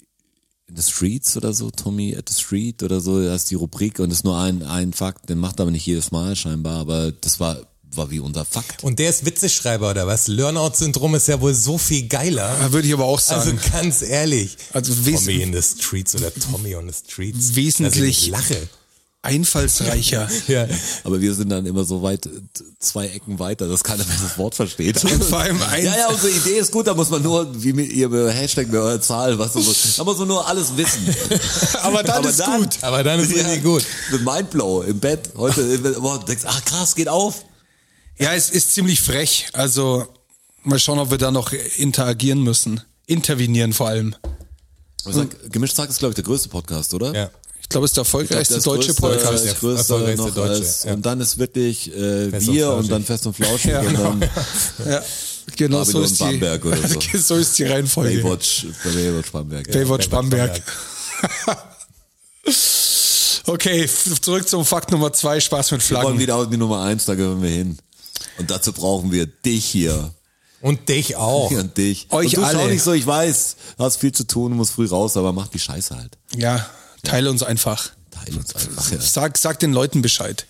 S2: in the Streets oder so, Tommy at the Street oder so, das ist die Rubrik und das ist nur ein, ein Fakt, den macht er aber nicht jedes Mal scheinbar, aber das war, war wie unser Fakt.
S4: Und der ist Witzeschreiber oder was? Learnout-Syndrom ist ja wohl so viel geiler.
S2: Äh,
S3: Da Würde ich aber auch sagen.
S4: Also ganz ehrlich,
S3: Also wes-
S4: Tommy in the Streets oder Tommy on the Streets.
S3: Wesentlich-
S4: Dass ich nicht lache.
S3: einfallsreicher.
S4: Ja.
S2: Aber wir sind dann immer so weit, äh, zwei Ecken weiter, dass keiner mehr das Wort versteht.
S3: vor allem ein-
S2: ja, ja, unsere Idee ist gut, da muss man nur, wie mit ihr mit Hashtag, mit eurer Zahl, was so, da muss man nur alles wissen.
S3: Aber dann ist gut.
S4: Aber dann ist
S2: Ja,
S4: richtig gut.
S2: Mit Mindblow im Bett, heute, boah, du denkst, ach krass, geht auf.
S3: Ja, es ist ziemlich frech. Also mal schauen, ob wir da noch interagieren müssen. Intervenieren vor allem.
S2: Ich sag, Gemischt Tag ist, glaube ich, der größte Podcast, oder?
S4: Ja.
S3: Ich glaube, es ist der erfolgreichste
S2: Das
S3: deutsche Podcast.
S2: Das größte
S4: Erfolgreichste
S2: noch
S4: Deutsche,
S2: als,
S4: ja.
S2: Und dann ist wirklich äh,
S4: Fest und
S2: wir und,
S4: Flauschig.
S2: dann Fest und Flauschig
S3: Ja,
S2: und dann
S3: Ja, genau so
S2: Babylon
S3: ist, die,
S2: Bamberg oder so.
S3: so ist die Reihenfolge.
S2: Baywatch, Baywatch Bamberg. ja.
S3: Baywatch Bamberg. okay, f- zurück zum Fakt Nummer zwei, Spaß mit
S2: Wir wollen
S3: Flaggen.
S2: wieder auf die Nummer eins, da gehören wir hin. Und dazu brauchen wir dich hier.
S4: Und dich auch.
S2: Und dich.
S3: Euch
S2: und du schau
S3: alle.
S2: nicht so, ich weiß, du hast viel zu tun, du musst früh raus, aber mach die Scheiße halt.
S3: Ja, teile uns einfach.
S2: Teil uns einfach. Ja.
S3: Sag, sag den Leuten Bescheid.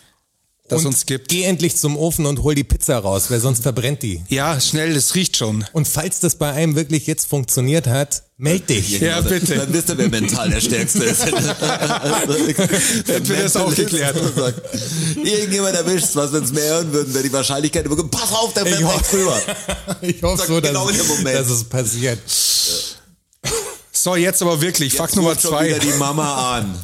S3: das
S4: und
S3: uns gibt.
S4: Geh endlich zum Ofen und hol die Pizza raus, weil sonst verbrennt die.
S3: Ja, schnell, das riecht schon.
S4: Und falls das bei einem wirklich jetzt funktioniert hat, meld dich.
S3: Ja, bitte.
S2: genau. Dann wisst ihr, wer mental der Stärkste ist. Hätten
S3: wir das auch geklärt.
S2: Irgendjemand erwischt's, was wenn es mehr hören würden, wäre die Wahrscheinlichkeit immer, pass auf, der
S4: Ich
S2: fährt rechts
S4: hoffe-
S2: rüber.
S4: Ich hoffe
S2: Sag
S4: so, dass,
S2: genau in dem Moment.
S4: dass es passiert.
S3: So, jetzt aber wirklich, Fakt
S2: Jetzt
S3: Nummer
S2: ruft schon
S3: zwei.
S2: wieder die Mama an.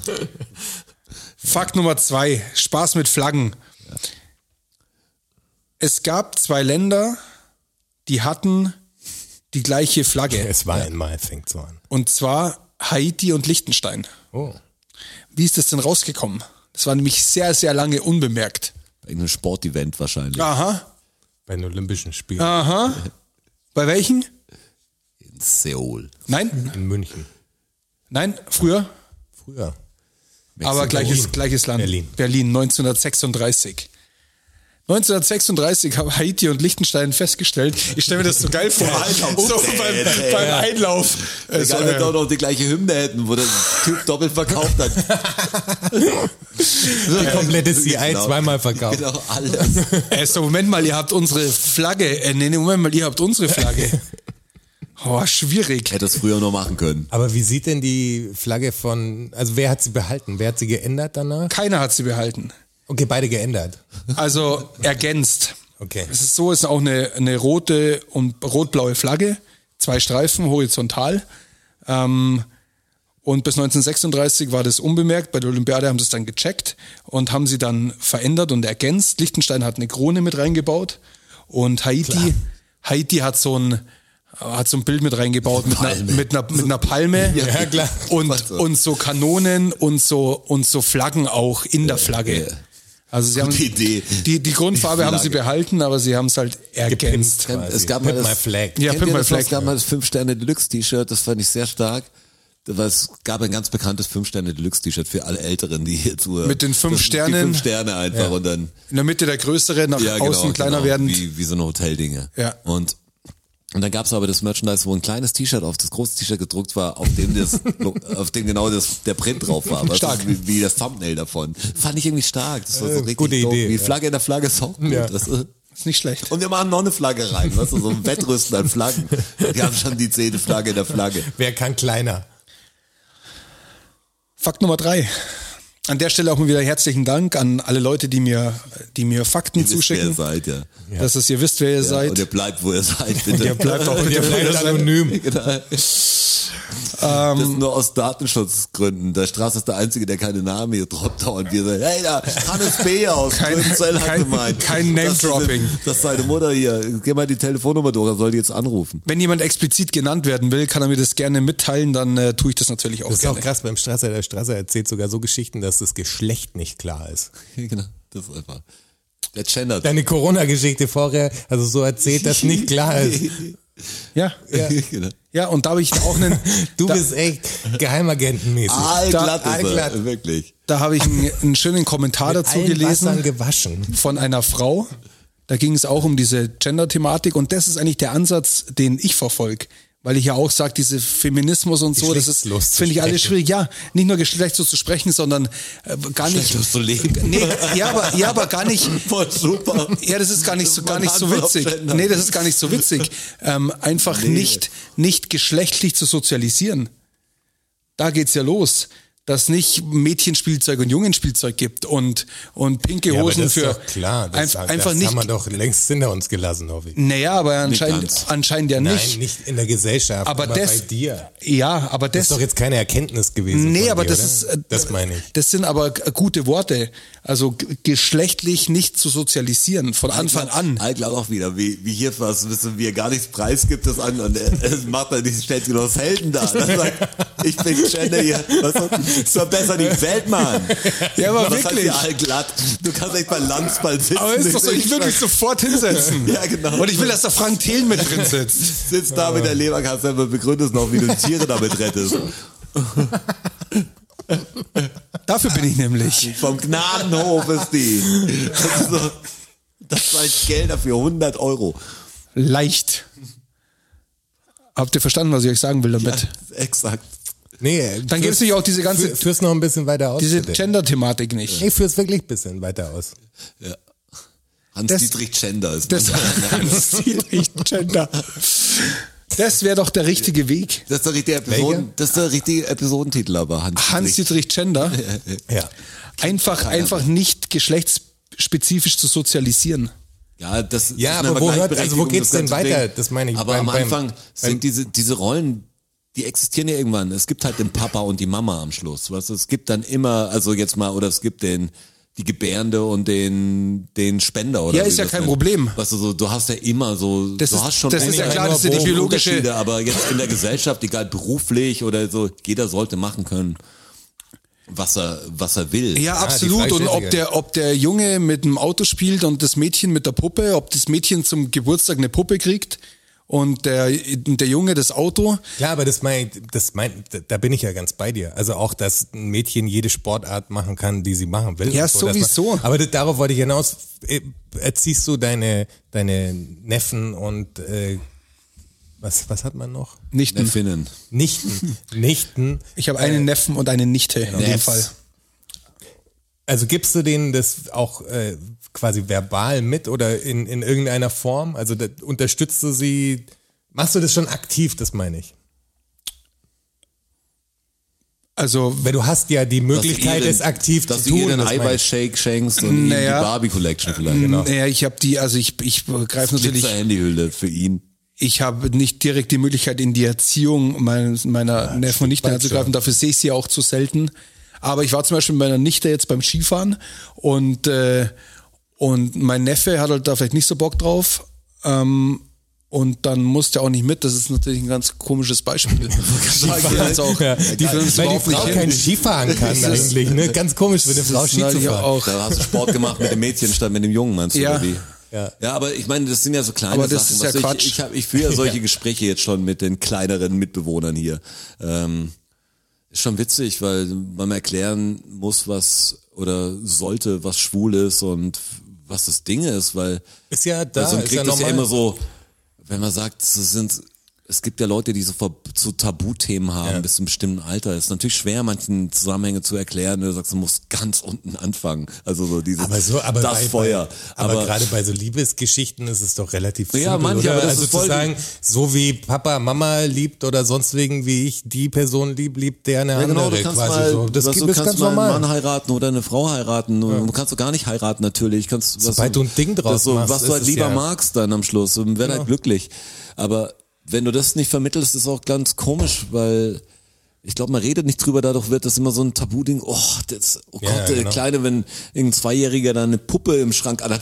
S3: Fakt Nummer zwei, Spaß mit Flaggen. Es gab zwei Länder, die hatten die gleiche Flagge.
S4: Es war einmal, fängt so an.
S3: Und zwar Haiti und Liechtenstein.
S4: Oh.
S3: Wie ist das denn rausgekommen? Das war nämlich sehr, sehr lange unbemerkt.
S2: Irgendein Sportevent wahrscheinlich.
S3: Aha,
S4: Bei den Olympischen Spielen
S3: aha. Bei welchen?
S2: In Seoul.
S3: Nein,
S4: in München.
S3: nein, früher.
S4: Früher.
S3: Aber gleiches,
S4: Berlin.
S3: gleiches Land.
S4: Berlin.
S3: Berlin, 1936. 1936 haben Haiti und Liechtenstein festgestellt. Ich stelle mir das so geil vor. so beim, beim Einlauf. Äh, so,
S2: Egal, wenn die auch
S3: äh,
S2: noch die gleiche Hymne hätten, wo der Typ doppelt verkauft hat.
S4: Die komplette CI
S2: Genau.
S4: zweimal verkauft.
S2: Genau, alles.
S3: äh, so, Moment mal, ihr habt unsere Flagge. Äh, nee, nee, Moment mal, ihr habt unsere Flagge. Oh, schwierig.
S2: Hätte es früher noch machen können.
S4: Aber wie sieht denn die Flagge von, also wer hat sie behalten? Wer hat sie geändert danach?
S3: Keiner hat sie behalten.
S4: Okay, beide geändert.
S3: Also ergänzt.
S4: Okay.
S3: Es ist so, es ist auch eine, eine rote und rot-blaue Flagge, zwei Streifen horizontal. Ähm, und bis 1936 war das unbemerkt. Bei der Olympiade haben sie es dann gecheckt und haben sie dann verändert und ergänzt. Liechtenstein hat eine Krone mit reingebaut und Haiti, Haiti hat so ein hat so ein Bild mit reingebaut mit einer, mit einer, mit einer Palme
S4: Ja, klar.
S3: und und so Kanonen und so und so Flaggen auch in der
S2: ja.
S3: Flagge. Also sie haben
S2: Gute Idee.
S3: Die, die Grundfarbe
S2: Die
S3: haben sie
S2: Flagge.
S3: behalten, aber sie haben es halt ergänzt.
S4: Quasi.
S2: Es gab mal
S4: Pimp
S2: das-
S4: Also my flag.
S3: Ja,
S2: Kennt
S3: Pimp
S2: ihr
S3: My
S2: das noch?
S3: Flag.
S2: Es gab mal das 5-Sterne-Deluxe-T-Shirt, das fand ich sehr stark. Da war- Es gab ein ganz bekanntes 5-Sterne-Deluxe-T-Shirt für alle Älteren, die hier zuhören.
S3: Mit den fünf
S2: Das sind Die
S3: Sternen?
S2: 5 Sterne einfach und dann
S3: In der Mitte der größere, nach
S2: ja, genau,
S3: außen kleiner
S2: genau,
S3: werdend.
S2: Wie, wie so eine Hoteldinge.
S3: Ja.
S2: Und, und dann gab's aber das Merchandise, wo ein kleines T-Shirt auf das große T-Shirt gedruckt war, auf dem das, auf dem genau das, der Print drauf war. Aber
S3: Stark.
S2: Das ist wie, wie das Thumbnail davon. Fand ich irgendwie stark. Das war so
S4: Äh,
S2: richtig
S4: gute
S2: dope.
S4: Idee,
S2: Wie
S4: ja.
S2: Flagge in der Flagge ist auch gut.
S4: Ja.
S2: Das ist,
S3: Ist nicht schlecht.
S2: und wir machen noch eine Flagge rein, weißt du, so ein Wettrüsten an Flaggen. Wir haben schon die zehnte Flagge in der Flagge.
S4: Wer kann kleiner?
S3: Fakt Nummer drei. An der Stelle auch mal wieder herzlichen Dank an alle Leute, die mir, die mir Fakten
S2: Ihr wisst, wer ihr
S3: zuschicken.
S2: seid, ja.
S3: Dass es ihr wisst, wer ihr
S2: Und
S3: seid.
S2: ihr bleibt, wo ihr seid, bitte.
S3: ihr bleibt auch bitte,
S4: Der
S3: wo ihr
S4: bleibt
S3: seid.
S4: anonym.
S2: Genau.
S3: Ähm,
S2: das ist nur aus Datenschutzgründen. Der Straße ist der Einzige, der keine Namen hier droppt. Und wir sagen, hey, da, Hannes B. aus
S3: Kein-
S2: Grünzell hat
S3: kein-
S2: gemeint.
S3: kein Name-Dropping.
S2: Das, ist- das ist seine Mutter hier. Geh mal die Telefonnummer durch, er soll die jetzt anrufen.
S3: Wenn jemand explizit genannt werden will, kann er mir das gerne mitteilen, dann äh, tue ich das natürlich auch
S4: Das ist auch
S3: gerne.
S4: krass beim Strasser. Der Strasser erzählt sogar so Geschichten, dass das Geschlecht nicht klar ist.
S2: Genau, das ist einfach. Der gendert.
S4: Deine Corona-Geschichte vorher, also so erzählt, dass nicht klar ist.
S3: Ja, ja.
S2: Genau.
S3: ja, und da habe ich auch einen,
S4: Du
S3: da,
S4: bist echt Geheimagentenmäßig.
S2: Allglatt
S4: Da-
S2: ist
S4: allglatt.
S2: er. Wirklich.
S3: da habe ich einen, einen schönen Kommentar dazu
S4: Allen
S3: gelesen.
S4: Wassern gewaschen.
S3: von einer Frau. Da ging es auch um diese Gender-Thematik und das ist eigentlich der Ansatz, den ich verfolge. Weil ich ja auch sage, diese Feminismus und so, das ist,
S4: Geschlechtslos zu
S3: finde ich alles
S4: sprechen.
S3: schwierig. Ja, nicht nur geschlechtslos zu sprechen, sondern äh, gar nicht.
S2: Schlechtlos zu leben.
S3: Nee, ja, aber, ja, aber gar nicht.
S2: Voll super.
S3: Ja, das ist gar nicht so,
S2: ist
S3: gar
S2: meine
S3: nicht so
S2: Antwort auf
S3: witzig.
S2: Gender.
S3: Nee, das ist gar nicht so witzig. Ähm, einfach nicht, nicht geschlechtlich zu sozialisieren. Da geht's ja los. Dass nicht Mädchenspielzeug und Jungenspielzeug gibt und, und pinke
S4: Ja, aber
S3: Hosen
S4: das
S3: für.
S4: ist doch klar. Das,
S3: Einf-
S4: das
S3: einfach
S4: haben wir
S3: nicht.
S4: doch längst hinter uns gelassen, hoffe ich.
S3: Naja, aber
S2: ganz.
S3: anscheinend, anscheinend ja nicht.
S4: Nein, nicht in der Gesellschaft,
S3: aber
S4: aber,
S3: das,
S4: bei dir.
S3: ja, aber
S4: Das
S3: das,
S4: ist doch jetzt keine Erkenntnis gewesen.
S3: nee,
S4: von
S3: aber
S4: dir,
S3: das
S4: oder?
S3: ist, äh,
S4: Das meine ich.
S3: Das sind aber g- gute Worte. Also g- geschlechtlich nicht zu sozialisieren von Anfang an.
S2: Altglatt auch wieder, wie, wie hier was, wissen wir gar nichts Preis gibt es an und er, er macht dann diesen stellt sich noch als Helden da. Dann sagt, ich bin Gender hier. Was soll's? verbessern die Welt, Mann.
S3: Ja, aber
S2: was heißt
S3: wirklich.
S2: hier Altglatt. Du kannst echt beim Landsball sitzen.
S3: Aber ist doch so, ich würde mich sofort hinsetzen.
S2: Ja, genau.
S3: Und ich will, dass da Frank Thelen mit drin sitzt.
S2: Sitzt da mit der Leberkasse, aber begründest noch, wie du Tiere damit rettest.
S3: Dafür bin ich nämlich.
S2: Vom Gnadenhof ist die. Das ist so, das war Gelder für 100 Euro.
S3: Leicht. Habt ihr verstanden, was ich euch sagen will damit?
S2: Exakt.
S4: Nee,
S3: Dann gibt's nicht auch diese ganze-
S4: Führ, führ's noch ein bisschen weiter aus.
S3: Diese
S4: bitte.
S3: Gender-Thematik nicht.
S4: ich führ's wirklich ein bisschen weiter aus.
S2: Hans-Dietrich Schender ist
S3: Das,
S2: mein
S3: das sieht nicht Gender. Das wäre doch der richtige Weg.
S2: Das ist der richtige, Episoden, das ist der richtige Episodentitel, aber Hans.
S3: Hans-Dietrich Gender.
S4: Ja.
S3: Einfach, einfach nicht geschlechtsspezifisch zu sozialisieren.
S2: Ja, das
S4: Ja,
S2: das
S4: aber
S2: nennt man
S4: wo hört-
S2: Gleichberechtigung,
S4: also wo geht's
S2: das
S4: denn
S2: ganze
S4: weiter? Das meine ich.
S2: Aber
S4: Beim-
S2: am
S4: beim-
S2: Anfang
S4: beim-
S2: sind diese, diese Rollen, die existieren ja irgendwann. Es gibt halt den Papa und die Mama am Schluss. Weißt du? Es gibt dann immer, also jetzt mal, oder es gibt den, die Gebärende und den, den Spender oder
S3: Ja, ist
S2: wie
S3: ja
S2: das
S3: kein
S2: nennt.
S3: Problem.
S2: Weißt du, so, du hast ja immer so,
S3: Das
S2: du
S3: ist-
S2: hast schon
S3: das ist
S2: einige
S3: ja klar, das sind die
S2: Unterschiede,
S3: biologische-
S2: aber jetzt in der Gesellschaft, egal beruflich oder so, jeder sollte machen können, was er, was er will.
S3: Ja,
S4: die
S3: absolut. Und ob
S4: Freistellige.
S3: der, ob der Junge mit dem Auto spielt und das Mädchen mit der Puppe, ob das Mädchen zum Geburtstag eine Puppe kriegt und der, der Junge das Auto.
S4: Klar, aber das mein, das mein, da bin ich ja ganz bei dir. Also auch, dass ein Mädchen jede Sportart machen kann, die sie machen will.
S3: Ja,
S4: und dass man-
S3: sowieso.
S4: aber das, darauf wollte ich hinaus. Äh, Erziehst du deine, deine Neffen und äh, was, was hat man noch?
S3: Nicht
S2: Der Finnen.
S4: Nichten. Nichten.
S3: Ich habe einen Neffen und eine Nichte in dem
S2: Neffs.
S3: Fall.
S4: Also gibst du denen das auch äh, quasi verbal mit oder in, in irgendeiner Form? Also da, unterstützt du sie? Machst du das schon aktiv, das meine ich?
S3: Also,
S4: Weil du hast ja die Möglichkeit, es aktiv
S2: dass du
S4: zu tun.
S2: ihr den
S4: das meine ich.
S2: Eiweißshake schenkst und ihm
S3: Naja.
S2: die Barbie Collection vielleicht. Genau.
S3: naja, ich habe die, also ich, ich greife natürlich,
S2: Glitzer Handyhülle für ihn.
S3: ich habe nicht direkt die Möglichkeit, in die Erziehung meines, meiner Neffen und Nichten
S4: weit
S3: einzugreifen. Dafür sehe ich sie auch zu selten. Aber ich war zum Beispiel mit meiner Nichte jetzt beim Skifahren und, äh, und mein Neffe hat halt da vielleicht nicht so Bock drauf. Ähm, und dann musste er auch nicht mit. Das ist natürlich ein ganz komisches Beispiel. Skifahren ist auch,
S4: Ja, die,
S3: das ist
S4: weil die
S3: überhaupt nicht
S4: Frau
S3: hin.
S4: kein Ski fahren
S3: Das
S4: kann
S3: ist-
S4: eigentlich. Ne? Ganz komisch, wenn eine
S3: das
S4: Frau
S3: ist
S4: Ski zu
S3: natürlich
S4: fahren.
S3: auch-
S2: Da hast du Sport gemacht mit dem Mädchen statt mit dem Jungen, meinst du?
S3: Ja.
S2: oder wie?
S4: Ja.
S2: ja, aber ich meine, das sind ja so kleine
S3: Aber das
S2: Sachen.
S3: ist ja
S2: weißt du,
S3: Quatsch.
S2: Ich, ich, hab, ich führe ja solche Gespräche jetzt schon mit den kleineren Mitbewohnern hier. Ähm, ist schon witzig, weil man erklären muss, was oder sollte, was schwul ist und was das Ding ist, weil
S4: Ist ja da,
S2: also man
S4: ist
S2: kriegt
S4: ja
S2: das ja
S4: normal.
S2: immer so, wenn man sagt, es sind, es gibt ja Leute, die so ver- zu Tabuthemen haben bis zu einem bestimmten Alter. Ist natürlich schwer, manchen Zusammenhänge zu erklären. Du sagst, du musst ganz unten anfangen. Also so dieses
S4: Aber so, aber
S2: das
S4: bei,
S2: Feuer.
S4: Bei, aber, gerade bei so Liebesgeschichten ist es doch relativ simpel,
S2: Ja, manche,
S4: oder?
S2: aber das
S4: also
S2: ist
S4: zu
S2: voll-
S4: sagen, so wie Papa Mama liebt oder sonst wegen wie ich die Person lieb, liebt der eine
S2: ja, genau,
S4: andere
S2: du kannst
S4: quasi
S2: mal,
S4: so. Das
S2: weißt du
S4: gibt es
S2: kannst
S4: ganz
S2: mal einen Mann
S4: normal.
S2: heiraten oder eine Frau heiraten. Und Du kannst du gar nicht heiraten, natürlich. Kannst,
S4: Sobald du ein Ding draus
S2: das so,
S4: machst,
S2: Was
S4: ist
S2: du halt
S4: es
S2: lieber
S4: ja-
S2: magst dann am Schluss und wär halt glücklich. Aber wenn du das nicht vermittelst, ist auch ganz komisch, weil ich glaube, man redet nicht drüber, dadurch wird das immer so ein Tabu-Ding. Oh, das, oh
S4: Ja,
S2: Gott, der
S4: genau.
S2: Kleine, wenn irgendein Zweijähriger dann eine Puppe im Schrank anhat,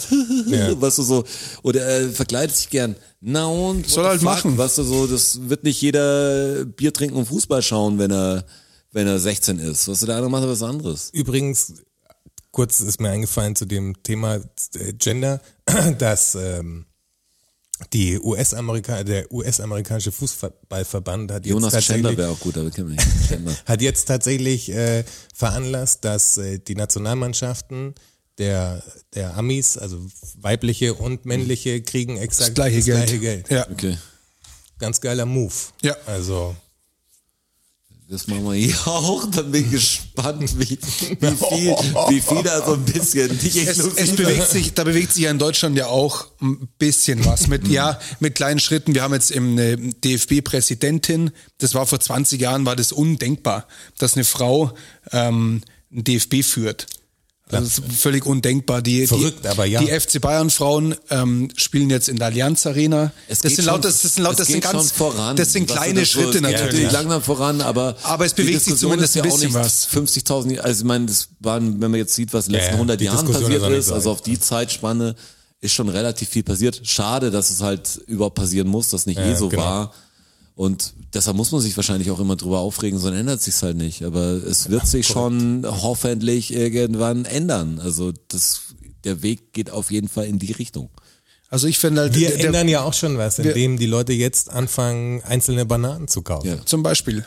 S4: Ja.
S2: weißt du so, oder er verkleidet sich gern. Na und, what
S3: Soll
S2: the
S3: halt
S2: fuck,
S3: machen.
S2: Weißt du so, das wird nicht jeder Bier trinken und Fußball schauen, wenn er, wenn er 16 ist. Weißt du, der andere macht was anderes.
S4: Übrigens, kurz ist mir eingefallen zu dem Thema äh, Gender, dass ähm, die US-Amerika, der US-amerikanische Fußballverband hat jetzt
S2: Jonas
S4: tatsächlich
S2: Chandler wäre auch gut, aber kennen wir nicht. Chandler.
S4: hat jetzt tatsächlich äh, veranlasst, dass äh, die Nationalmannschaften der, der Amis, also weibliche und männliche, kriegen exakt
S3: Mhm. Das gleiche Geld. Ja.
S2: Okay.
S4: Ganz geiler Move.
S3: Ja.
S4: Also,
S2: Das machen wir hier auch. Dann bin ich gespannt, wie, wie viel, wie viel da so ein bisschen nicht
S3: Es,
S2: inklusiv
S3: es bewegt sich, da bewegt sich ja in Deutschland ja auch ein bisschen was
S2: Mhm.
S3: mit, ja, mit kleinen Schritten. Wir haben jetzt eben eine DFB-Präsidentin. Das war vor 20 Jahren, war das undenkbar, dass eine Frau ähm, einen DFB führt. Also das ist völlig undenkbar. Die,
S4: Verrückt,
S3: die,
S4: aber ja.
S3: Die FC Bayern-Frauen ähm, spielen jetzt in der Allianz Arena.
S2: Es
S3: das
S2: geht
S3: sind
S2: schon-
S3: lauter, das sind laut,
S2: es
S3: das sind
S2: geht
S3: ganz,
S2: schon voran.
S3: das sind
S2: Weißt du,
S3: kleine
S2: das so-
S3: Schritte
S2: es geht
S3: natürlich.
S2: langsam voran, aber.
S3: Aber es
S2: die
S3: bewegt sich
S2: Diskussion
S3: zumindest
S2: ist
S3: ein
S2: ja auch
S3: bisschen
S2: nicht
S3: was.
S2: 50.000, also ich meine, das waren, wenn man jetzt sieht, was in den letzten
S4: ja,
S2: 100
S4: die
S2: Jahren
S4: Diskussion ist
S2: passiert
S4: auch nicht
S2: ist,
S4: so
S2: also
S4: alt,
S2: auf die Zeitspanne ist schon relativ viel passiert. Schade, dass es halt überhaupt passieren muss, dass nicht
S4: Ja,
S2: eh so
S4: genau.
S2: war. Und deshalb muss man sich wahrscheinlich auch immer drüber aufregen, sonst ändert sich's halt nicht. Aber es wird sich schon hoffentlich irgendwann ändern. Also das, der Weg geht auf jeden Fall in die Richtung.
S3: Also ich finde halt,
S4: wir
S3: der- der-
S4: ändern ja auch schon was,
S3: wir-
S4: indem die Leute jetzt anfangen, einzelne Bananen zu kaufen.
S2: Ja.
S3: zum Beispiel.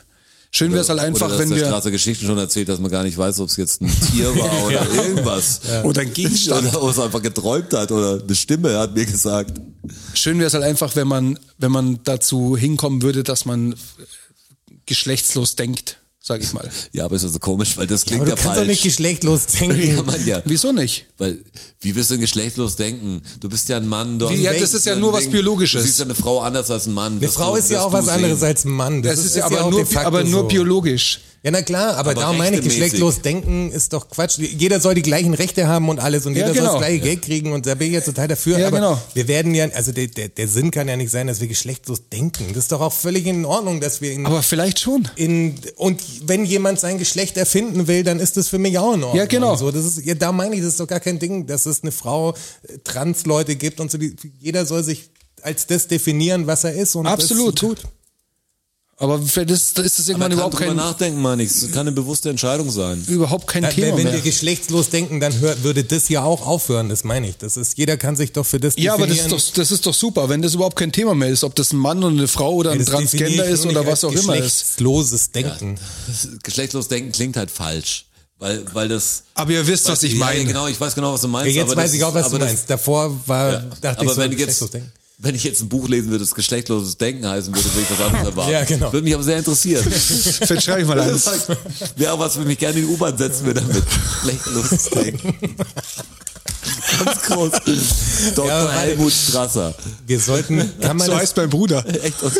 S3: Schön wäre es halt
S2: oder
S3: einfach,
S2: dass
S3: wenn
S2: der
S3: wir...
S2: Straße Geschichten schon erzählt, dass man gar nicht weiß, ob es jetzt ein Tier war oder irgendwas.
S3: Oder ein Gegenstand.
S2: Oder ob es einfach geträumt hat oder eine Stimme hat mir gesagt.
S3: Schön wäre es halt einfach, wenn man, wenn man dazu hinkommen würde, dass man geschlechtslos denkt. sag ich mal.
S2: Ja, aber ist also komisch, weil das klingt
S4: Aber du
S2: ja
S4: kannst doch nicht
S2: falsch.
S4: geschlechtlos
S2: Ja,
S4: denken.
S2: Mann, ja.
S3: Wieso nicht?
S2: Weil, wie wirst du denn geschlechtlos denken? Du bist ja ein Mann. Du hast
S3: Wie, ja,
S2: ein
S3: das ist ja
S2: Denken,
S3: nur was
S2: Ding.
S3: Biologisches.
S2: Du siehst ja eine Frau anders als ein Mann.
S4: Eine Frau ist ja auch was anderes als ein Mann.
S3: Es ist, ja aber,
S4: auch de
S3: nur,
S4: facto
S3: aber nur
S4: so.
S3: biologisch.
S4: Ja, na klar, aber,
S2: Aber
S4: da meine ich,
S2: rechtemäßig.
S4: geschlechtlos denken ist doch Quatsch. Jeder soll die gleichen Rechte haben und alles und
S3: Ja,
S4: jeder soll
S3: genau.
S4: das gleiche Geld kriegen und da bin ich ja total dafür.
S3: Ja,
S4: aber
S3: genau.
S4: wir werden ja, also der, der, der Sinn kann ja nicht sein, dass wir geschlechtlos denken. Das ist doch auch völlig in Ordnung, dass wir in,
S3: Aber vielleicht schon.
S4: in und wenn jemand sein Geschlecht erfinden will, dann ist das für mich auch in Ordnung.
S3: Ja, genau.
S4: So, das ist, ja, da meine ich, das ist doch gar kein Ding, dass es eine Frau, äh, Trans-Leute gibt und so. Die, jeder soll sich als das definieren, was er ist und
S3: Absolut.
S4: Das tut.
S3: Aber vielleicht ist das, ist das
S2: Man
S3: irgendwann
S2: kann
S3: überhaupt
S2: drüber
S3: kein,
S2: nachdenken, meine ich. Es kann eine bewusste Entscheidung sein.
S3: überhaupt kein
S4: Na,
S3: Thema
S4: wenn
S3: mehr.
S4: wir geschlechtslos denken, dann hör, würde das ja auch aufhören, das meine ich. Das ist, jeder kann sich doch für das
S3: Ja, aber das
S4: definieren.
S3: ist, doch, das ist doch super, wenn das überhaupt kein Thema mehr ist, ob das ein Mann oder eine Frau oder ein
S4: Das definiere ich
S3: Transgender
S4: nur
S3: ist
S4: nicht
S3: oder
S4: als
S3: was auch immer ist.
S4: Geschlechtsloses Denken.
S2: Geschlechtlos denken klingt halt falsch. Weil, weil das.
S3: Aber ihr wisst, was ich
S2: Ja,
S3: meine.
S2: Ja, genau, ich weiß genau, was du meinst.
S4: Jetzt
S2: aber
S4: weiß
S2: das
S4: ich auch, was
S2: aber
S4: du
S2: das-
S4: meinst. Davor war,
S2: Ja.
S4: Also dachte
S2: aber
S4: ich so,
S2: wenn, ich
S4: geschlechtlos
S2: jetzt,
S4: denken.
S2: wenn ich jetzt ein Buch lesen würde, das geschlechtsloses Denken heißen würde, würde ich was anderes erwarten.
S4: Ja, genau.
S2: Würde mich aber sehr interessieren.
S3: Vielleicht schreibe ich mal eins.
S2: Wäre auch was, wenn mich gerne in die U-Bahn setzen würde damit. Geschlechtsloses Denken. Ganz groß. Dr.
S4: Ja, weil-
S2: Helmut Strasser.
S4: Wir sollten, kann man,
S3: So
S4: das,
S3: heißt mein Bruder.
S2: Echt aus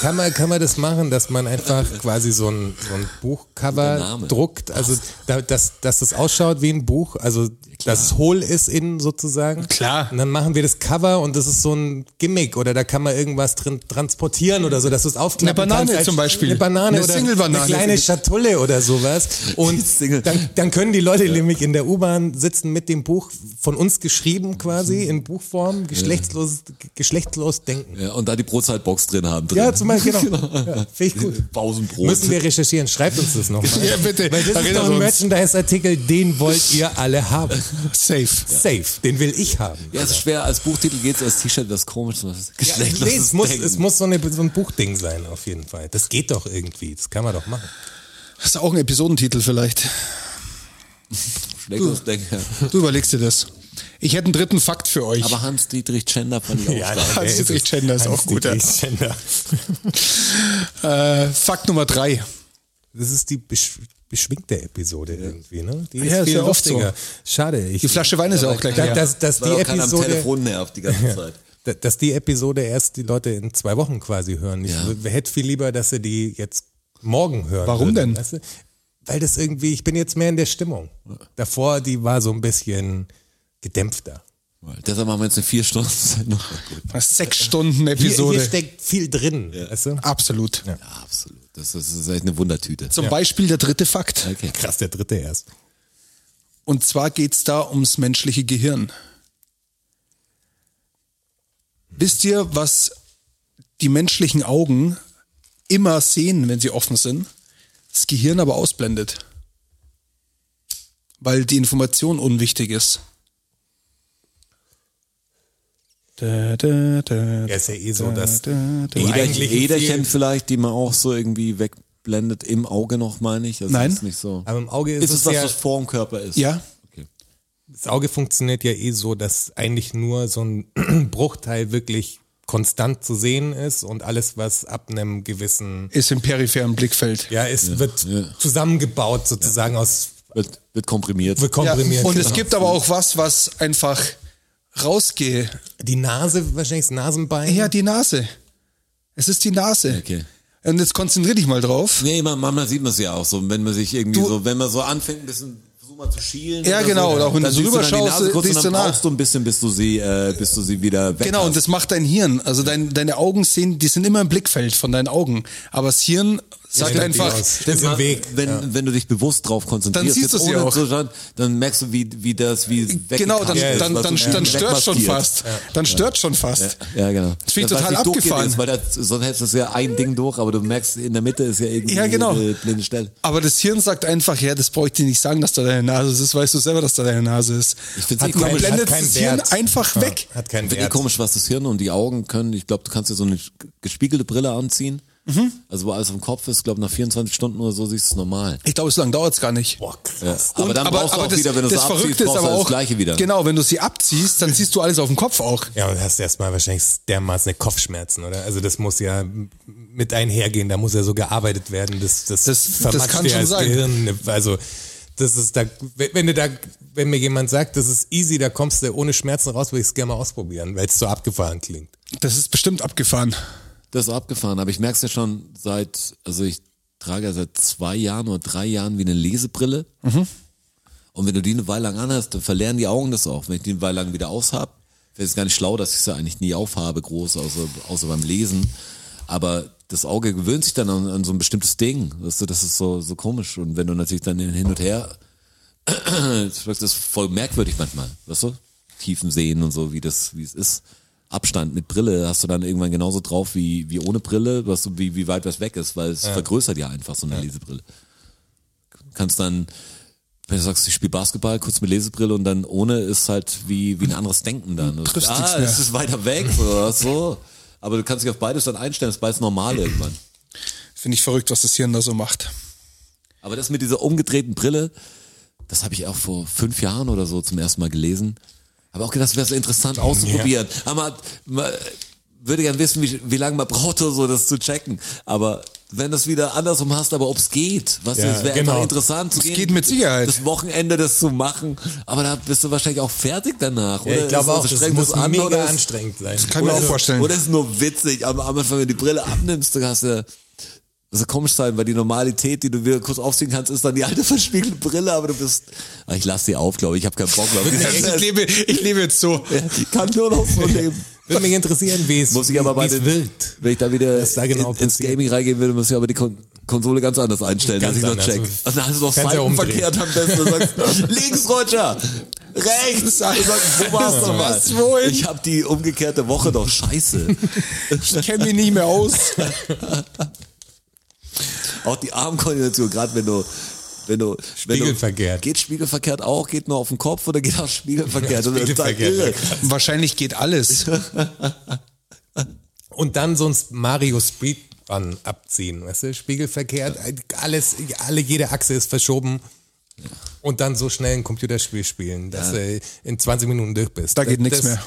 S4: kann, man, kann man das machen, dass man einfach quasi so ein, so ein
S2: Guter
S4: Buchcover
S2: Name.
S4: druckt, also da, dass, dass das ausschaut wie ein Buch, also dass es hohl ist innen sozusagen.
S3: Klar.
S4: Und dann machen wir das Cover und das ist so ein Gimmick oder da kann man irgendwas drin transportieren oder so, dass du es aufklappen
S3: Eine Banane
S4: kannst. als-
S3: zum Beispiel.
S4: Eine Banane
S3: Eine
S4: oder
S3: Single-Banane.
S4: eine kleine Schatulle oder sowas. Und
S2: Single.
S4: dann, dann können die Leute nämlich in der U-Bahn sitzen mit dem Buch von uns geschrieben quasi
S3: Mhm.
S4: in Buchform, geschlechtslos, geschlechtslos denken.
S2: Ja, und da die Brotzeitbox drin haben. Drin.
S4: Ja, zum Beispiel, genau. Ja, Finde ich gut.
S2: Pausenbrot.
S4: Müssen wir recherchieren, schreibt uns das nochmal.
S3: Ja, bitte. genau.
S4: Weil das ist
S3: Erinnert
S4: doch ein
S3: uns.
S4: Merchandise-Artikel, den wollt ihr alle haben.
S3: Safe.
S4: Safe, den will ich haben.
S2: ja, es ist schwer. Als Buchtitel geht's als T-Shirt was komisch. Was geschlechtloses
S4: Nee, es muss,
S2: Denken.
S4: es muss so, eine, so ein Buchding sein, auf jeden Fall. Das geht doch irgendwie, das kann man doch machen.
S3: Das ist auch ein Episodentitel vielleicht.
S2: Geschlechtloses Denken. ja.
S3: Du überlegst dir das. Ich hätte einen dritten Fakt für euch.
S2: Aber Hans-Dietrich Gender fand ich auch stark.
S4: nein,
S3: Hans-Dietrich
S4: es
S3: Gender ist auch gut, ja.
S4: Hans-Dietrich Gender.
S3: äh, Fakt Nummer drei.
S4: Das ist die besch beschwingte Episode irgendwie, ne? Die
S3: Ja, ist ja oft
S4: lustiger. Schade. Ich,
S3: Die Flasche Wein ist ja auch gleich leer.
S4: dass, dass,
S2: Weil
S4: die
S2: auch keiner am
S4: Episode,
S2: Telefon nervt die ganze Zeit.
S4: da- dass die Episode erst die Leute in zwei Wochen quasi hören. Ich
S2: Ja.
S4: w- hätte viel lieber, dass sie die jetzt morgen hören.
S3: Warum
S4: würden,
S3: denn?
S4: Weißt du? Weil das irgendwie, ich bin jetzt mehr in der Stimmung. Davor, die war so ein bisschen gedämpfter.
S2: Deshalb machen wir jetzt eine vier Stunden Sendung.
S3: Sechs Stunden
S4: Hier,
S3: Episode.
S4: hier steckt viel drin. Weißt du?
S3: Absolut.
S2: Ja, absolut. Das, das ist echt eine Wundertüte.
S3: Zum Beispiel der dritte Fakt.
S2: Okay.
S4: Krass, der dritte erst.
S3: Und zwar geht's da ums menschliche Gehirn. Wisst ihr, was die menschlichen Augen immer sehen, wenn sie offen sind? Das Gehirn aber ausblendet. Weil die Information unwichtig ist. Da, da, da,
S4: Ja, ist ja eh so, dass
S3: da, da.
S4: du
S2: Äderchen,
S4: eigentlich viel-
S2: Äderchen vielleicht, die man auch so irgendwie wegblendet im Auge noch, meine ich. Also
S3: Nein.
S2: Ist nicht so.
S4: Aber im Auge ist,
S2: Ist es
S4: es
S2: was,
S4: ja,
S2: was vor dem Körper ist?
S3: Ja,
S2: Okay.
S4: das Auge funktioniert ja eh so, dass eigentlich nur so ein Bruchteil wirklich konstant zu sehen ist und alles, was ab einem gewissen,
S3: ist im peripheren Blickfeld.
S4: ja, es wird
S2: ja.
S4: zusammengebaut sozusagen aus,
S2: Wird, wird komprimiert.
S4: wird
S3: Ja,
S4: komprimiert.
S3: und es
S4: Genau.
S3: gibt aber auch was, was einfach rausgeht.
S4: die Nase, wahrscheinlich das Nasenbein.
S3: Ja, die Nase. Es ist die Nase.
S2: Okay.
S3: Und jetzt konzentrier dich mal drauf.
S2: Nee, man, manchmal sieht man es ja auch so, wenn man sich irgendwie
S3: Du-
S2: so, wenn man so anfängt, ein bisschen versucht mal zu schielen.
S3: Ja, genau,
S2: so,
S3: oder auch wenn
S2: dann
S3: du so
S2: siehst dann die
S3: rüberschaust,
S2: Nase kurz
S3: siehst
S2: und dann
S3: du nach.
S2: brauchst du ein bisschen, bis du sie, äh, bis du sie wieder weg
S3: Genau,
S2: hast.
S3: und das macht dein Hirn. Also dein, deine Augen sehen, die sind immer im Blickfeld von deinen Augen. Aber das Hirn sagt
S4: stimmt,
S3: einfach,
S4: die aus. Das ist im Weg.
S2: Wenn, wenn du dich bewusst drauf konzentrierst,
S3: Dann siehst
S2: jetzt
S3: du's ja
S2: ohne
S3: auch.
S2: zu schauen, dann merkst du, wie, wie das, wie es
S3: genau, dann,
S2: weggekackt ist,
S3: dann,
S2: was
S3: dann,
S2: du
S3: dann
S2: irgendwie
S3: stört schon
S2: wegmaskierst.
S3: fast. Dann stört schon fast.
S2: Ja, genau.
S3: Das finde ich
S2: Dass
S3: total
S2: nicht durchgeht
S3: abgefahren.
S2: Ist, weil das, sonst hättest du es ja ein Ding durch, aber du merkst, in der Mitte ist ja irgendwie
S3: Ja, genau.
S2: eine blinde Stelle.
S3: Aber das Hirn sagt einfach, ja, das brauche ich dir nicht sagen, dass da deine Nase ist. Das weißt du selber, dass da deine Nase ist.
S2: Ich find's eh
S3: Hat- man
S2: komisch, hat
S3: blendet
S4: keinen
S3: das Hirn
S4: Wert.
S3: einfach
S4: Ja,
S3: weg.
S4: Ah, Hat keinen
S2: Finde ich
S4: Wert.
S2: komisch, was das Hirn und die Augen können. Ich glaube, du kannst dir so eine gespiegelte Brille anziehen.
S3: Mhm.
S2: Also wo alles im Kopf ist, glaube nach 24 Stunden oder so siehst du es normal.
S3: Ich glaube, so lange dauert es gar nicht.
S4: Boah, krass.
S2: Ja. Aber dann brauchst du auch wieder, wenn du es
S3: das
S2: abziehst,
S3: Verrückte ist
S2: brauchst du
S3: aber
S2: das
S3: auch,
S2: gleiche wieder.
S3: Genau, wenn du sie abziehst, dann siehst du alles auf dem Kopf auch.
S4: Ja, und hast erstmal wahrscheinlich dermaßen Kopfschmerzen, oder? Also das muss ja m- mit einhergehen. Da muss ja so gearbeitet werden. Das, das,
S3: Das- das
S4: vermatscht
S3: kann
S4: dir
S3: schon
S4: als
S3: sein.
S4: Gehirn. Also, das ist da, wenn wenn du da, wenn mir jemand sagt, das ist easy, da kommst du ohne Schmerzen raus, würde ich es gerne mal ausprobieren, weil es so abgefahren klingt.
S3: Das ist bestimmt abgefahren.
S2: Das ist abgefahren, aber ich merke es ja schon seit, also ich trage ja seit zwei Jahren oder drei Jahren wie eine Lesebrille. Und wenn du die eine Weile lang anhast, dann verlernen die Augen das auch. Wenn ich die eine Weile lang wieder aufhab, wäre es gar nicht schlau, dass ich sie eigentlich nie aufhabe, groß, außer, außer beim Lesen. Aber das Auge gewöhnt sich dann an, an so ein bestimmtes Ding. Weißt du, das ist so, so komisch. Und wenn du natürlich dann hin und her, das ist voll merkwürdig manchmal, weißt du? Tiefen sehen und so, wie das, wie es ist. Abstand mit Brille hast du dann irgendwann genauso drauf wie, wie ohne Brille, was du, wie, wie weit was weg ist, weil es vergrößert ja einfach so eine Lesebrille. Kannst dann, wenn du sagst, ich spiele Basketball, kurz mit Lesebrille und dann ohne ist halt wie, wie ein anderes Denken dann.
S3: Triffst nichts
S2: ah,
S3: mehr.
S2: es ist weiter weg, so, weißt du? Aber du kannst dich auf beides dann einstellen, das ist beides normal irgendwann.
S3: Finde ich verrückt, was das Hirn da so macht.
S2: Aber das mit dieser umgedrehten Brille, das habe ich auch vor fünf Jahren oder so zum ersten Mal gelesen. Aber auch gedacht, das wäre so interessant auszuprobieren. Aber man, man würde gern wissen, wie, wie lange man braucht oder so, das zu checken. Aber wenn das wieder andersrum hast, aber ob's geht, was
S4: Ja,
S2: es wäre
S4: genau.
S2: einfach interessant zu
S3: Es
S2: gehen.
S3: geht mit Sicherheit.
S2: Das Wochenende das zu machen, aber da bist du wahrscheinlich auch fertig danach, oder?
S4: Ja, ich glaube
S2: Ist-
S4: auch,
S2: also
S4: das
S2: strengt
S4: muss
S2: an,
S4: mega
S2: oder ist-
S4: anstrengend sein.
S3: Kann ich mir auch vorstellen.
S2: Also, oder ist nur witzig, aber am Anfang, wenn du die Brille abnimmst, dann hast du. Das ist komisch sein, weil die Normalität, die du wieder kurz aufziehen kannst, ist dann die alte verspiegelte Brille, aber du bist. Ah, ich lass die auf, glaube ich. Ich habe keinen Bock mehr.
S3: Ich lebe, ich lebe jetzt so.
S2: Ich kann nur noch so leben.
S4: Würde mich interessieren, wie es
S2: Muss ich aber
S4: wie
S2: bei
S4: es
S2: den,
S4: wirkt.
S2: wenn ich da wieder
S4: da genau
S2: in, ins
S4: passiert.
S2: Gaming reingehen würde, muss ich aber die Kon Konsole ganz anders einstellen,
S4: Ganz
S2: dass ich noch
S4: anders.
S2: check. Also, dann hast du noch
S4: Fernseher
S2: Seitenverkehrt am besten. Du sagst, links, Roger! Rechts! Du sagst, wo warst du
S3: Was wohl?
S2: mal? Ich habe die umgekehrte Woche doch scheiße.
S3: Ich kenne mich nicht mehr aus.
S2: Auch die Armkoordination, gerade wenn du. Wenn du, wenn
S4: Spiegelverkehrt.
S2: Du, geht spiegelverkehrt auch? Geht nur auf den Kopf oder geht auch spiegelverkehrt?
S4: Ja,
S2: Und das ist dann
S4: spiegelverkehrt,
S2: irre.
S4: ja, krass.
S3: Wahrscheinlich geht alles.
S4: Und dann so ein Mario Speedrun abziehen, weißt du? Spiegelverkehrt, alles, alle, jede Achse ist verschoben. Und dann so schnell ein Computerspiel spielen, dass du in 20 Minuten durch bist.
S3: Da geht nichts
S4: Das-
S3: mehr.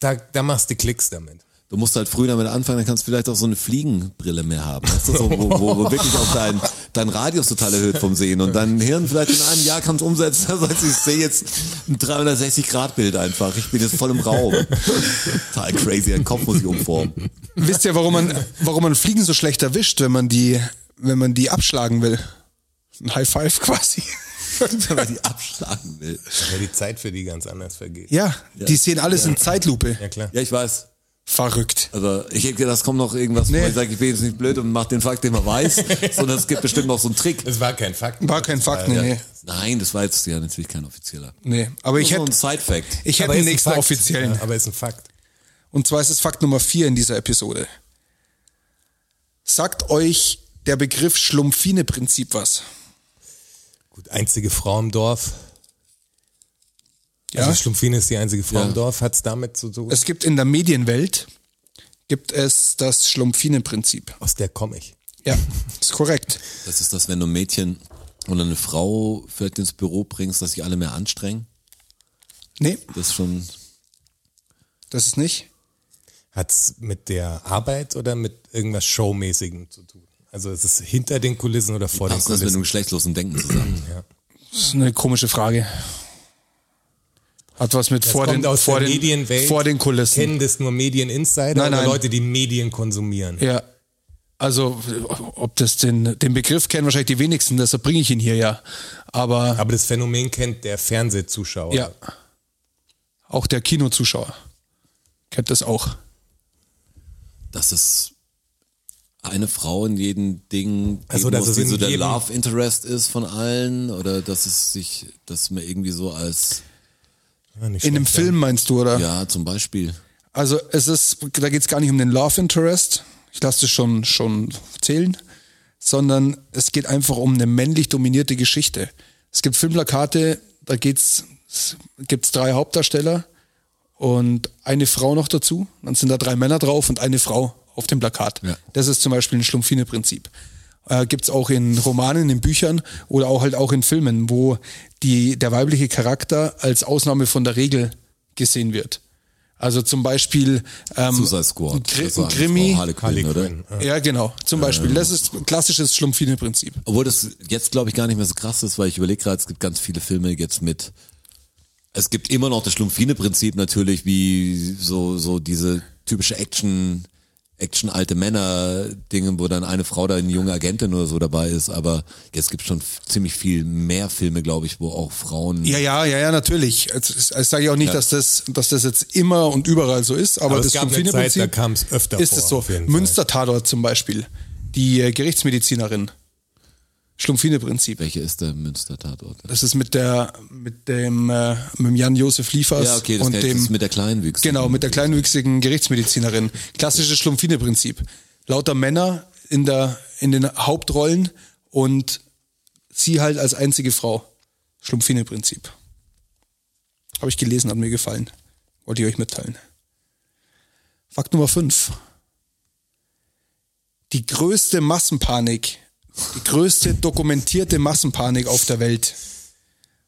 S4: Da, da machst du Klicks damit.
S2: Du musst halt früh damit anfangen, dann kannst du vielleicht auch so eine Fliegenbrille mehr haben. Weißt du, so, wo, wo, wo wirklich auch dein, dein Radius total erhöht vom Sehen und dein Hirn vielleicht in einem Jahr kannst umsetzen. Da sagst du, ich sehe jetzt ein 360-Grad-Bild einfach. Ich bin jetzt voll im Raum. Total crazy, dein Kopf muss sich umformen.
S3: Wisst ihr, warum man, warum man Fliegen so schlecht erwischt, wenn man die, wenn man die abschlagen will? Ein High Five quasi.
S2: Wenn man die abschlagen will.
S4: Weil die Zeit für die ganz anders vergeht.
S3: Ja, die sehen alles in Zeitlupe.
S4: Ja, klar.
S2: Ja, ich weiß.
S3: Verrückt.
S2: Also ich hätte gedacht, es kommt noch irgendwas,
S3: Nee.
S2: wo ich sage, ich bin jetzt nicht blöd und mach den Fakt, den man weiß, sondern es gibt bestimmt noch so einen Trick.
S4: Es war kein Fakt.
S3: War kein Fakt, nee, nee.
S2: Nein, das war jetzt ja natürlich kein offizieller.
S3: nee. Aber ich
S2: Nur
S3: hätte,
S2: so ein Side-Fact.
S3: ich hätte
S4: ist
S3: den
S4: ein
S3: nächsten
S4: Fakt.
S3: offiziellen.
S4: Ja, aber ist ein Fakt.
S3: Und zwar ist es Fakt Nummer vier in dieser Episode. Sagt euch der Begriff Schlumpfine-Prinzip was?
S4: Gut, einzige Frau im Dorf.
S3: Ja.
S4: Also Schlumpfine ist die einzige Frau im Dorf. Hat's damit zu tun?
S3: Es gibt in der Medienwelt gibt es das Schlumpfine-Prinzip.
S4: Aus der komme ich.
S3: Ja, ist korrekt.
S2: Das ist das, wenn du ein Mädchen oder eine Frau vielleicht ins Büro bringst, dass sich alle mehr anstrengen.
S3: Nee,
S2: Das ist schon
S3: das ist nicht.
S4: Hat's mit der Arbeit oder mit irgendwas Showmäßigem zu tun? Also ist es hinter den Kulissen oder vor den
S2: passt das mit
S4: Kulissen?
S2: einem geschlechtlosen Denken zusammen.
S3: Das ist eine komische Frage. Hat was mit
S4: Das
S3: vor
S4: kommt
S3: den,
S4: aus
S3: vor,
S4: der
S3: den
S4: Medienwelt.
S3: vor den Kulissen.
S4: Kennen das nur Medieninsider
S3: Nein,
S4: oder
S3: nein.
S4: Leute, die Medien konsumieren?
S3: Ja. Also, ob das den, den Begriff kennen wahrscheinlich die wenigsten, deshalb bringe ich ihn hier ja. Aber
S4: Aber das Phänomen kennt der Fernsehzuschauer.
S3: ja. Auch der Kinozuschauer kennt das auch.
S2: Das ist eine Frau in jedem Ding,
S4: Also,
S2: geben
S4: dass
S2: muss,
S4: es
S2: die
S4: in
S2: so der
S4: jedem-
S2: Love Interest ist von allen oder dass es sich, dass man irgendwie so als,
S4: Ja, nicht
S3: In einem
S4: schlecht, ja.
S3: Film meinst du, oder?
S2: ja zum Beispiel,
S3: Also es ist, da geht es gar nicht um den Love Interest, ich lasse das schon, schon zählen, sondern es geht einfach um eine männlich dominierte Geschichte. Es gibt Filmplakate, da geht's, es gibt's drei Hauptdarsteller und eine Frau noch dazu, dann sind da drei Männer drauf und eine Frau auf dem Plakat.
S2: Ja.
S3: Das ist zum Beispiel ein Schlumpfine-Prinzip. Äh, gibt's auch in Romanen, in Büchern oder auch halt auch in Filmen, wo die, der weibliche Charakter als Ausnahme von der Regel gesehen wird. Also zum Beispiel ähm,
S2: Suicide Squad.
S3: ein Kri-
S2: Das war
S3: ein
S2: eine
S3: Krimi.
S2: Frau, Harley Quinn,
S4: Harley
S2: oder?
S4: Quinn.
S3: Ja, genau. Zum Beispiel. Das ist klassisches Schlumpfine-Prinzip.
S2: Obwohl das jetzt, glaube ich, gar nicht mehr so krass ist, weil ich überlege gerade, es gibt ganz viele Filme jetzt mit. Es gibt immer noch das Schlumpfine-Prinzip natürlich, wie so, so diese typische Action, Action-alte Männer-Dinge, wo dann eine Frau da eine junge Agentin oder so dabei ist, aber jetzt gibt schon f- ziemlich viel mehr Filme, glaube ich, wo auch Frauen.
S3: Ja, ja, ja, ja, natürlich. Es- Es sage ich auch nicht, dass, das, dass das jetzt immer und überall so ist, aber,
S4: Aber es
S3: das
S4: gab eine
S3: Schlumpfine-Prinzip
S4: Zeit, da kam's öfter
S3: ist
S4: vor,
S3: es so.
S4: auf jeden Fall.
S3: Münster-Tatort zum Beispiel. Die äh, Gerichtsmedizinerin. Schlumpfine-Prinzip.
S2: Welche ist der Münster-Tatort?
S3: Das ist mit der, mit dem, äh, mit dem Jan Josef Liefers
S2: Ja, okay, das,
S3: und
S2: kenn ich, das
S3: dem,
S2: ist mit der kleinen Wüchse.
S3: Genau, mit der kleinwüchsigen Gerichtsmedizinerin. Klassisches Schlumpfine-Prinzip. Lauter Männer in, der, in den Hauptrollen und sie halt als einzige Frau. Schlumpfine-Prinzip. Habe ich gelesen, hat mir gefallen. Wollte ich euch mitteilen. Fakt Nummer 5. Die größte Massenpanik, die größte dokumentierte Massenpanik auf der Welt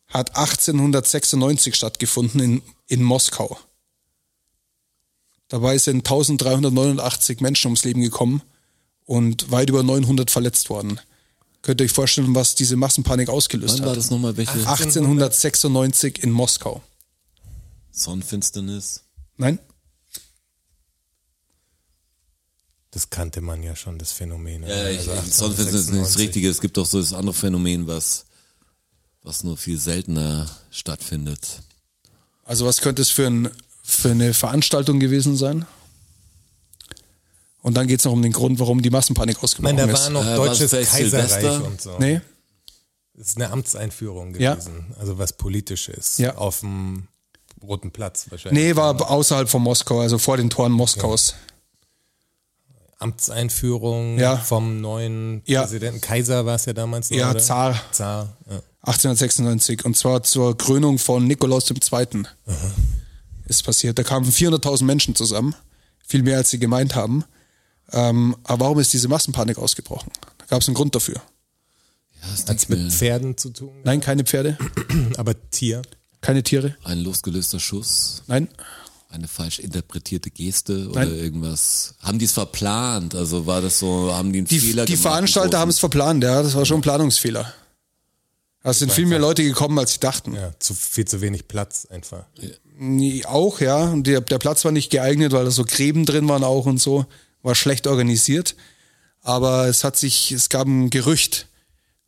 S3: hat 1896 stattgefunden in, in Moskau. Dabei sind 1389 Menschen ums Leben gekommen und weit über 900 verletzt worden. Könnt ihr euch vorstellen, was diese Massenpanik ausgelöst
S2: Wann war
S3: hat?
S2: das nochmal? Welche?
S3: 1896 in Moskau.
S2: Sonnenfinsternis.
S3: Nein?
S4: Das kannte man ja schon, das Phänomen.
S2: Ja, ich,
S4: Also
S2: ich, Sonnenfinsternis ist nicht das
S4: 1896.
S2: Richtige. Es gibt auch so das andere Phänomen, was, was nur viel seltener stattfindet.
S3: Also was könnte es für, ein, für eine Veranstaltung gewesen sein? Und dann geht es noch um den Grund, warum die Massenpanik
S4: Ich meine,
S3: ausgebrochen
S4: da war
S3: ist.
S4: noch
S2: Äh,
S4: deutsches
S2: war's vielleicht
S4: Kaiserreich
S2: Silvester?
S4: und so.
S3: Nee?
S4: Das ist eine Amtseinführung
S3: Ja.
S4: gewesen. Also was politisch ist.
S3: Ja.
S4: Auf dem Roten Platz wahrscheinlich.
S3: Nee, war außerhalb von Moskau, also vor den Toren Moskaus.
S4: Amtseinführung
S3: Ja.
S4: vom neuen
S3: Ja.
S4: Präsidenten. Kaiser war es ja damals noch,
S3: Ja,
S4: oder?
S3: Zar.
S4: Zar, ja.
S3: 1896. Und zwar zur Krönung von Nikolaus II. ist passiert. Da kamen 400.000 Menschen zusammen. Viel mehr, als sie gemeint haben. Ähm, aber warum ist diese Massenpanik ausgebrochen? Da gab es einen Grund dafür.
S2: Ja, ist
S4: Hat's
S2: nichts
S4: mit
S2: mehr.
S4: Pferden zu tun,
S3: Nein, keine Pferde,
S4: aber Tier.
S3: keine Tiere.
S2: Ein losgelöster Schuss,
S3: Nein,
S2: eine falsch interpretierte Geste oder
S3: Nein.
S2: irgendwas. Haben die es verplant? Also war das so, haben die einen
S3: die,
S2: Fehler
S3: die
S2: gemacht?
S3: Veranstalter haben es verplant, ja. Das war schon ein Planungsfehler. Es sind viel mehr Leute gekommen, als sie dachten.
S4: Ja, zu, viel zu wenig Platz einfach.
S3: Nee, Auch, ja. Und der, der Platz war nicht geeignet, weil da so Gräben drin waren auch und so. War schlecht organisiert. Aber es hat sich, es gab ein Gerücht,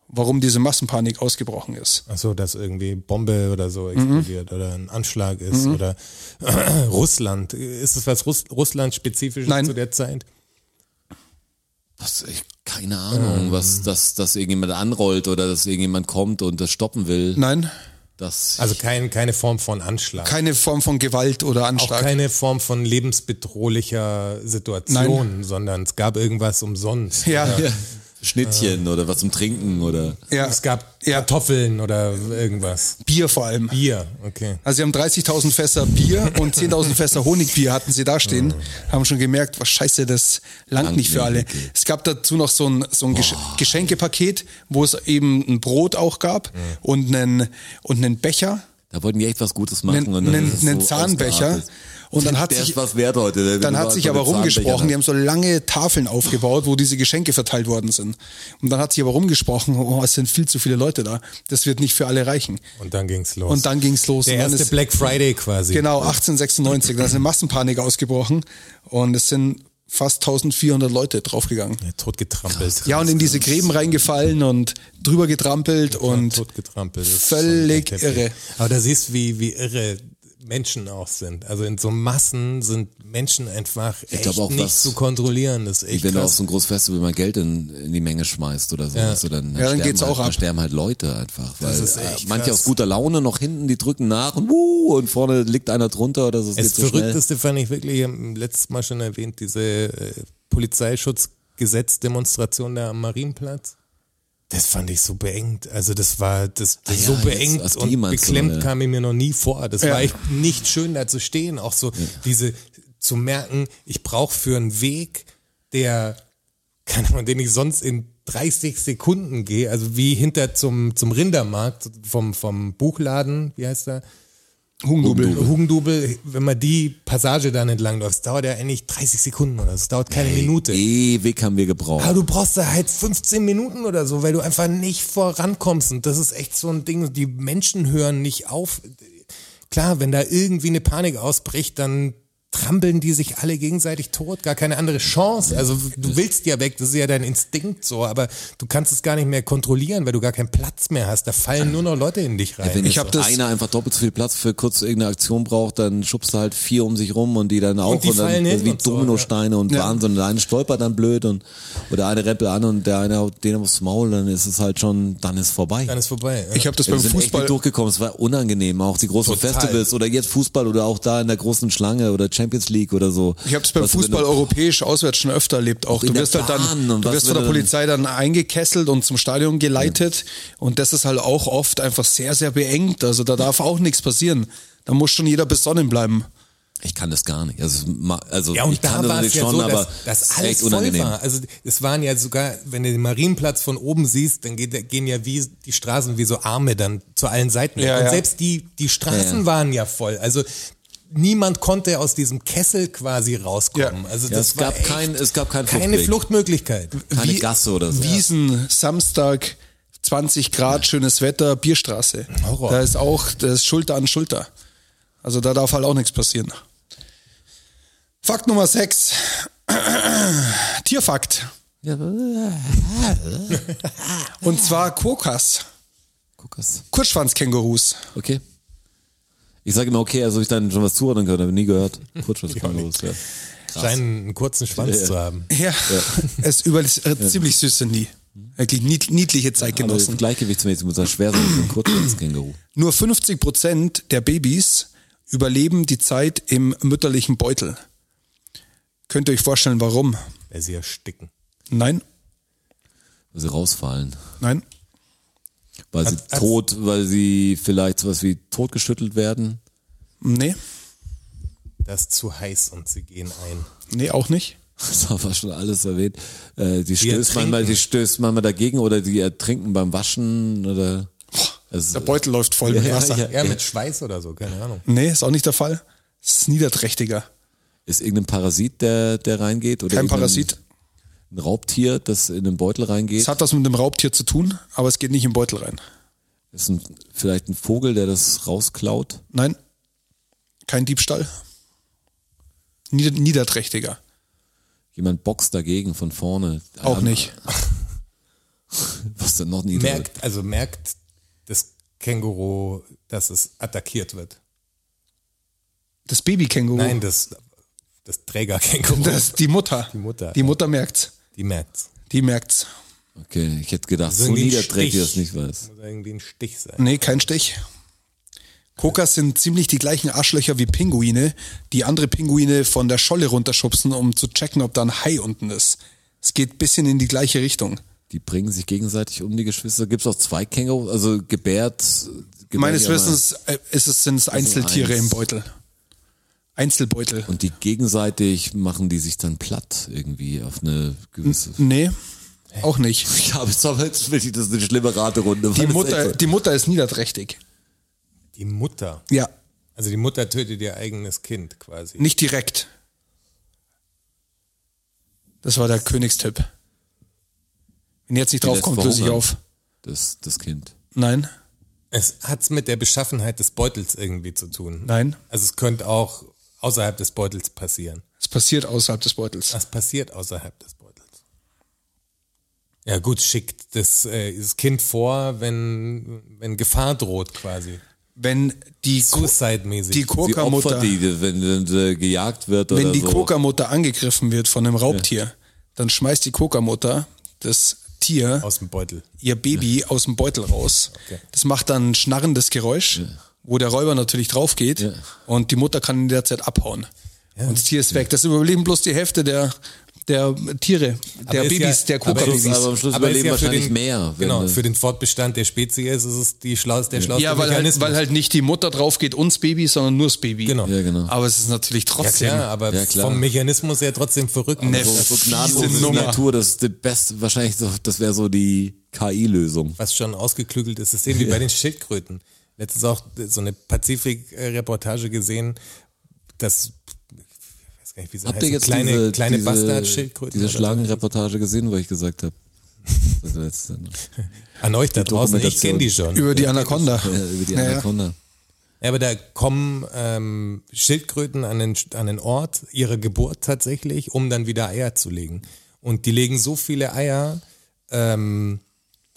S3: warum diese Massenpanik ausgebrochen ist.
S4: Ach so, dass irgendwie Bombe oder
S3: Mhm.
S4: so explodiert oder ein Anschlag ist oder Russland. Ist es was Russ Russland-spezifisches
S3: Nein.
S4: zu der Zeit?
S2: Was, ich, keine Ahnung, was, dass, dass irgendjemand anrollt oder dass irgendjemand kommt und das stoppen will.
S3: Nein,
S2: Das,
S4: Also kein, keine Form von Anschlag.
S3: keine Form von Gewalt oder
S4: auch
S3: Anschlag.
S4: keine Form von lebensbedrohlicher Situation, sondern es gab irgendwas umsonst.
S3: ja, ja,
S2: Schnittchen oder was zum Trinken oder.
S3: ja.
S4: Es gab
S3: Ja.
S4: Kartoffeln oder irgendwas.
S3: Bier vor allem.
S4: Bier, okay.
S3: Also sie haben 30.000 Fässer Bier und 10.000 Fässer Honigbier hatten sie da stehen. Haben schon gemerkt, was scheiße, das langt nicht für alle. Es gab dazu noch so ein, so ein Gesch- Geschenkepaket, wo es eben ein Brot auch gab und einen, und einen Becher,
S2: Da wollten die echt was Gutes machen.
S3: einen,
S2: und dann
S3: einen,
S2: ist es
S3: einen
S2: so
S3: Zahnbecher.
S2: ausgeartet.
S3: Und dann hat
S2: der
S3: sich,
S2: ist was wert heute. wenn
S3: dann
S2: du
S3: hat
S2: so
S3: sich
S2: eine
S3: aber rumgesprochen,
S2: Zahnbecher
S3: die haben so lange Tafeln aufgebaut, wo diese Geschenke verteilt worden sind. Und dann hat sich aber rumgesprochen, oh, es sind viel zu viele Leute da. Das wird nicht für alle reichen.
S4: Und dann ging's los.
S3: Und dann ging's los.
S4: der
S3: und dann
S4: erste
S3: ist-
S4: Black Friday quasi.
S3: Genau, 1896. Da ist eine Massenpanik ausgebrochen und es sind fast 1400 Leute draufgegangen.
S4: Ja, Totgetrampelt.
S3: Ja, und in diese Gräben reingefallen und drüber getrampelt und
S4: totgetrampelt. Das ist
S3: völlig
S4: schon der Teppich.
S3: irre.
S4: Aber da siehst du, wie, wie irre Menschen auch sind. Also in so Massen sind Menschen einfach echt
S2: glaub auch,
S4: nicht
S2: was-
S4: zu kontrollieren. Das ist echt
S2: Wenn du auf
S4: krass.
S2: so ein großes Festival mal Geld in, in die Menge schmeißt oder sowas, oder dann,
S3: Ja, dann
S2: sterben
S3: geht's
S2: halt,
S3: auch ab.
S2: Dann sterben halt Leute einfach. Weil
S4: ist
S2: äh,
S4: echt
S2: manche
S4: krass.
S2: aus guter Laune noch hinten, die drücken nach und wuh, und vorne liegt einer drunter oder so. Es
S4: Das
S2: geht so schnell.
S4: Verrückteste fand ich wirklich, wir haben letztes Mal schon erwähnt, diese äh, Polizeischutzgesetz-Demonstration da am Marienplatz. Das fand ich so beengt. Also das war das, das
S2: Ah ja,
S4: so
S2: jetzt aus
S4: beengt
S2: die
S4: und
S2: meinst du,
S4: beklemmt
S2: ja.
S4: kam ich mir noch nie vor. Das
S3: Ja.
S4: war echt nicht schön da zu stehen. Auch so diese zu merken, ich brauche für einen Weg, der keine Ahnung, den ich sonst in 30 Sekunden gehe, also wie hinter zum, zum Rindermarkt vom, vom Buchladen, wie heißt der?
S3: Hugendubel.
S4: Hugendubel, wenn man die Passage dann entlang läuft, dauert ja eigentlich 30 Sekunden oder so. Es dauert keine Minute.
S2: Ewig haben wir gebraucht.
S4: Aber du brauchst da halt 15 Minuten oder so, weil du einfach nicht vorankommst. Und das ist echt so ein Ding, die Menschen hören nicht auf. Klar, wenn da irgendwie eine Panik ausbricht, dann trampeln die sich alle gegenseitig tot, gar keine andere Chance. Also du willst ja weg, das ist ja dein Instinkt so, aber du kannst es gar nicht mehr kontrollieren, weil du gar keinen Platz mehr hast. Da fallen nur noch Leute in dich rein.
S2: Wenn
S3: Ich
S2: ich
S3: hab das-
S2: einer einfach doppelt so viel Platz für kurz irgendeine Aktion braucht, dann schubst du halt vier um sich rum und die dann auch
S4: die
S2: dann
S4: fallen hin
S2: wie
S4: und so,
S2: Dominosteine und Wahnsinn. Und der eine stolpert dann blöd und oder eine Rempel an und der eine haut den aufs Maul, dann ist es halt schon, dann ist vorbei.
S4: Dann ist vorbei. ja.
S3: Ich habe das
S2: wir
S3: beim
S2: sind echt
S3: Fußball.
S2: nicht durchgekommen, es war unangenehm, auch die großen
S4: Total.
S2: Festivals oder jetzt Fußball oder auch da in der großen Schlange oder Champions League oder so.
S3: Ich habe es beim
S2: Was, wenn du-
S3: Fußball europäisch auswärts schon öfter erlebt. Auch
S2: in
S3: du
S2: der
S3: wirst halt dann,
S2: Bahn und
S3: du
S2: was,
S3: wirst von
S2: wenn
S3: der
S2: du dann-
S3: Polizei dann eingekesselt und zum Stadion geleitet. Und das ist halt auch oft einfach sehr, sehr beengt. Also da darf auch nichts passieren. Da muss schon jeder besonnen bleiben.
S2: Ich kann das gar nicht. Also, ma- also
S4: Ja, und
S2: ich kann
S4: da
S2: das
S4: war es
S2: natürlich
S4: ja
S2: schon,
S4: so,
S2: aber
S4: dass, dass
S2: es ist
S4: alles
S2: echt
S4: voll
S2: unangenehm.
S4: war. Also es waren ja sogar, wenn du den Marienplatz von oben siehst, dann geht, gehen ja wie die Straßen wie so Arme dann zu allen Seiten.
S3: Ja,
S4: und
S3: ja.
S4: selbst die, die Straßen
S2: Ja, ja.
S4: waren ja voll. Also niemand konnte aus diesem Kessel quasi rauskommen.
S3: Ja.
S4: Also
S2: Ja,
S4: das
S2: es,
S4: war
S2: gab
S4: echt
S2: kein, es gab keinen
S4: keine
S2: Fluchtweg,
S4: Fluchtmöglichkeit.
S2: keine
S3: Wie-
S2: Gasse oder so.
S3: Wiesen, Samstag, 20 Grad, schönes Wetter, Bierstraße.
S4: Horror.
S3: Da ist auch das ist Schulter an Schulter. Also da darf halt auch nichts passieren. Fakt Nummer 6. Tierfakt. Und zwar Quokkas,
S2: Guck das.
S3: Kurzschwanzkängurus.
S2: Okay. Ich sage immer okay, also ich dann schon was zuhören können, habe nie gehört. Kurz was kommt los. Ja.
S4: Scheinen einen kurzen Schwanz zu haben.
S3: Ja, es über, äh, ziemlich süß sind die. Wirklich nied- niedliche
S2: Aber
S3: Zeitgenossen.
S2: gleichgewichtsmäßig muss das schwer sein mit einem Kurzschwanzkänguru.
S3: Nur 50 Prozent der Babys überleben die Zeit im mütterlichen Beutel. Könnt ihr euch vorstellen, warum?
S4: Weil sie ersticken.
S3: Nein,
S2: Weil sie rausfallen.
S3: nein.
S2: Weil sie
S4: Hat- hat-
S2: tot, weil sie vielleicht sowas wie totgeschüttelt werden.
S3: Nee,
S4: Das ist zu heiß und sie gehen ein.
S3: nee, auch nicht.
S2: Das haben wir schon alles erwähnt. Äh, die stößt
S4: ertrinken.
S2: manchmal, die stößt manchmal dagegen oder die ertrinken beim Waschen oder. Also,
S3: Der Beutel läuft voll mit
S2: ja,
S3: Wasser.
S2: ja.
S4: Ja, mit Schweiß oder so, keine Ahnung.
S3: Nee, ist auch nicht der Fall. Ist niederträchtiger.
S2: ist irgendein Parasit, der, der reingeht? Oder
S3: Kein
S2: irgendein-
S3: Parasit.
S2: Ein Raubtier, das in den Beutel reingeht?
S3: Es hat was mit dem Raubtier zu tun, aber es geht nicht im Beutel rein.
S2: Ist ein, vielleicht ein Vogel, der das rausklaut?
S3: Nein, kein Diebstahl. Nieder niederträchtiger.
S2: Jemand boxt dagegen von vorne.
S3: Auch
S2: Ein-
S3: nicht.
S2: Was denn noch nie
S4: merkt, also merkt das Känguru, dass es attackiert wird.
S3: Das Babykänguru.
S4: Nein, das, das Trägerkänguru.
S3: das ist die Mutter. Die
S4: Mutter.
S3: Die Mutter merkt's.
S4: die merkt's.
S3: Die merkt's.
S2: Okay, ich hätte gedacht,
S3: Also
S2: so
S4: irgendwie ein
S2: niederträchtig, dass ich
S4: Stich.
S2: nicht weiß.
S4: Muss irgendwie ein Stich sein.
S3: Nee, kein Stich. Kokas sind ziemlich die gleichen Arschlöcher wie Pinguine, die andere Pinguine von der Scholle runterschubsen, um zu checken, ob da ein Hai unten ist. Es geht bisschen in die gleiche Richtung.
S2: Die bringen sich gegenseitig um, die Geschwister. Gibt es auch zwei Kängurus, also gebärt. gebärt
S3: Meines
S2: ja mal.
S3: Wissens äh, ist es, sind es Einzeltiere
S2: eins.
S3: im Beutel. Einzelbeutel.
S2: Und die gegenseitig machen die sich dann platt irgendwie auf eine gewisse.
S3: Nee, auch nicht.
S2: Ich habe jetzt aber jetzt wirklich, das ist eine schlimme Raterunde.
S3: Die
S2: war das
S3: Mutter,
S2: echt so.
S3: die Mutter ist niederträchtig.
S4: Die Mutter.
S3: Ja,
S4: Also die Mutter tötet ihr eigenes Kind quasi.
S3: nicht direkt. Das war der Königstipp. Wenn ihr jetzt nicht
S2: Die
S3: drauf
S2: lässt
S3: kommt, löse ich
S2: verhungern.
S3: auf.
S2: das, das Kind.
S3: Nein,
S4: Es hat's mit der Beschaffenheit des Beutels irgendwie zu tun.
S3: nein.
S4: Also es könnte auch außerhalb des Beutels passieren.
S3: Es passiert außerhalb des Beutels.
S4: Was passiert außerhalb des Beutels? Ja gut, schickt das, äh, das Kind vor, wenn, wenn Gefahr droht quasi.
S3: Wenn die, Ko
S4: Suicide-mäßig.
S3: die
S2: Die
S3: Koka-Mutter,
S2: opfert die, wenn, wenn sie gejagt wird oder
S3: wenn die
S2: so.
S3: Koka-Mutter angegriffen wird von einem Raubtier, dann schmeißt die Koka-Mutter das Tier
S4: aus dem Beutel.
S3: ihr Baby aus dem Beutel raus. Das macht dann ein schnarrendes Geräusch, wo der Räuber natürlich drauf geht und die Mutter kann in der Zeit abhauen. Und das Tier ist weg. Das überleben bloß die Hälfte der, der Tiere, der
S4: Aber ist
S3: Babys,
S4: ja-
S3: der Koka-Babys.
S2: aber am Schluss
S4: ist
S2: überleben
S4: für
S2: wahrscheinlich mehr, wenn
S4: Genau,
S2: du-
S4: für den Fortbestand der Spezies ist es die schlaus, der schlauste
S3: Ja, weil halt,
S4: Mechanismus.
S3: weil halt nicht die Mutter drauf geht und das Baby, sondern nur das Baby.
S4: Genau.
S2: Ja, genau.
S3: Aber es ist natürlich
S4: ja,
S3: trotzdem.
S4: klar, aber
S2: Ja, klar.
S4: vom Mechanismus her trotzdem verrückt.
S3: Ne,
S4: Also,
S2: so
S3: fiese
S2: gnadenlose
S3: Nummer.
S2: Natur, das ist die beste, wahrscheinlich so, das wäre so die KI-Lösung.
S4: was schon ausgeklügelt ist, ist eben wie bei den Schildkröten. letztens auch so eine Pazifik-Reportage gesehen, dass ich weiß gar nicht, wie sie
S2: Habt
S4: heißen,
S2: ihr jetzt
S4: Also kleine,
S2: diese,
S4: kleine
S2: diese,
S4: Bastard-Schildkröten
S2: diese
S4: oder so?
S2: Schlagenreportage gesehen, wo ich gesagt habe? Das letzte, ne?
S4: An euch da draußen, ich
S2: Dokumentation.
S4: kenne die schon.
S3: Über die Anaconda.
S2: Ja, Über die
S3: Naja.
S2: Anaconda.
S4: Ja, aber da kommen ähm, Schildkröten an den, an den Ort ihrer Geburt tatsächlich, um dann wieder Eier zu legen. Und die legen so viele Eier, ähm,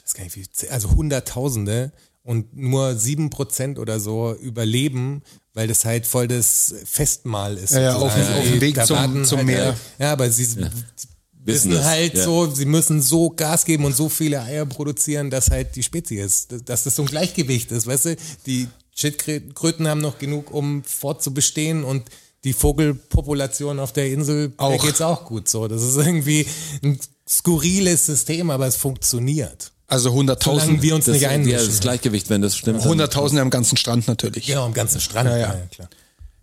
S4: das kann ich wie, ze- also Hunderttausende, und nur sieben Prozent oder so überleben, weil das halt voll das Festmahl ist.
S3: Ja, ja,
S4: sozusagen.
S3: auf dem- auf dem
S4: Die-
S3: Weg
S4: da
S3: zum-
S4: warten halt
S3: zum Meer.
S4: Ja, aber sie
S2: Wissen
S4: wissen
S2: das,
S4: halt
S2: ja.
S4: so, sie müssen so Gas geben und so viele Eier produzieren, dass halt die Spezies, dass das so ein Gleichgewicht ist, weißt du? Die Schildkröten haben noch genug, um fortzubestehen und die Vogelpopulation auf der Insel,
S3: Auch.
S4: der geht's auch gut so. Das ist irgendwie ein skurriles System, aber es funktioniert.
S3: Also
S4: Solange
S3: 100.000.
S4: wir uns
S2: Das,
S4: nicht
S2: ja,
S4: einmischen.
S2: das Gleichgewicht, wenn das stimmt. dann-
S3: 100.000 am ganzen Strand natürlich.
S4: ja, am ganzen Strand.
S3: Ja, ja.
S4: klar.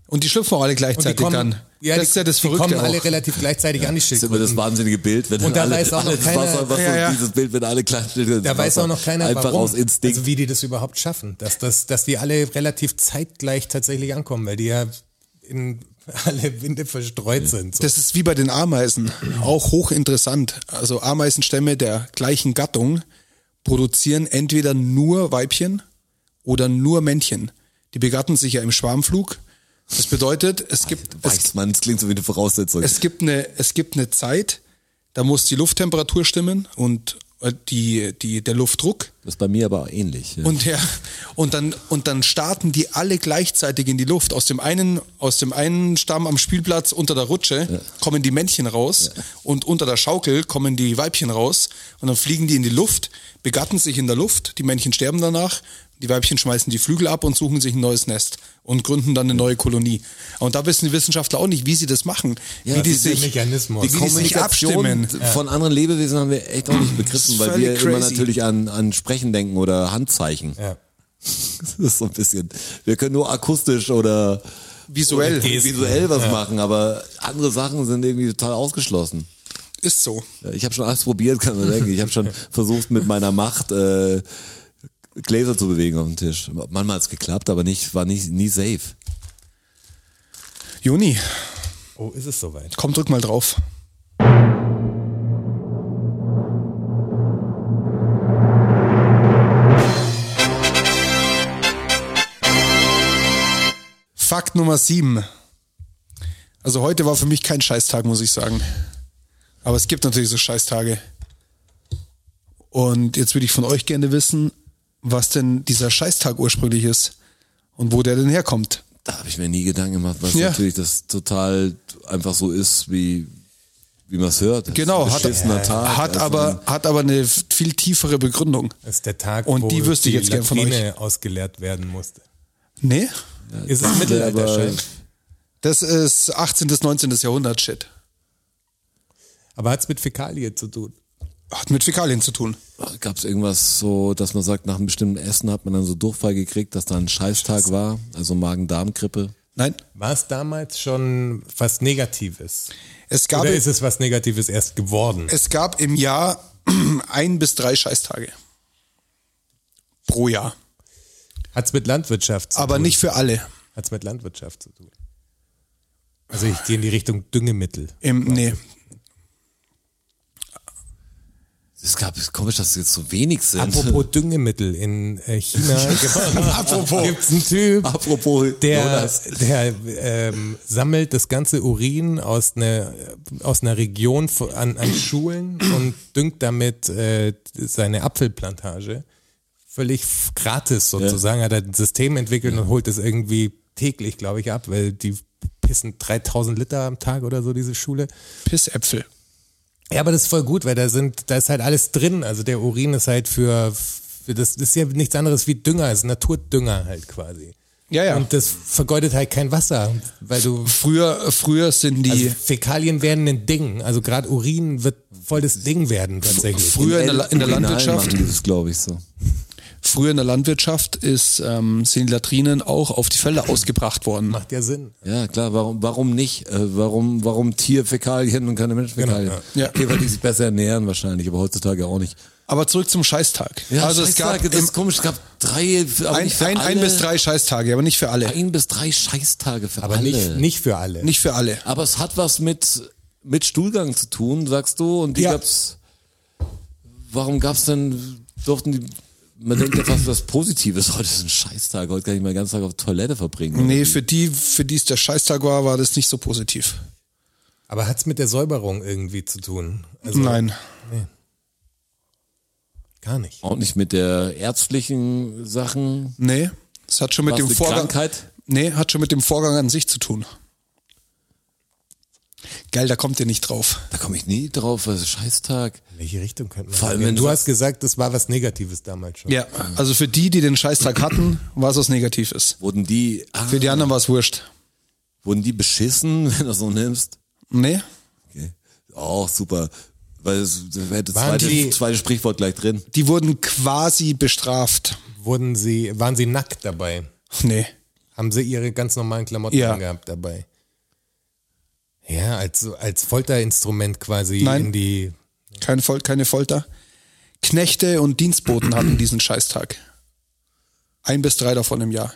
S3: Und die schlüpfen auch alle
S4: Und
S3: gleichzeitig dann.
S4: ja,
S3: das ist ja das
S4: die
S3: Verrückte.
S4: kommen alle
S3: auch.
S4: relativ gleichzeitig an, die
S2: Das ist immer das
S4: Schildkröten.
S2: wahnsinnige Bild, wenn dann
S4: da
S2: alle,
S4: weiß auch noch
S2: alle ins
S4: keiner-
S2: Wasser, was
S3: Ja, ja.
S2: dieses Bild, wenn alle klein sind.
S4: Da weiß auch noch keiner,
S2: Einfach
S4: warum.
S2: aus Instinkt.
S4: Also wie die das überhaupt schaffen, dass, dass, dass die alle relativ zeitgleich tatsächlich ankommen, weil die ja in alle Winde verstreut sind. So.
S3: Das ist wie bei den Ameisen, auch hochinteressant. Also Ameisenstämme der gleichen Gattung produzieren entweder nur Weibchen oder nur Männchen. Die begatten sich ja im Schwarmflug. Das bedeutet, es gibt, es,
S2: weiß man, das klingt so wie eine Voraussetzung.
S3: es gibt eine, es gibt eine Zeit, da muss die Lufttemperatur stimmen und äh, die, die, der Luftdruck.
S2: das ist bei mir aber ähnlich. Ja.
S3: Und, ja, und, dann, und dann starten die alle gleichzeitig in die Luft. Aus dem einen, aus dem einen Stamm am Spielplatz unter der Rutsche kommen die Männchen raus und unter der Schaukel kommen die Weibchen raus und dann fliegen die in die Luft, begatten sich in der Luft, die Männchen sterben danach, die Weibchen schmeißen die Flügel ab und suchen sich ein neues Nest und gründen dann eine neue Kolonie. Und da wissen die Wissenschaftler auch nicht, wie sie das machen, wie die
S4: das ist der
S3: sich,
S4: Mechanismus.
S3: wie die sich abstimmen.
S2: von anderen Lebewesen haben wir echt auch nicht begriffen, weil wir
S3: Völlig
S2: immer
S3: crazy.
S2: natürlich an, an Sprechen denken oder Handzeichen.
S4: Ja.
S2: Das ist so ein bisschen. Wir können nur akustisch oder
S3: Visuell
S2: visuell was machen, aber andere Sachen sind irgendwie total ausgeschlossen.
S3: ist so.
S2: Ja, Ich habe schon alles probiert, kann man denken. Ich habe schon versucht, mit meiner Macht äh, Gläser zu bewegen auf dem Tisch. Manchmal hat's geklappt, aber nicht, war nicht, nie safe.
S3: Juni,
S4: Oh, ist es soweit?
S3: komm, drück mal drauf. Fakt Nummer 7. Also heute war für mich kein Scheißtag, muss ich sagen. Aber es gibt natürlich so Scheißtage. Und jetzt würde ich von euch gerne wissen, was denn dieser Scheißtag ursprünglich ist und wo der denn herkommt.
S2: Da habe ich mir nie Gedanken gemacht, weil
S3: Ja.
S2: natürlich das total einfach so ist, wie, wie man es hört. Das
S3: Genau,
S2: ist ein
S3: hat,
S2: beschissener Tag.
S3: hat,
S2: Also,
S3: aber, hat aber eine viel tiefere Begründung.
S4: Das ist der Tag,
S3: Und
S4: wo
S3: die wüsste ich jetzt gern von
S4: Latrine ausgeleert werden musste.
S3: Nee?
S4: Ist es Mittelalter
S2: aber-
S4: schon?
S3: Das ist 18. bis 19. Jahrhundert Shit.
S4: Aber hat's mit Fäkalie zu tun?
S3: Hat mit Fäkalien zu tun.
S2: Gab es irgendwas so, dass man sagt, nach einem bestimmten Essen hat man dann so Durchfall gekriegt, dass da ein Scheißtag war, also Magen-Darm-Grippe.
S3: Nein.
S4: War es damals schon was Negatives?
S3: Es gab,
S4: Oder ist
S3: es,
S4: es was Negatives erst geworden?
S3: gab im Jahr ein bis drei Scheißtage. Pro Jahr.
S4: Hat's mit Landwirtschaft zu
S3: Aber
S4: tun?
S3: nicht für alle.
S4: Hat's mit Landwirtschaft zu tun? Also ich gehe in die Richtung Düngemittel.
S3: Im, nee.
S2: Es gab, ist komisch, dass es jetzt so wenig sind.
S4: Apropos Düngemittel in äh, China. Apropos. Gibt's einen Typ,
S2: Apropos
S4: der,
S2: Jonas.
S4: der ähm, sammelt das ganze Urin aus einer, aus einer Region vo- an, an Schulen und düngt damit äh, seine Apfelplantage. Völlig f- gratis sozusagen. Hat er ein System entwickelt und holt es irgendwie täglich, glaube ich, ab, weil die pissen 3000 Liter am Tag oder so, diese Schule.
S3: Pissäpfel.
S4: Ja, aber das ist voll gut, weil da sind, da ist halt alles drin. Also der Urin ist halt für, für das ist ja nichts anderes wie Dünger, ist Naturdünger halt quasi.
S3: Ja, ja.
S4: Und das vergeudet halt kein Wasser, weil du
S3: Früher, früher sind
S4: also
S3: die.
S4: Fäkalien werden ein Ding. Also gerade Urin wird voll das Ding werden tatsächlich.
S3: Früher in der, La- in der
S2: Urinal
S3: Landwirtschaft.
S2: machen die Das glaube ich so.
S3: Früher in der Landwirtschaft ist, ähm, sind die Latrinen auch auf die Felder ausgebracht worden.
S4: Macht ja Sinn.
S2: Ja, klar, warum, warum nicht? Äh, warum, warum Tierfäkalien und keine Menschenfäkalien?
S4: Genau,
S3: ja. Ja.
S2: Okay, weil die sich besser ernähren wahrscheinlich, aber heutzutage auch nicht.
S3: Aber zurück zum Scheißtag.
S2: Ja,
S3: also
S2: Scheißtage,
S3: es gab
S2: das
S3: im,
S2: ist komisch, es gab drei, aber
S3: ein,
S2: nicht für
S3: ein,
S2: alle,
S3: ein bis drei Scheißtage, aber nicht für alle.
S2: ein bis drei Scheißtage für
S4: Aber
S2: alle.
S4: nicht, nicht für alle.
S3: Nicht für alle.
S2: Aber es hat was mit, mit Stuhlgang zu tun, sagst du. Und die
S3: Ja.
S2: gab's. Warum gab's denn, durften die. Man denkt ja fast was Positives. Heute ist ein Scheißtag. Heute kann ich meinen ganzen Tag auf Toilette verbringen. Also
S3: Nee, für die, für die es der Scheißtag war, war das nicht so positiv.
S4: Aber hat's mit der Säuberung irgendwie zu tun? Also
S3: Nein.
S4: gar nicht.
S2: Auch nicht mit der ärztlichen Sachen.
S3: Nee. Das hat schon mit
S2: War's
S3: dem
S2: eine
S3: Vorgang.
S2: Krankheit?
S3: Nee, hat schon mit dem Vorgang an sich zu tun. Geil, da kommt ihr nicht drauf.
S2: Da komme ich nie drauf. Was ist Scheißtag?
S4: In welche Richtung könnte man
S2: Vor allem,
S4: gehen?
S2: wenn
S4: Du
S2: du-
S4: hast gesagt, das war was Negatives damals schon.
S3: Ja, also für die, die den Scheißtag hatten, war es was Negatives.
S2: Wurden die, ah,
S3: Für die anderen war es wurscht.
S2: wurden die beschissen, wenn du so nimmst?
S3: Nee?
S2: Okay. Auch super. Weil es das hätte
S4: Waren
S2: zweite,
S4: die-
S2: zweite Sprichwort gleich drin.
S3: Die wurden quasi bestraft.
S4: Wurden sie, waren sie nackt dabei?
S3: Nee.
S4: Haben sie ihre ganz normalen Klamotten
S3: Ja.
S4: gehabt dabei? Ja, als, als Folterinstrument quasi
S3: Nein.
S4: in die.
S3: Kein Fol keine Folter. Knechte und Dienstboten hatten diesen Scheißtag. Ein bis drei davon im Jahr.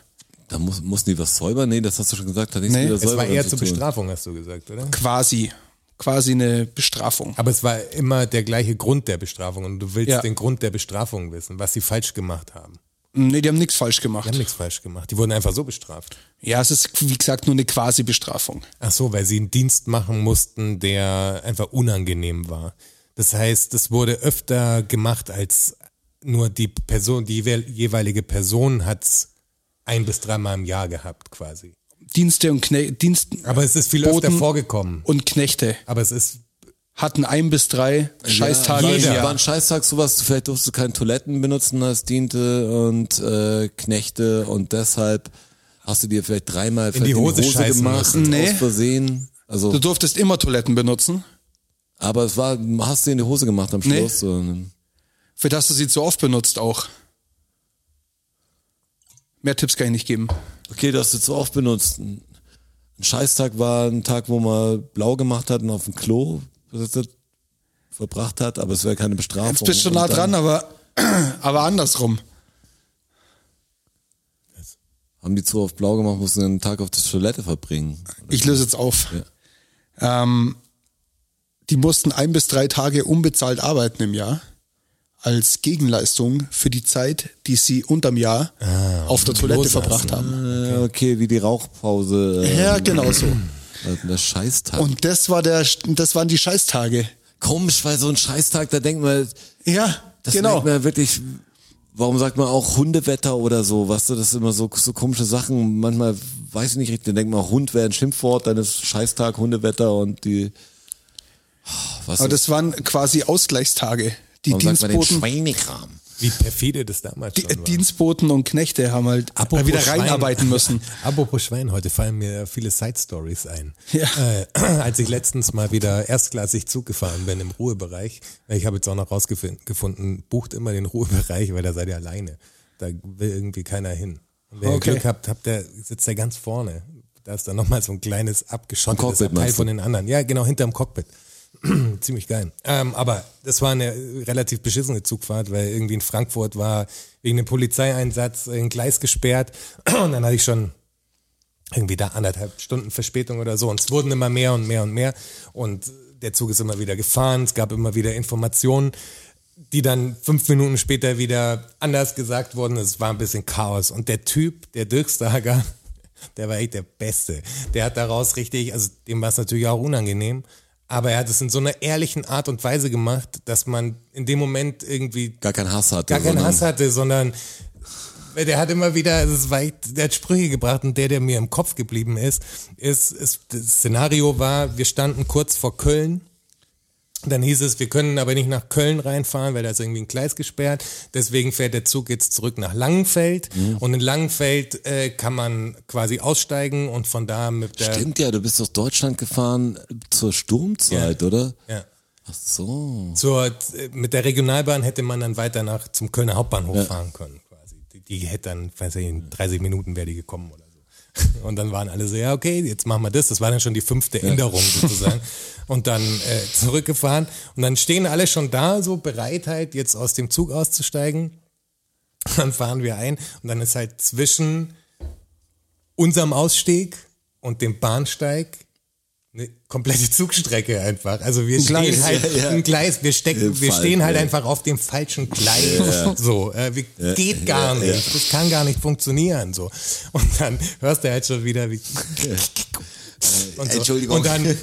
S2: Da muss, mussten die was säubern? Nee, das hast du schon gesagt. Hat nichts
S3: Nee,
S2: mit der
S3: es
S4: Es war
S2: Säuberung
S4: eher
S2: zu
S4: zur
S2: tun.
S4: Bestrafung, hast du gesagt, oder?
S3: Quasi. Quasi eine Bestrafung.
S4: Aber es war immer der gleiche Grund der Bestrafung und du willst
S3: Ja.
S4: den Grund der Bestrafung wissen, was sie falsch gemacht haben.
S3: Nee, die haben nichts falsch
S4: Die
S3: gemacht.
S4: haben nichts falsch gemacht. Die wurden einfach so bestraft.
S3: Ja, es ist, wie gesagt, nur eine Quasi-Bestrafung.
S4: Ach so, weil sie einen Dienst machen mussten, der einfach unangenehm war. Das heißt, es wurde öfter gemacht, als nur die Person, die jeweil- jeweilige Person hat's ein bis dreimal im Jahr gehabt, quasi.
S3: Dienste und Kne Dienst
S4: Aber es ist viel öfter
S3: Boten-
S4: vorgekommen.
S3: und Knechte
S4: Aber es ist,
S3: hatten ein bis drei Scheißtage
S2: Ja,
S3: im
S2: jeder.
S3: Jahr.
S2: War ein Scheißtag sowas, vielleicht durfst du keine Toiletten benutzen als Diente und äh, Knechte und deshalb hast du dir vielleicht dreimal vielleicht
S4: die Hose scheißen
S2: gemacht,
S4: müssen.
S3: Nee.
S2: aus Versehen. Also,
S3: Du durftest immer Toiletten benutzen,
S2: aber es war, hast du in die Hose gemacht am
S3: Nee.
S2: Schluss. Und,
S3: für das du sie zu oft benutzt auch. Mehr Tipps kann ich nicht geben.
S2: okay, das hast du zu oft benutzt. Ein Scheißtag war ein Tag, wo man blau gemacht hat und auf dem Klo gesessen- verbracht hat, aber es wäre keine Bestrafung.
S3: Jetzt bist du schon nah
S2: Und
S3: dran,
S2: dann
S3: aber, aber andersrum.
S2: Haben die zu oft blau gemacht, mussten einen Tag auf der Toilette verbringen.
S3: Ich löse jetzt auf. Ähm, die mussten ein bis drei Tage unbezahlt arbeiten im Jahr als Gegenleistung für die Zeit, die sie unterm Jahr
S2: Ah,
S3: auf der Toilette
S4: Loslassen.
S3: verbracht haben.
S2: Äh, okay, wie die Rauchpause. Äh,
S3: Ja, genau so.
S2: Also der Scheißtag.
S3: Und das war der, das waren die Scheißtage.
S2: komisch, weil so ein Scheißtag, da denkt man,
S3: Ja,
S2: das
S3: genau.
S2: denkt man wirklich, warum sagt man auch Hundewetter oder so, weißt du, das sind immer so, so komische Sachen, manchmal weiß ich nicht richtig, dann denkt man, Hund wäre ein Schimpfwort, dann ist Scheißtag, Hundewetter und die, was
S3: Aber das waren quasi Ausgleichstage. Die
S2: warum sagt man den
S3: Dienstboten,
S2: Schweinekram?
S4: wie perfide das damals
S3: die, äh,
S4: schon war.
S3: Dienstboten und Knechte haben halt
S4: Apropos
S3: wieder
S4: Schwein.
S3: reinarbeiten müssen.
S4: Apropos Schwein, heute fallen mir viele Side-Stories ein.
S3: Ja.
S4: Äh, als ich letztens mal wieder erstklassig Zug gefahren bin im Ruhebereich, äh, ich habe jetzt auch noch rausgefunden, bucht immer den Ruhebereich, weil da seid ihr alleine. Da will irgendwie keiner hin. Und wenn
S3: Okay.
S4: ihr Glück habt, habt der, sitzt der ganz vorne. Da ist dann nochmal so ein kleines
S2: Am
S4: abgeschottetes
S2: Cockpit
S4: Abteil
S2: meinst du?
S4: von den anderen. Ja, genau, hinterm Cockpit. Ziemlich geil. Ähm, aber das war eine relativ beschissene Zugfahrt, weil irgendwie in Frankfurt war wegen einem Polizeieinsatz ein Gleis gesperrt und dann hatte ich schon irgendwie da anderthalb Stunden Verspätung oder so und es wurden immer mehr und mehr und mehr und der Zug ist immer wieder gefahren, es gab immer wieder Informationen, die dann fünf Minuten später wieder anders gesagt wurden, es war ein bisschen Chaos und der Typ, der Dirkstager, der war echt der Beste, der hat daraus richtig, also dem war es natürlich auch unangenehm, aber er hat es in so einer ehrlichen Art und Weise gemacht, dass man in dem Moment irgendwie
S2: Gar kein Hass hatte.
S4: gar keinen
S2: sondern-
S4: Hass hatte, sondern der hat immer wieder, also es war, echt- der hat Sprüche gebracht und der, der mir im Kopf geblieben ist, ist, ist das Szenario war, wir standen kurz vor Köln. Dann hieß es, wir können aber nicht nach Köln reinfahren, weil da ist irgendwie ein Gleis gesperrt. Deswegen fährt der Zug jetzt zurück nach Langenfeld. Und in Langenfeld äh, kann man quasi aussteigen und von da mit der
S2: Stimmt ja, du bist aus Deutschland gefahren zur Sturmzeit, oder?
S4: Ja.
S2: Ach so.
S4: Zur, mit der Regionalbahn hätte man dann weiter nach zum Kölner Hauptbahnhof fahren können, quasi. Die, die hätte dann, weiß ich, in 30 Minuten wäre die gekommen oder so. Und dann waren alle so, ja, okay, jetzt machen wir das. Das war dann schon die fünfte Änderung sozusagen. Und dann äh, zurückgefahren. Und dann stehen alle schon da, so bereit halt, jetzt aus dem Zug auszusteigen. Dann fahren wir ein und dann ist halt zwischen unserem Ausstieg und dem Bahnsteig eine komplette Zugstrecke einfach. Also wir stehen
S3: Gleis,
S4: halt
S2: ja, ja.
S4: ein Gleis, wir stecken,
S2: Im
S4: wir
S2: Fall,
S4: stehen halt
S2: ja.
S4: einfach auf dem falschen Gleis. So, äh, wie, geht gar
S2: ja, ja.
S4: nicht. Das kann gar nicht funktionieren. So und dann hörst du halt schon wieder wie und so.
S2: Entschuldigung.
S4: Und dann,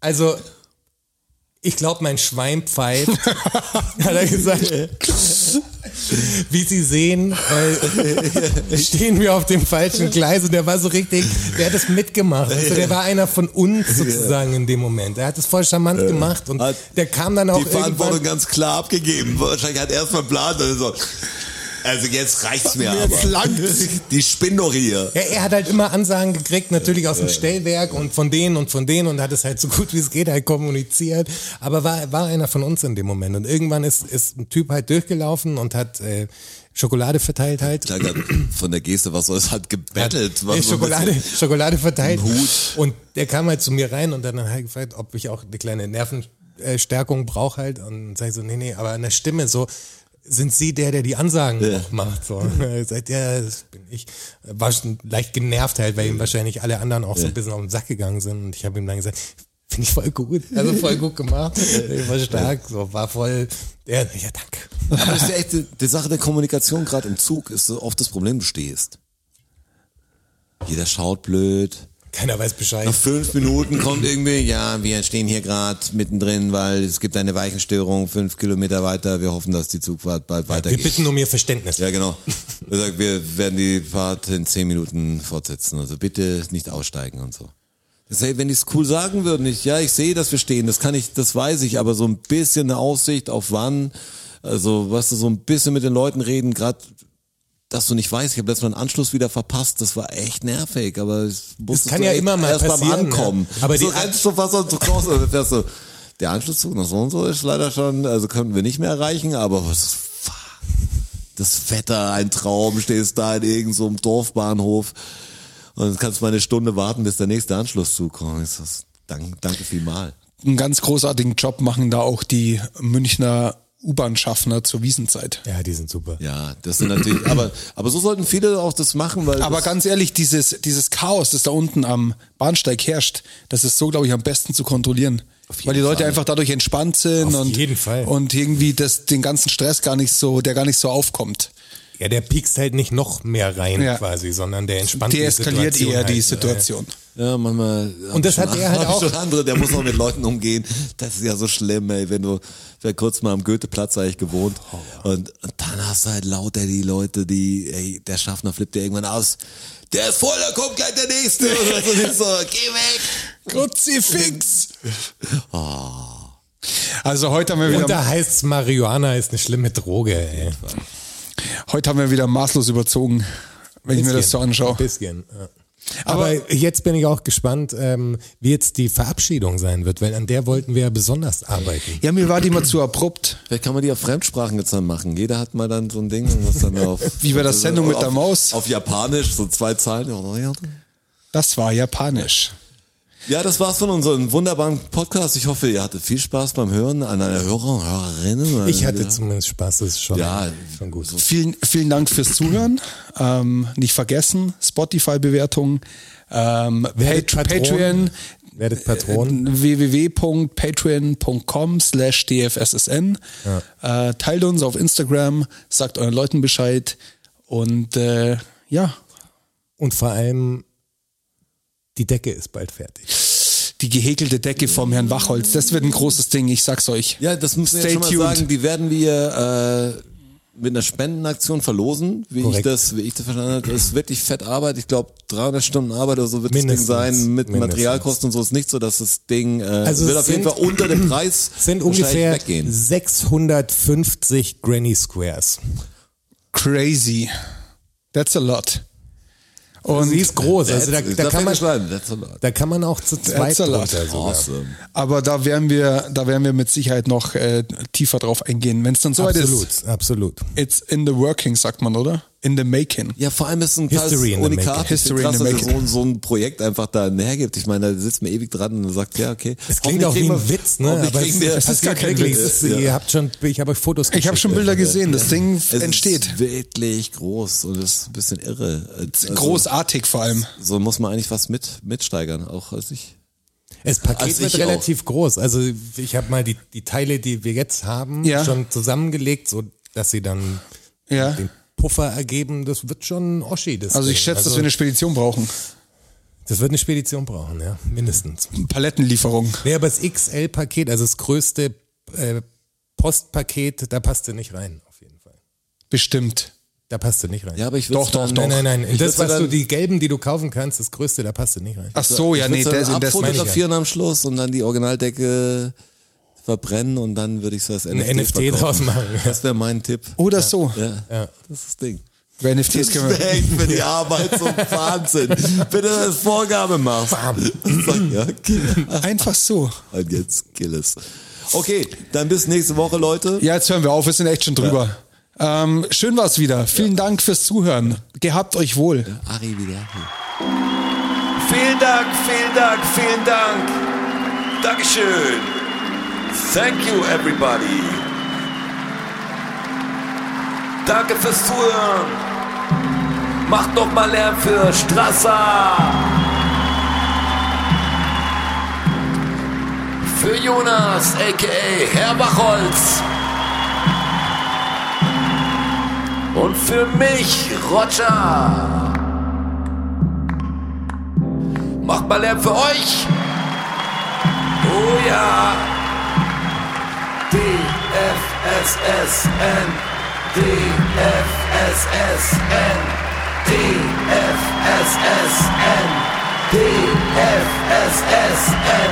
S4: also ich glaube, mein Schwein pfeift, hat er gesagt. Wie Sie sehen, äh, stehen wir auf dem falschen Gleis und der war so richtig, der hat es mitgemacht. Also der war einer von uns sozusagen in dem Moment. Er hat es voll charmant gemacht und
S2: Äh, hat
S4: der kam dann auch
S2: die Verantwortung
S4: irgendwann.
S2: ganz klar abgegeben. Wahrscheinlich hat er erstmal Plan und so. Also jetzt reicht's mir
S4: Jetzt
S2: aber.
S4: langt's.
S2: Die spinnt doch hier.
S4: Ja, er hat halt immer Ansagen gekriegt, natürlich aus dem Stellwerk und von denen und von denen und hat es halt so gut wie es geht halt kommuniziert. Aber war, war einer von uns in dem Moment. Und irgendwann ist, ist ein Typ halt durchgelaufen und hat äh, Schokolade verteilt halt.
S2: Klar, gerade von der Geste, was soll es hat gebettelt.
S4: Nee,
S2: Was so ein
S4: Schokolade,
S2: bisschen-
S4: Schokolade verteilt.
S2: Ein Hut.
S4: Und der kam halt zu mir rein und dann hat er gefragt, ob ich auch eine kleine Nervenstärkung brauche halt. Und sag ich so, nee, nee, aber an der Stimme so, sind Sie der, der die Ansagen auch macht? So. Seid ja, das bin ich. War schon leicht genervt halt, weil ihm wahrscheinlich alle anderen auch so ein bisschen auf den Sack gegangen sind. Und ich habe ihm dann gesagt, finde ich voll gut. Also voll gut gemacht. War stark, so, war voll. Ja, ja danke.
S2: Aber das ist ja echt die, die Sache der Kommunikation, gerade im Zug, ist so oft das Problem, du stehst. Jeder schaut blöd.
S4: Keiner weiß Bescheid.
S2: Nach fünf Minuten kommt irgendwie, ja, wir stehen hier gerade mittendrin, weil es gibt eine Weichenstörung, fünf Kilometer weiter, wir hoffen, dass die Zugfahrt bald
S4: Wir
S2: weitergeht.
S4: bitten um Ihr Verständnis.
S2: Ja, genau. Er sagt, wir werden die Fahrt in zehn Minuten fortsetzen. Also bitte nicht aussteigen und so. Das, hey, wenn die es cool sagen würden, ich, ja, ich sehe, dass wir stehen, das kann ich, das weiß ich, aber so ein bisschen eine Aussicht auf wann, also was weißt du, so ein bisschen mit den Leuten reden, gerade dass du nicht weißt, ich habe letztes Mal einen Anschluss wieder verpasst, das war echt nervig, aber es musstest
S4: kann
S2: du
S4: ja
S2: echt
S4: immer mal
S2: erst
S4: passieren,
S2: beim Ankommen.
S4: ne? Aber
S2: so
S4: die-
S2: rennst du fast und du kommst und dann fährst du, der Anschlusszug nach so und so ist leider schon, also könnten wir nicht mehr erreichen, aber was das Wetter, ein Traum, stehst da in irgendeinem so einem Dorfbahnhof und dann kannst mal eine Stunde warten, bis der nächste Anschlusszug kommt. Ich sag, danke, danke vielmal.
S3: Einen ganz großartigen Job machen da auch die Münchner U-Bahn-Schaffner zur Wiesenzeit.
S4: Ja, die sind super.
S2: Ja, das sind natürlich, aber, aber so sollten viele auch das machen, weil
S3: Aber
S2: das,
S3: ganz ehrlich, dieses, dieses Chaos, das da unten am Bahnsteig herrscht, das ist so, glaube ich, am besten zu kontrollieren. Weil die Leute einfach dadurch entspannt sind
S4: Auf
S3: und,
S4: jeden Fall.
S3: und irgendwie das, den ganzen Stress gar nicht so, der gar nicht so aufkommt.
S4: Ja, der piekst halt nicht noch mehr rein
S3: Ja.
S4: quasi, sondern der entspannt
S3: Deeskaliert
S4: die Situation
S3: eher die
S4: halt.
S3: Situation.
S2: ja, manchmal
S4: Und das hat
S2: schon
S4: er halt
S2: hab ich
S4: auch.
S2: schon andere, der muss auch mit Leuten umgehen. Das ist ja so schlimm, ey, wenn du wer kurz mal am Goetheplatz eigentlich gewohnt
S3: Oh,
S2: und, und dann hast du halt lauter die Leute, die ey, der Schaffner flippt dir irgendwann aus. Der ist voll, da kommt gleich der nächste. Und dann ist so, geh Oh. weg.
S3: Kruzifix! Also heute haben wir
S4: Und da
S3: wieder,
S4: heißt's, Marihuana ist eine schlimme Droge, ey.
S3: heute haben wir wieder maßlos überzogen, wenn ich mir das so anschaue.
S4: Ein bisschen. Ja. Aber,
S3: Aber-
S4: jetzt bin ich auch gespannt, ähm, wie jetzt die Verabschiedung sein wird, weil an der wollten wir ja besonders arbeiten.
S3: Ja, mir war die mal zu abrupt.
S2: Vielleicht kann man die auf Fremdsprachen jetzt dann machen. Jeder hat mal dann so ein Ding und muss dann auf.
S3: Wie bei der Sendung mit
S2: auf,
S3: der Maus.
S2: Auf Japanisch, so zwei Zeilen. Oh,
S3: Das war japanisch.
S2: Ja, das war's von unserem wunderbaren Podcast. Ich hoffe, ihr hattet viel Spaß beim Hören an einer Hörer und Hörerinnen.
S4: Ich hatte zumindest Spaß, das ist schon,
S2: Ja,
S4: schon gut.
S3: Vielen, vielen Dank fürs Zuhören. Ähm, nicht vergessen, Spotify-Bewertung, ähm,
S4: Werdet
S3: Pat-
S4: Patron.
S3: Patreon,
S4: Werdet
S3: Äh,
S4: Patron.
S3: www.patreon.com slash dfssn. Äh, teilt uns auf Instagram, sagt euren Leuten Bescheid und äh, ja,
S4: Und vor allem, die Decke ist bald fertig.
S3: die gehäkelte Decke vom Herrn Wachholz, das wird ein großes Ding, ich sag's euch.
S2: Ja, das müssen wir
S3: Stay
S2: jetzt schon mal
S3: tuned.
S2: sagen. Die werden wir äh, mit einer Spendenaktion verlosen, wie
S4: Korrekt.
S2: ich das, wie ich das verstanden habe. Das ist wirklich fett Arbeit. Ich glaube, 300 Stunden Arbeit oder so wird
S4: Mindestens.
S2: das Ding sein. Mit
S4: Mindestens.
S2: Materialkosten und so ist nicht so, dass das Ding äh,
S4: Also
S2: wird
S4: es
S2: auf jeden
S4: sind-
S2: Fall unter dem Preis
S4: Es sind
S2: wahrscheinlich
S4: ungefähr
S2: weggehen.
S4: 650 Granny Squares.
S3: Crazy. That's a lot. Und
S4: Sie ist groß, also da,
S2: That's-
S4: da, kann, man,
S2: ich schreiben. That's a lot.
S4: da kann man auch zu zweit
S3: That's a lot.
S4: drunter sogar.
S2: Awesome.
S3: Aber da werden wir, da werden wir mit Sicherheit noch äh, tiefer drauf eingehen, wenn es dann soweit
S4: Absolut,
S3: ist.
S4: absolut.
S3: It's in the working, sagt man, oder? in the making.
S2: Ja, vor allem ist es ein krasses
S4: History in the
S2: Unikat.
S4: making.
S2: Ich finde
S3: History in
S2: krass,
S3: the
S2: dass er so,
S3: making.
S2: so ein Projekt einfach da hergibt. Ich meine, da sitzt man ewig dran und sagt, ja, okay.
S4: Es klingt auch wie ein Witz, ne?
S2: Aber
S4: es, es ist gar kein Witz. Es Ist, Ihr habt schon, ich habe euch Fotos
S3: Ich habe schon Bilder gesehen, das Ding
S2: Es
S3: entsteht.
S2: ist wirklich groß und das ist ein bisschen irre. Also,
S3: Großartig vor allem.
S2: So muss man eigentlich was mit, mitsteigern, auch als ich.
S4: Das Paket
S2: Also
S4: wird
S2: ich auch.
S4: relativ groß. Also ich habe mal die, die Teile, die wir jetzt haben,
S3: Ja.
S4: schon zusammengelegt, so dass sie dann
S3: Ja.
S4: den Puffer ergeben. Das wird schon Oschi. Das
S3: Also ich
S4: Ding.
S3: schätze, dass wir eine Spedition brauchen.
S4: das wird eine Spedition brauchen, ja, mindestens.
S3: Palettenlieferung.
S4: Nee, aber das XL-Paket, also das größte äh, Postpaket, da passt er nicht rein, auf jeden Fall.
S3: Bestimmt.
S4: Da passt er nicht rein.
S2: Ja, aber ich
S3: Doch,
S2: würd's
S3: doch,
S2: dann-
S3: doch.
S4: Nein, nein, nein.
S2: Ich würd's
S4: Das, was
S2: dann-
S4: du, die gelben, die du kaufen kannst, das größte, da passt er nicht rein.
S3: Ach so, Oh ja,
S2: ich würd's
S3: nee, das,
S2: dann
S3: das meine ich.
S2: abfotografieren am Schluss und dann die Originaldecke verbrennen und dann würde ich so als
S4: Ein
S2: NFT,
S4: NFT
S2: verkaufen.
S4: draus machen. Oh.
S2: Das wäre mein Tipp.
S3: Oder so.
S2: Ja, das ist das Ding.
S3: Bei NFTs können wir.
S2: Respekt für die Arbeit zum Wahnsinn. Bitte das Vorgabe machst. Sag, ja, kill.
S3: Einfach so.
S2: Und jetzt kill es. Okay, dann bis nächste Woche, Leute.
S3: Ja, jetzt hören wir auf, wir sind echt schon drüber. Ähm, schön war's wieder. Vielen Dank fürs Zuhören. Gehabt euch wohl.
S2: Ari wieder.
S5: Vielen Dank, vielen Dank, vielen Dank. Dankeschön. Thank you, everybody. Danke fürs Zuhören. Macht noch mal Lärm für Strasser. Für Jonas, a.k.a. Herr Wachholz. Und für mich, Roger. Macht mal Lärm für euch. Oh ja. DFSSN. DFSSN. DFSSN. DFSSN.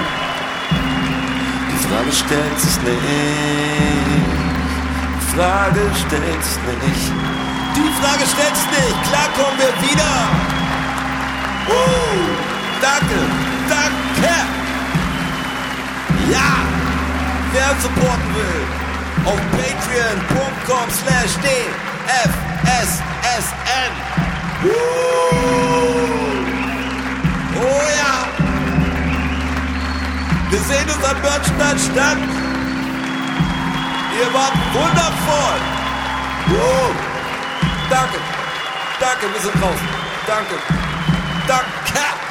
S5: Die Frage stellt sich nicht. Die Frage stellt sich nicht. Die Frage stellt sich nicht. Klar kommen wir wieder. Uh, danke, danke. Ja, wer uns supporten will, auf patreon.com slash dfssn. Uh, oh ja. Wir sehen uns am Börnstein statt. Ihr wart wundervoll. Uh, danke, danke, wir sind draußen. Danke. Danke.